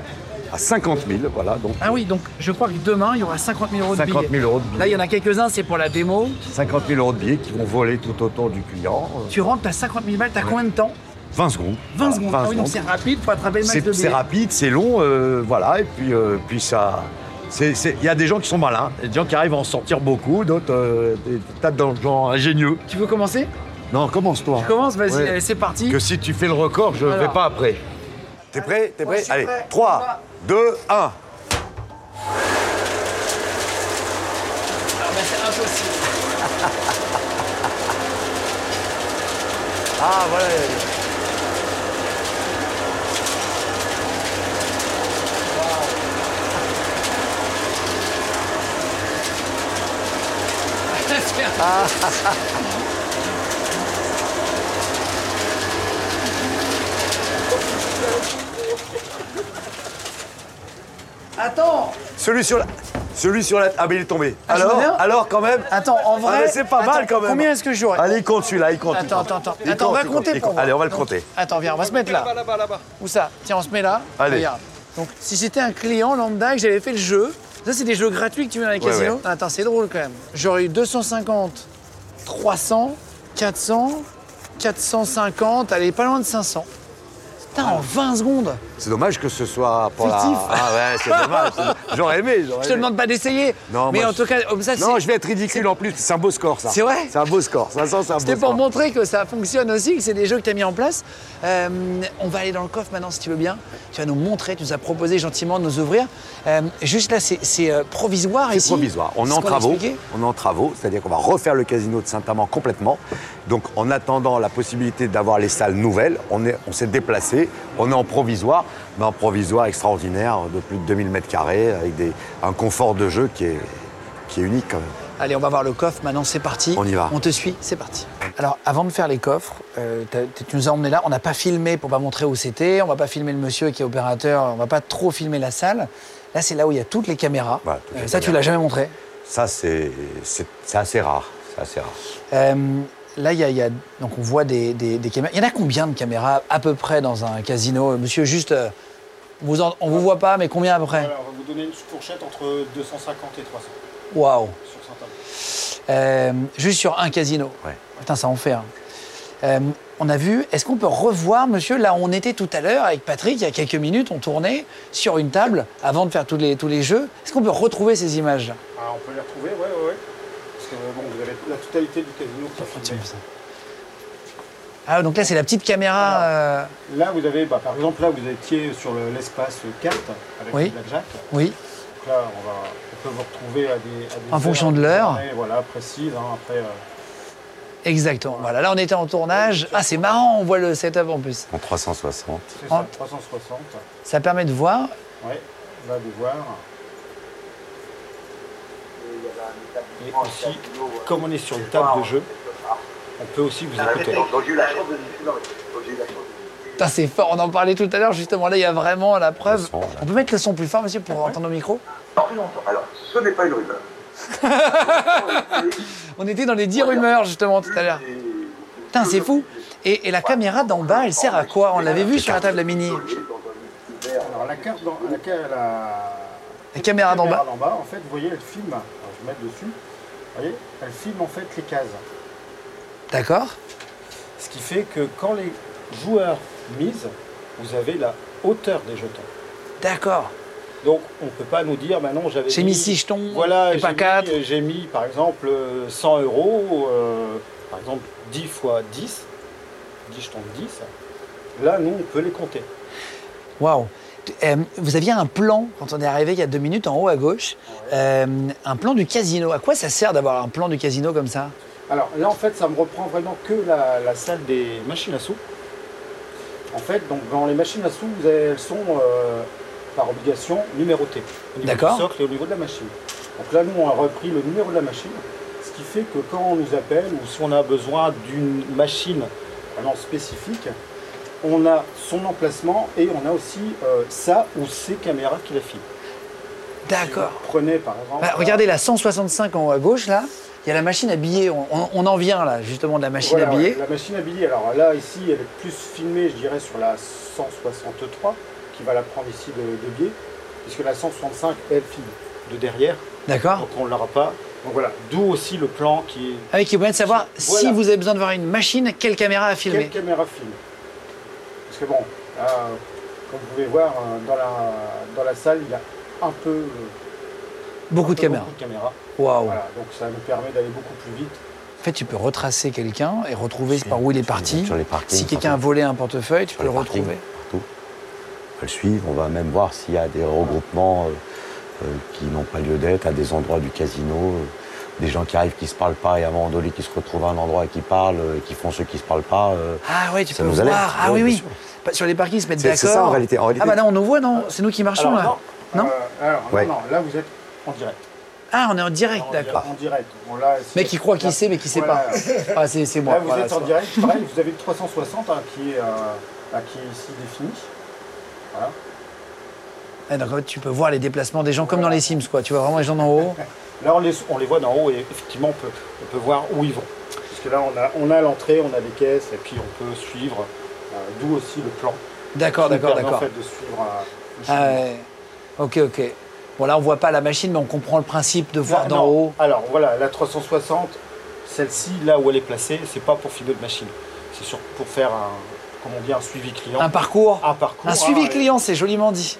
à 50 000, voilà. Donc,
Ah oui, donc je crois que demain, il y aura 50 000 euros de
50
billets.
000 euros de billets.
Là, il y en a quelques-uns, c'est pour la démo.
50 000 euros de billets qui vont voler tout autour du client. euh,
Tu rentres, t'as 50 000 balles, t'as combien de temps
20 secondes.
20
Voilà,
secondes. Ah oui, donc c'est rapide pour attraper le match de
C'est
billets.
c'est rapide, c'est long, euh, voilà, et puis, euh, puis ça. c'est- c'est- Il y a des gens qui sont malins, des gens qui arrivent à en sortir beaucoup, d'autres, euh, des tas de gens ingénieux.
Tu veux commencer
Non, commence toi.
Je commence, vas-y,
Ouais.
allez, c'est parti.
Que si tu fais le record, je ne
Alors.
vais pas après.
T'es prêt T'es
Ouais, je
prêt
suis
Allez,
prêt. On
3,
va.
2, 1.
Ah, bah, c'est impossible.
Ah, voilà. Oh,
Attends,
Celui sur la. Celui sur la. Ah, mais il est tombé.
Ah, je
Alors
me viens
Alors, quand même
attends, en
Ah,
vrai.
mais c'est pas
Attends,
mal quand même.
Combien est-ce que je joue
Allez, il compte celui-là, il compte. il
Attends,
compte.
attends, attends.
Il
Attends, on
compte,
va
il compte,
compter
il
pour
compte.
moi.
Allez, on va le
Donc,
compter.
Attends, viens, on va se mettre là. Où ça Tiens, on se met là.
Allez.
Regarde. Donc, si j'étais un client lambda et que j'avais fait le jeu, ça, c'est des jeux gratuits que tu mets dans les
Ouais,
casinos.
ouais.
Attends, c'est drôle quand même. J'aurais eu 250, 300, 400, 450, allez, pas loin de 500. Putain, en 20 secondes
C'est dommage que ce soit pour la-
Fictif.
Ah ouais, c'est dommage.
[LAUGHS]
c'est- J'aurais aimé. j'aurais
Je te
aimé.
demande pas d'essayer.
Non,
mais
moi,
en tout cas, comme ça,
Non,
c'est-
je vais être ridicule en plus. C'est un beau score, ça.
C'est vrai
C'est un beau score. 500, c'est un beau
C'était pour
score.
montrer que ça fonctionne aussi, que c'est des jeux que tu as mis en place. Euh, on va aller dans le coffre maintenant, si tu veux bien. Tu vas nous montrer, tu nous as proposé gentiment de nous ouvrir. Euh, juste là, c'est- c'est euh, provisoire
C'est
ici.
provisoire. On est
C'est
en
ce qu'on a
travaux.
expliqué.
On est en travaux, c'est-à-dire qu'on va refaire le casino de Saint-Amand complètement. Donc, en attendant la possibilité d'avoir les salles nouvelles, on est- on s'est déplacé. On est en provisoire, mais en provisoire extraordinaire de plus de 2000 mètres carrés avec des- un confort de jeu qui est, qui est unique quand même.
Allez, on va voir le coffre maintenant, c'est parti.
On y va.
On te suit, c'est parti. Alors, avant de faire les coffres, euh, t'as- t'as- tu nous as emmenés là. On n'a pas filmé pour pas montrer où c'était. On va pas filmer le monsieur qui est opérateur. On va pas trop filmer la salle. Là, c'est là où il y a toutes les caméras. Euh,
Voilà, toutes les
ça, tu
caméras.
l'as jamais montré.
Ça, c'est c'est- c'est assez rare. C'est assez rare.
Euh, là, il y a, il y a- donc on voit des, des- des caméras. Il y en a combien de caméras à peu près dans un casino Monsieur, juste, euh, vous en- on vous voit pas, mais combien à peu près
Voilà, on va vous donner une fourchette entre 250 et 300
Waouh
sur saint
Euh, Juste sur un casino.
Ouais.
Putain, ça en fait. hein. Euh, on a vu, est-ce qu'on peut revoir, monsieur, là où on était tout à l'heure avec Patrick, il y a quelques minutes, on tournait sur une table avant de faire tous les, tous les jeux. Est-ce qu'on peut retrouver ces images-là
Ah, on peut les retrouver, ouais, ouais, ouais. Parce que bon, vous avez la totalité du casino qui est filmée.
Ah, donc là, c'est la petite caméra. euh,
Là, vous avez, bah, par exemple, là, vous étiez sur le- l'espace carte avec
Oui.
le blackjack.
Oui.
Donc là, on, va, on peut vous retrouver à des. à des
En
heures,
fonction de l'heure.
ouais, Voilà, précise. hein, après, euh,
Exactement. Voilà, là on était en tournage. Ah, c'est marrant, on voit le setup en plus.
En 360.
c'est
En-
ça, 360.
Ça permet de voir.
Ouais, là, de voir. Et aussi, comme on est sur une table de jeu, on peut aussi vous écouter.
Putain, c'est fort. On en parlait tout à l'heure justement. Là, il y a vraiment la preuve.
son, là.
on peut mettre le son plus fort, monsieur, pour entendre au micro.
Alors, ce n'est pas une rumeur.
On était dans les 10 rumeurs justement tout à l'heure. Putain, c'est fou. Et, et la caméra d'en bas, elle sert à quoi On l'avait vu sur la table à mini.
Alors la carte dans laquelle la,
La caméra d'en bas.
d'en bas, en fait, vous voyez, elle filme. Alors, je vais mettre dessus. Vous voyez, elle filme en fait les cases.
D'accord.
Ce qui fait que quand les joueurs misent, vous avez la hauteur des jetons.
D'accord.
Donc on ne peut pas nous dire, bah non, j'avais
J'ai mis six jetons
voilà,
et pas
j'ai mis-
quatre.
J'ai mis par exemple euh, 100 euros, euh, par exemple 10 fois 10, 10 jetons de 10. Là, nous, on peut les compter.
Waouh. Euh, vous aviez un plan quand on est arrivé il y a deux minutes en haut à gauche, Euh, un plan du casino. À quoi ça sert d'avoir un plan du casino comme ça
Alors là, en fait, ça me reprend vraiment que la, la salle des machines à sous. En fait, donc dans les machines à sous, vous avez- elles sont euh, par obligation numérotées. Au niveau
D'accord.
du socle et au niveau de la machine. Donc là, nous, on a repris le numéro de la machine, ce qui fait que quand on nous appelle ou si on a besoin d'une machine vraiment spécifique, on a son emplacement et on a aussi euh, ça ou ces caméras qui la filment. Si vous
D'accord.
Prenez par exemple.
Bah, regardez la 165 en haut à gauche là, il y a la machine à billets. On, on- on en vient là justement de la machine
Voilà,
à billets.
ouais, La machine à billets, alors là, ici, elle est plus filmée, je dirais, sur la 163, qui va la prendre ici de, de biais. puisque la 165, elle file de derrière,
D'accord
donc on ne l'aura pas. Donc voilà, d'où aussi le plan qui est
Ah oui, qui vous permet de savoir si
Voilà.
vous avez besoin de voir une machine, quelle caméra à filmer.
Quelle caméra filme Parce que bon, là, comme vous pouvez voir, euh, dans la, dans la salle, il y a un peu, euh,
Beaucoup
un
de
peu
caméras. Oh.
beaucoup de caméras.
Waouh.
Voilà, donc ça nous permet d'aller beaucoup plus vite.
En fait, tu peux retracer quelqu'un et retrouver par où il est parti.
sur les parkings,
si quelqu'un a
partout.
volé un portefeuille, tu
sur
peux le
les parkings,
retrouver.
partout. On va le suivre, on va même voir s'il y a des regroupements euh, euh, qui n'ont pas lieu d'être à des endroits du casino, euh, des gens qui arrivent qui se parlent pas et avant randonnée qui se retrouvent à un endroit et qui parlent, euh, et qui font ceux qui se parlent pas. euh.
Ah ouais, tu
Ça
peux
nous
voir.
alerte.
Ah oui,
Oui, bien
oui.
sûr.
Pas- Sur les parkings, ils se mettent
C'est-
d'accord.
c'est ça, en réalité. En réalité-
Ah bah là, on nous voit, non C'est nous qui marchons, là
non,
Non
euh, alors, non,
Ouais.
non, là vous êtes en direct.
Ah, on est en direct,
En
d'accord.
direct, En direct. Bon, là, c'est-
Mec, qui croit qu'il
là-
sait, mais qui sait
voilà.
pas. Ah, c'est c'est moi.
Là vous
Voilà,
êtes
c'est
en
moi.
direct, pareil, vous avez le 360 hein, qui, est, euh, bah, qui est ici défini. Voilà.
Ah, donc, en fait, tu peux voir les déplacements des gens comme dans les Sims, quoi. Tu vois vraiment les gens d'en haut.
Là, on les, on les voit d'en haut et effectivement, on peut, on peut voir où ils vont. Parce que là, on a, on a l'entrée, on a les caisses et puis on peut suivre, euh, d'où aussi le plan.
D'accord,
qui nous
d'accord,
permet,
d'accord.
En fait, de suivre euh, le
Ah
chemin.
ouais. Ok, ok. Bon, là, on voit pas la machine, mais on comprend le principe de voir
Là,
d'en
Ah, non.
haut.
Alors voilà, la 360, celle-ci, là où elle est placée, c'est pas pour filmer de machine. C'est sur- pour faire un, comment dire, un suivi client.
Un parcours.
Un parcours,
Un suivi
hein,
client, c'est joliment dit.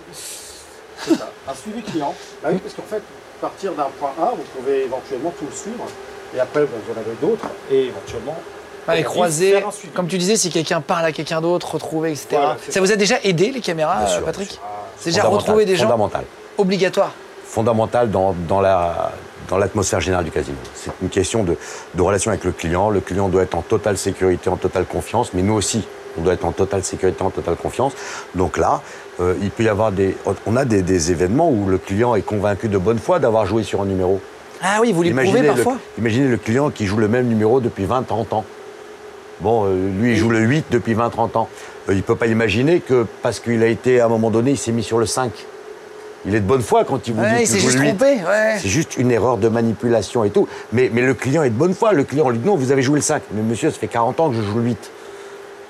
C'est ça, un suivi client. Bah oui, parce qu'en fait, partir d'un point A, vous pouvez éventuellement tout le suivre. Et après, bon, vous en avez d'autres. Et éventuellement,
Allez,
on dit
croiser.
faire un suivi.
Comme tu disais, si quelqu'un parle à quelqu'un d'autre, retrouver, etc.
Voilà, c'est
ça vous a déjà aidé, les caméras,
Bien
euh,
sûr,
Patrick
bien sûr.
C'est déjà
Fondamental,
retrouver des gens
Fondamental.
obligatoire.
Fondamental dans, dans la dans l'atmosphère générale du casino. C'est une question de, de relation avec le client. Le client doit être en totale sécurité, en totale confiance, mais nous aussi, on doit être en totale sécurité, en totale confiance. Donc là, euh, il peut y avoir des... On a des, des événements où le client est convaincu de bonne foi d'avoir joué sur un numéro.
Ah oui, vous les prouvez
le,
parfois
imaginez le client qui joue le même numéro depuis 20-30 ans. Bon, euh, lui, il joue le 8 depuis 20-30 ans. Euh, il ne peut pas imaginer que parce qu'il a été, à un moment donné, il s'est mis sur le 5. Il est de bonne foi quand il vous
Ouais,
dit
il
qu'il
s'est
joue
juste
le 8.
trompé. Ouais.
C'est juste une erreur de manipulation et tout. Mais, mais le client est de bonne foi. Le client on lui dit non, vous avez joué le 5. Mais monsieur, ça fait 40 ans que je joue le 8.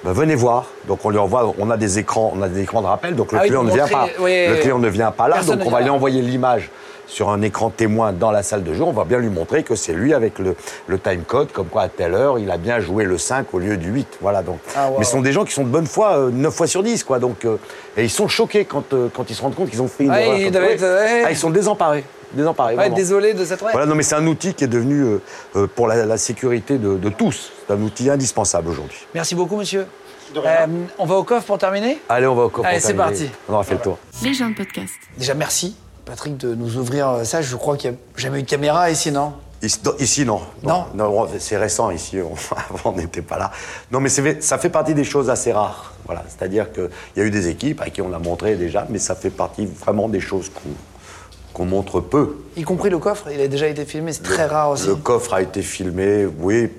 Ben, venez voir. Donc on lui envoie, on a des écrans, on a des écrans de rappel, donc le
Ah oui,
client
pour
ne vient pas.
montrer, oui,
le
oui.
client ne vient pas là,
Personne ne
donc on va
vient
lui
pas.
envoyer l'image sur un écran témoin dans la salle de jeu. On va bien lui montrer que c'est lui avec le, le timecode, comme quoi à telle heure, il a bien joué le 5 au lieu du 8. Voilà donc.
Ah, wow.
Mais ce sont des gens qui sont de bonne foi, euh, 9 fois sur 10, quoi. Donc, euh, et ils sont choqués quand, euh, quand ils se rendent compte qu'ils ont fait une
Ouais,
erreur.
Ah ils
comme-
doivent
Ouais.
être- ouais.
Ah, ils sont désemparés. Désemparés.
Ouais,
vraiment.
désolé de cette. ouais.
Voilà, non, mais c'est un outil qui est devenu, euh, euh, pour la, la sécurité de, de tous, c'est un outil indispensable aujourd'hui.
Merci beaucoup, monsieur.
De rien.
Euh, on va au coffre pour terminer
Allez, on va au coffre.
Allez,
pour
c'est
terminer.
parti.
On aura fait le tour.
Les gens de podcast.
Déjà, merci, Patrick, de nous ouvrir euh, ça. Je crois qu'il n'y a jamais eu de caméra ici, non
Ici, non, ici, non.
Non.
non, c'est récent ici. on- [LAUGHS] avant, on n'était pas là. Non, mais c'est- ça fait partie des choses assez rares. Voilà, c'est-à-dire qu'il y a eu des équipes à qui on a montré déjà, mais ça fait partie vraiment des choses qu'on qu'on montre peu.
Y compris le coffre, il a déjà été filmé, c'est très rare aussi.
Le coffre a été filmé, oui,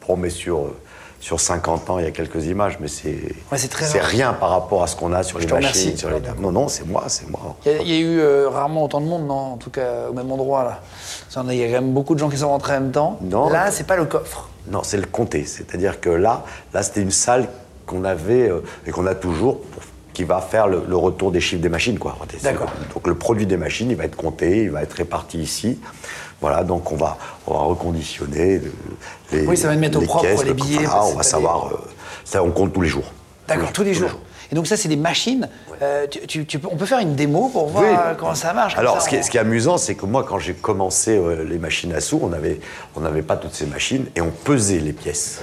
promet sur euh, sur 50 ans, il y a quelques images, mais c'est
Ouais, c'est très
c'est
rare.
rien par rapport à ce qu'on a sur les
te
machines,
remercie.
sur les tables. Non, non, c'est moi, c'est moi.
Il y, a- il y a eu euh, rarement autant de monde, non En tout cas, au même endroit, là. Parce qu'on a- Il y a quand même beaucoup de gens qui sont rentrés en même temps.
Non.
Là, c'est pas le coffre.
Non, c'est le comté. C'est-à-dire que là, là c'était une salle qu'on avait euh, et qu'on a toujours pour- qui va faire le, le retour des chiffres des machines. quoi. C'est-
D'accord.
Donc le produit des machines, il va être compté, il va être réparti ici. Voilà, donc on va, on va reconditionner le- les
Oui, ça va mettre au
les
propre
caisses,
les
le-
billets,
voilà,
parce que
on va
c'est pas
savoir... euh, ça, on compte tous les jours.
D'accord, tous les jours. Et donc ça, c'est des machines. Euh, tu- tu- tu peux- on peut faire une démo pour voir
Oui.
euh, comment ça marche. comme
Alors,
ça,
ce, qui est,
on-
ce qui est amusant, c'est que moi, quand j'ai commencé euh, les machines à sous, on n'avait on n'avait pas toutes ces machines et on pesait les pièces.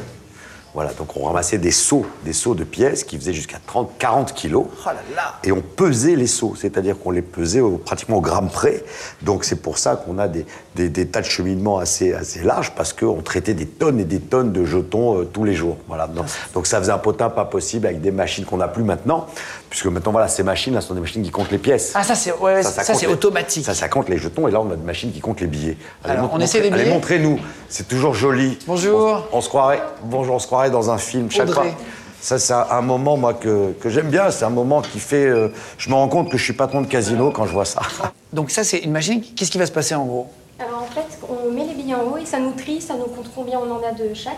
Voilà, donc on ramassait des seaux, des seaux de pièces qui faisaient jusqu'à 30, 40 kilos.
Oh là là
Et on pesait les seaux, c'est-à-dire qu'on les pesait au- pratiquement au gramme près. Donc c'est pour ça qu'on a des, des- des tas de cheminements assez, assez larges, parce qu'on traitait des tonnes et des tonnes de jetons euh, tous les jours. Voilà. Donc, donc ça faisait un potin pas possible avec des machines qu'on n'a plus maintenant, puisque maintenant, voilà, ces machines-là sont des machines qui comptent les pièces.
Ah, ça, c'est ouais, ouais, ça,
compte
c'est
les-
automatique.
Ça, ça compte les jetons et là, on a des machines qui comptent les billets.
Alors,
mont-
on essaie les
montrez-
billets
Allez, montrez-nous. C'est toujours joli.
Bonjour.
On, on se croirait, bonjour, on se croirait dans un film. Chaque
Audrey.
fois. Ça, c'est un moment, moi, que, que j'aime bien. C'est un moment qui fait. euh, je me rends compte que je suis patron de casino quand je vois ça. [LAUGHS]
Donc ça, c'est une machine. Qu'est-ce qui va se passer en gros
Alors en fait, on met les billets en haut et ça nous trie, ça nous compte combien on en a de chaque.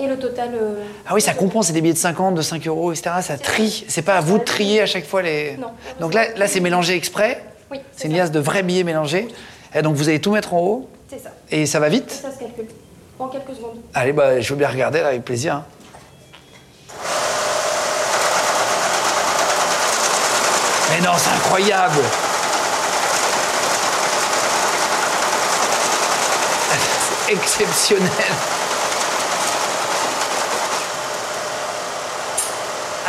Et le total. euh,
Ah oui, ça
le total.
compense, c'est des billets de 50, de 5 euros, etc. Ça trie. C'est pas à vous de trier à chaque fois les.
Non.
Donc là, là c'est mélangé exprès.
Oui,
C'est une liasse de vrais billets mélangés. Et donc vous allez tout mettre en haut
C'est ça.
et ça va vite.
Ça se calcule en quelques secondes.
Allez, bah, je veux bien regarder là, avec plaisir. hein. Mais non, c'est incroyable [LAUGHS] C'est exceptionnel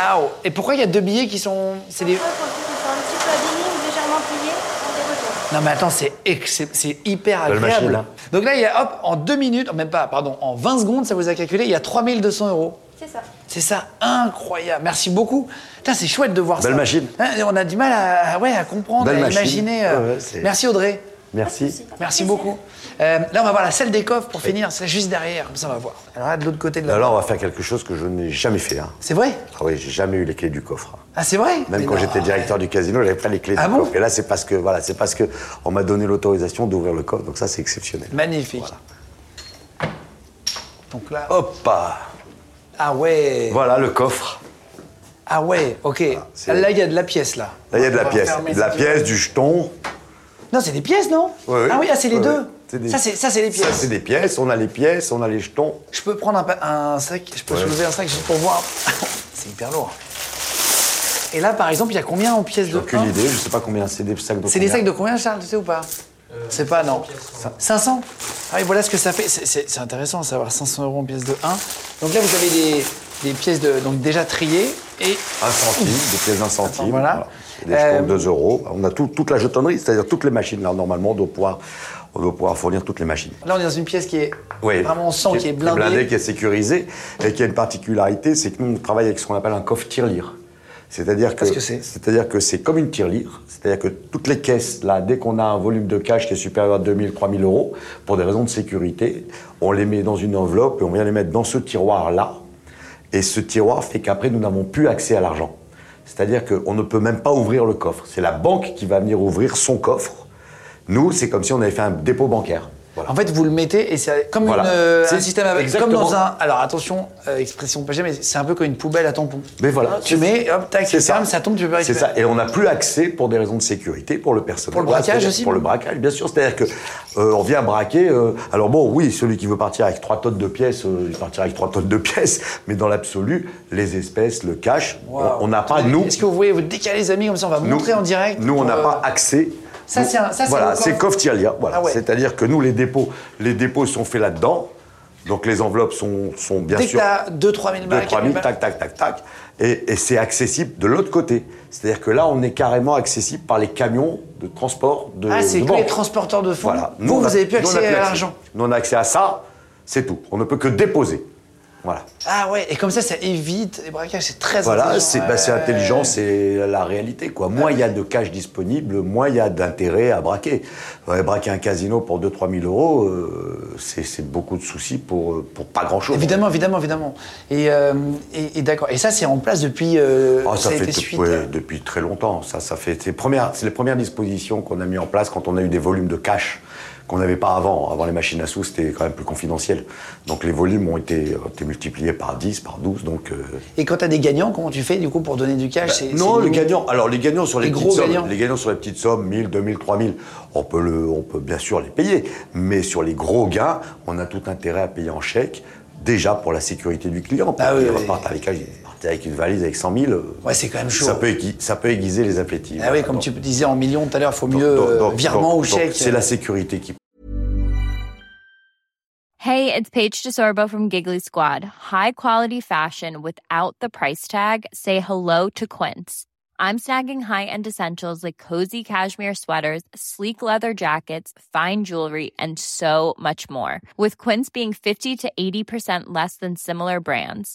Aouh. Ah, oh, Et pourquoi il y a deux billets qui sont... c'est des-
Après, pour le coup, ils sont un petit peu abîmés ou légèrement pliés en des retours.
Non mais attends, c'est excep- c'est hyper
Belle
agréable.
machine, hein.
Donc là, il y a, hop, en deux minutes, même pas, pardon, en 20 secondes, ça vous a calculé, il y a 3200 euros.
C'est ça.
C'est ça, incroyable. Merci beaucoup. Putain, c'est chouette de voir ça.
Belle machine.
Hein, on a du mal à, à- ouais, à comprendre,
Belle
à
machine.
imaginer. euh.
Ouais, ouais, c'est-
Merci Audrey.
Merci.
Merci
Plaisir.
beaucoup. Euh, là, on va voir la salle des coffres pour finir. C'est juste derrière, comme ça, on va voir. Alors là, de l'autre côté de la.
Alors, on va faire quelque chose que je n'ai jamais fait. hein.
C'est vrai
Ah oui, j'ai jamais eu les clés du coffre. hein.
Ah, c'est vrai
Même
Mais
quand
non.
j'étais directeur du casino, j'avais pas les clés
Ah
du
bon
coffre. Et là, c'est parce que voilà, c'est parce que on m'a donné l'autorisation d'ouvrir le coffre. Donc ça, c'est exceptionnel.
Magnifique. Donc là.
Hop ah.
Ah ouais
Voilà le coffre.
Ah ouais, ok.
c'est-
là, il y a de la pièce, là.
Là, il y a de la
On va
pièce.
fermer
De la
ça.
pièce, du jeton.
Non, c'est des pièces, non
Ouais, ouais.
Ah oui, ah, c'est les
Ouais, ouais.
deux.
C'est des-
Ça, c'est ça, c'est les
Ça,
pièces.
c'est des pièces. On a les pièces, on a les jetons.
Je peux prendre un, pa- un sac, je peux
Ouais.
soulever un sac juste pour voir. [LAUGHS] c'est hyper lourd. Et là, par exemple, il y a combien en pièces
J'ai
de
aucune
un
idée. Je sais pas combien c'est des sacs de.
C'est des
combien.
sacs de combien, Charles, tu sais ou pas C'est pas, non. 500 Ah oui, voilà ce que ça fait. C'est- C'est c'est intéressant de savoir 500 euros en pièces de 1. Donc là, vous avez des, des pièces de, donc déjà triées et
Un centime, des pièces d'un centime.
voilà.
Des jetons
Euh,
de 2 euros. On a tout- toute la jetonnerie, c'est-à-dire toutes les machines. Là, normalement, on doit pouvoir, on doit pouvoir fournir toutes les machines.
là, on est dans une pièce qui est
Oui.
vraiment on sent qui, est blindée.
qui est sécurisée et qui a une particularité, c'est que nous, on travaille avec ce qu'on appelle un coffre tirelire. C'est-à-dire que,
Qu'est-ce que c'est
c'est-à-dire que c'est comme une tirelire. C'est-à-dire que toutes les caisses, là, dès qu'on a un volume de cash qui est supérieur à 2000, 3000 euros, pour des raisons de sécurité, on les met dans une enveloppe et on vient les mettre dans ce tiroir-là. Et ce tiroir fait qu'après, nous n'avons plus accès à l'argent. C'est-à-dire qu'on ne peut même pas ouvrir le coffre. C'est la banque qui va venir ouvrir son coffre. Nous, c'est comme si on avait fait un dépôt bancaire. Voilà.
En fait, vous le mettez et c'est comme
Voilà.
une, euh,
C'est
un système avec, comme
exactement-
dans un. Alors attention, euh, expression pas jamais, c'est un peu comme une poubelle à tampon.
Mais voilà.
Tu mets, hop, tac, tu
C'est
fermes, ça tombe, tu peux pas
C'est
récupérer.
ça. Et on n'a plus accès pour des raisons de sécurité, pour le personnel.
Pour le
Voilà,
braquage
c'est-à-dire
aussi,
Pour le
non
braquage, bien sûr. C'est-à-dire que euh, on vient braquer. euh, alors bon, oui, celui qui veut partir avec trois tonnes de pièces, euh, il partira avec trois tonnes de pièces. Mais dans l'absolu, les espèces, le cash,
Wow.
on- on n'a pas nous.
Est-ce que vous voyez vous décaler les amis comme ça on va
nous,
montrer en direct
Nous, on
pour,
n'a
euh,
pas accès.
Ça, c'est un- ça, c'est
Voilà,
le coffre.
c'est coffre tirelire. Voilà.
Ah ouais.
C'est-à-dire que nous, les dépôts, les dépôts sont faits là-dedans. Donc les enveloppes sont, sont bien
Dès que
sûr.
t'as 2-3 000
2,
balles,
3 000,
4 000
tac, tac, tac, tac. Et, et c'est accessible de l'autre côté. C'est-à-dire que là, on est carrément accessible par les camions de transport de
Ah, c'est
de
que les
banque.
transporteurs de fonds.
Voilà.
Vous,
on
vous
a-
avez plus
nous, on a
accès à l'argent.
Nous, on a accès à ça, c'est tout. On ne peut que déposer. Voilà.
Ah ouais, et comme ça, ça évite les braquages, c'est euh, très
Voilà,
intelligent.
c'est bah, c'est
Ouais.
intelligent, c'est la réalité. Quoi. Moins il y a de cash disponible, moins il y a d'intérêt à braquer. Ouais, braquer un casino pour 2-3 000 euros, euh, c'est c'est beaucoup de soucis pour, euh, pour pas grand-chose.
Évidemment, évidemment, évidemment. Et, euh, et, et d'accord. Et ça, c'est en place depuis. euh,
Ah, ça
a
fait
été
de-
suite,
ouais,
euh,
depuis très longtemps. Ça, ça fait c'est les premières, c'est les premières dispositions qu'on a mis en place quand on a eu des volumes de cash qu'on n'avait pas avant. Avant les machines à sous, c'était quand même plus confidentiel. Donc les volumes ont été, ont été multipliés par 10, par 12. Donc euh,
Et quand t'as des gagnants, comment tu fais du coup pour donner du cash Ah, C'est-
Bah, non,
c'est
le
limite.
gagnant. Alors les gagnants sur les,
Les
petites
gros
sommes,
gagnants.
les gagnants sur les petites sommes, 1000, 2000, 3000, on peut le, on peut bien sûr les payer. Mais sur les gros gains, on a tout intérêt à payer en chèque. Déjà pour la sécurité du client, parce
Ah oui,
qu'il
oui.
repart avec, il repart avec une valise avec 100 000. euh,
Ouais, c'est quand même chaud.
Ça peut, aiguiser, ça peut aiguiser les appétits.
Ah oui,
Voilà,
comme
donc-
tu disais en millions tout à l'heure, il faut
donc-
mieux
donc-
euh,
donc-
virement ou
donc- donc
chèque. euh.
C'est la sécurité qui
Hey, it's Paige DeSorbo from Giggly Squad. High quality fashion without the price tag. Say hello to Quince. I'm snagging high-end essentials like cozy cashmere sweaters, sleek leather jackets, fine jewelry, and so much more. With Quince being 50 to 80% less than similar brands.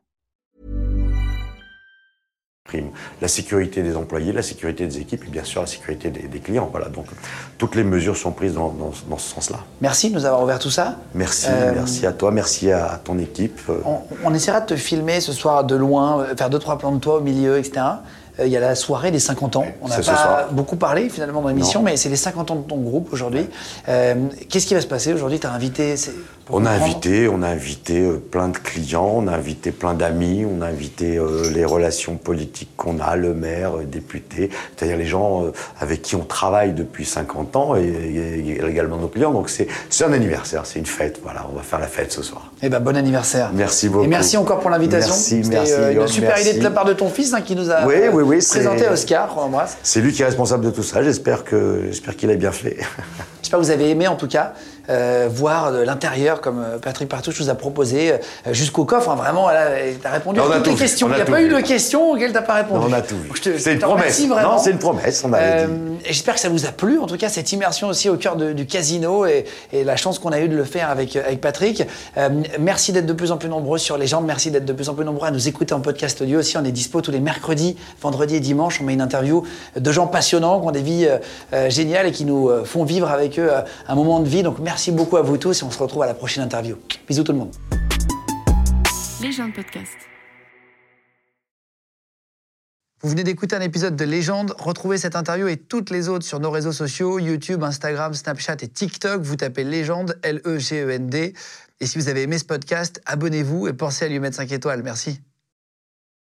prime. La sécurité des employés, la sécurité des équipes et bien sûr la sécurité des, des clients. Voilà, donc toutes les mesures sont prises dans, dans- dans ce sens-là.
Merci de nous avoir ouvert tout ça.
Merci,
Euh,
merci à toi, merci à ton équipe. Euh,
On, on essaiera de te filmer ce soir de loin, euh, faire deux, trois plans de toi au milieu, etc. Euh, Il y a la soirée des 50 ans. On n'a pas
c'est ce soir.
beaucoup parlé finalement dans l'émission,
Non.
mais c'est les 50 ans de ton groupe aujourd'hui. Euh, Qu'est-ce qui va se passer aujourd'hui Tu as invité. c'est- pour
On a
comprendre.
invité, on a invité euh, plein de clients, on a invité plein d'amis, on a invité euh, les relations politiques qu'on a, le maire, euh, député, c'est-à-dire les gens euh, avec qui on travaille depuis 50 ans et, et également nos clients. Donc c'est c'est un anniversaire, c'est une fête. Voilà, on va faire la fête ce soir.
Eh ben, bon anniversaire.
Merci beaucoup.
Et merci encore pour l'invitation.
Merci,
C'était,
merci,
euh, une
Guillaume,
super
merci.
idée de la part de ton fils hein, qui nous a
Oui,
euh,
oui, oui, c'est-
présenté à Oscar. On l'embrasse.
C'est lui qui est responsable de tout ça. J'espère que j'espère qu'il a bien fait.
J'espère que vous avez aimé en tout cas euh, voir de l'intérieur comme euh, Patrick Partouche nous a proposé euh, jusqu'au coffre. hein, vraiment, elle a- elle t'a répondu
On
à
a
toutes
tout
les
vu,
questions.
on
Il
a
n'y a
tout
pas eu
vu.
de question auxquelles t'as pas répondu.
on a tout vu.
Donc, je te-
C'est
je
une
te
promesse.
remercie vraiment.
Non, c'est une promesse. On avait
Euh,
dit.
et J'espère que ça vous a plu, en tout cas, cette immersion aussi au cœur de- du casino et, et la chance qu'on a eu de le faire avec, euh, avec Patrick. Euh, merci d'être de plus en plus nombreux sur les jambes, merci d'être de plus en plus nombreux à nous écouter en podcast audio aussi. On est dispo tous les mercredis, vendredis et dimanches. On met une interview de gens passionnants qui ont des vies euh, euh, géniales et qui nous euh, font vivre avec eux euh, un moment de vie. Donc merci beaucoup à vous tous et on se retrouve à la prochaine interview. Bisous tout le monde.
Les gens de podcast.
Vous venez d'écouter un épisode de Légende. Retrouvez cette interview et toutes les autres sur nos réseaux sociaux YouTube, Instagram, Snapchat et TikTok. Vous tapez Légende, E L-E-G-E-N-D. Et si vous avez aimé ce podcast, abonnez-vous et pensez à lui mettre 5 étoiles. Merci.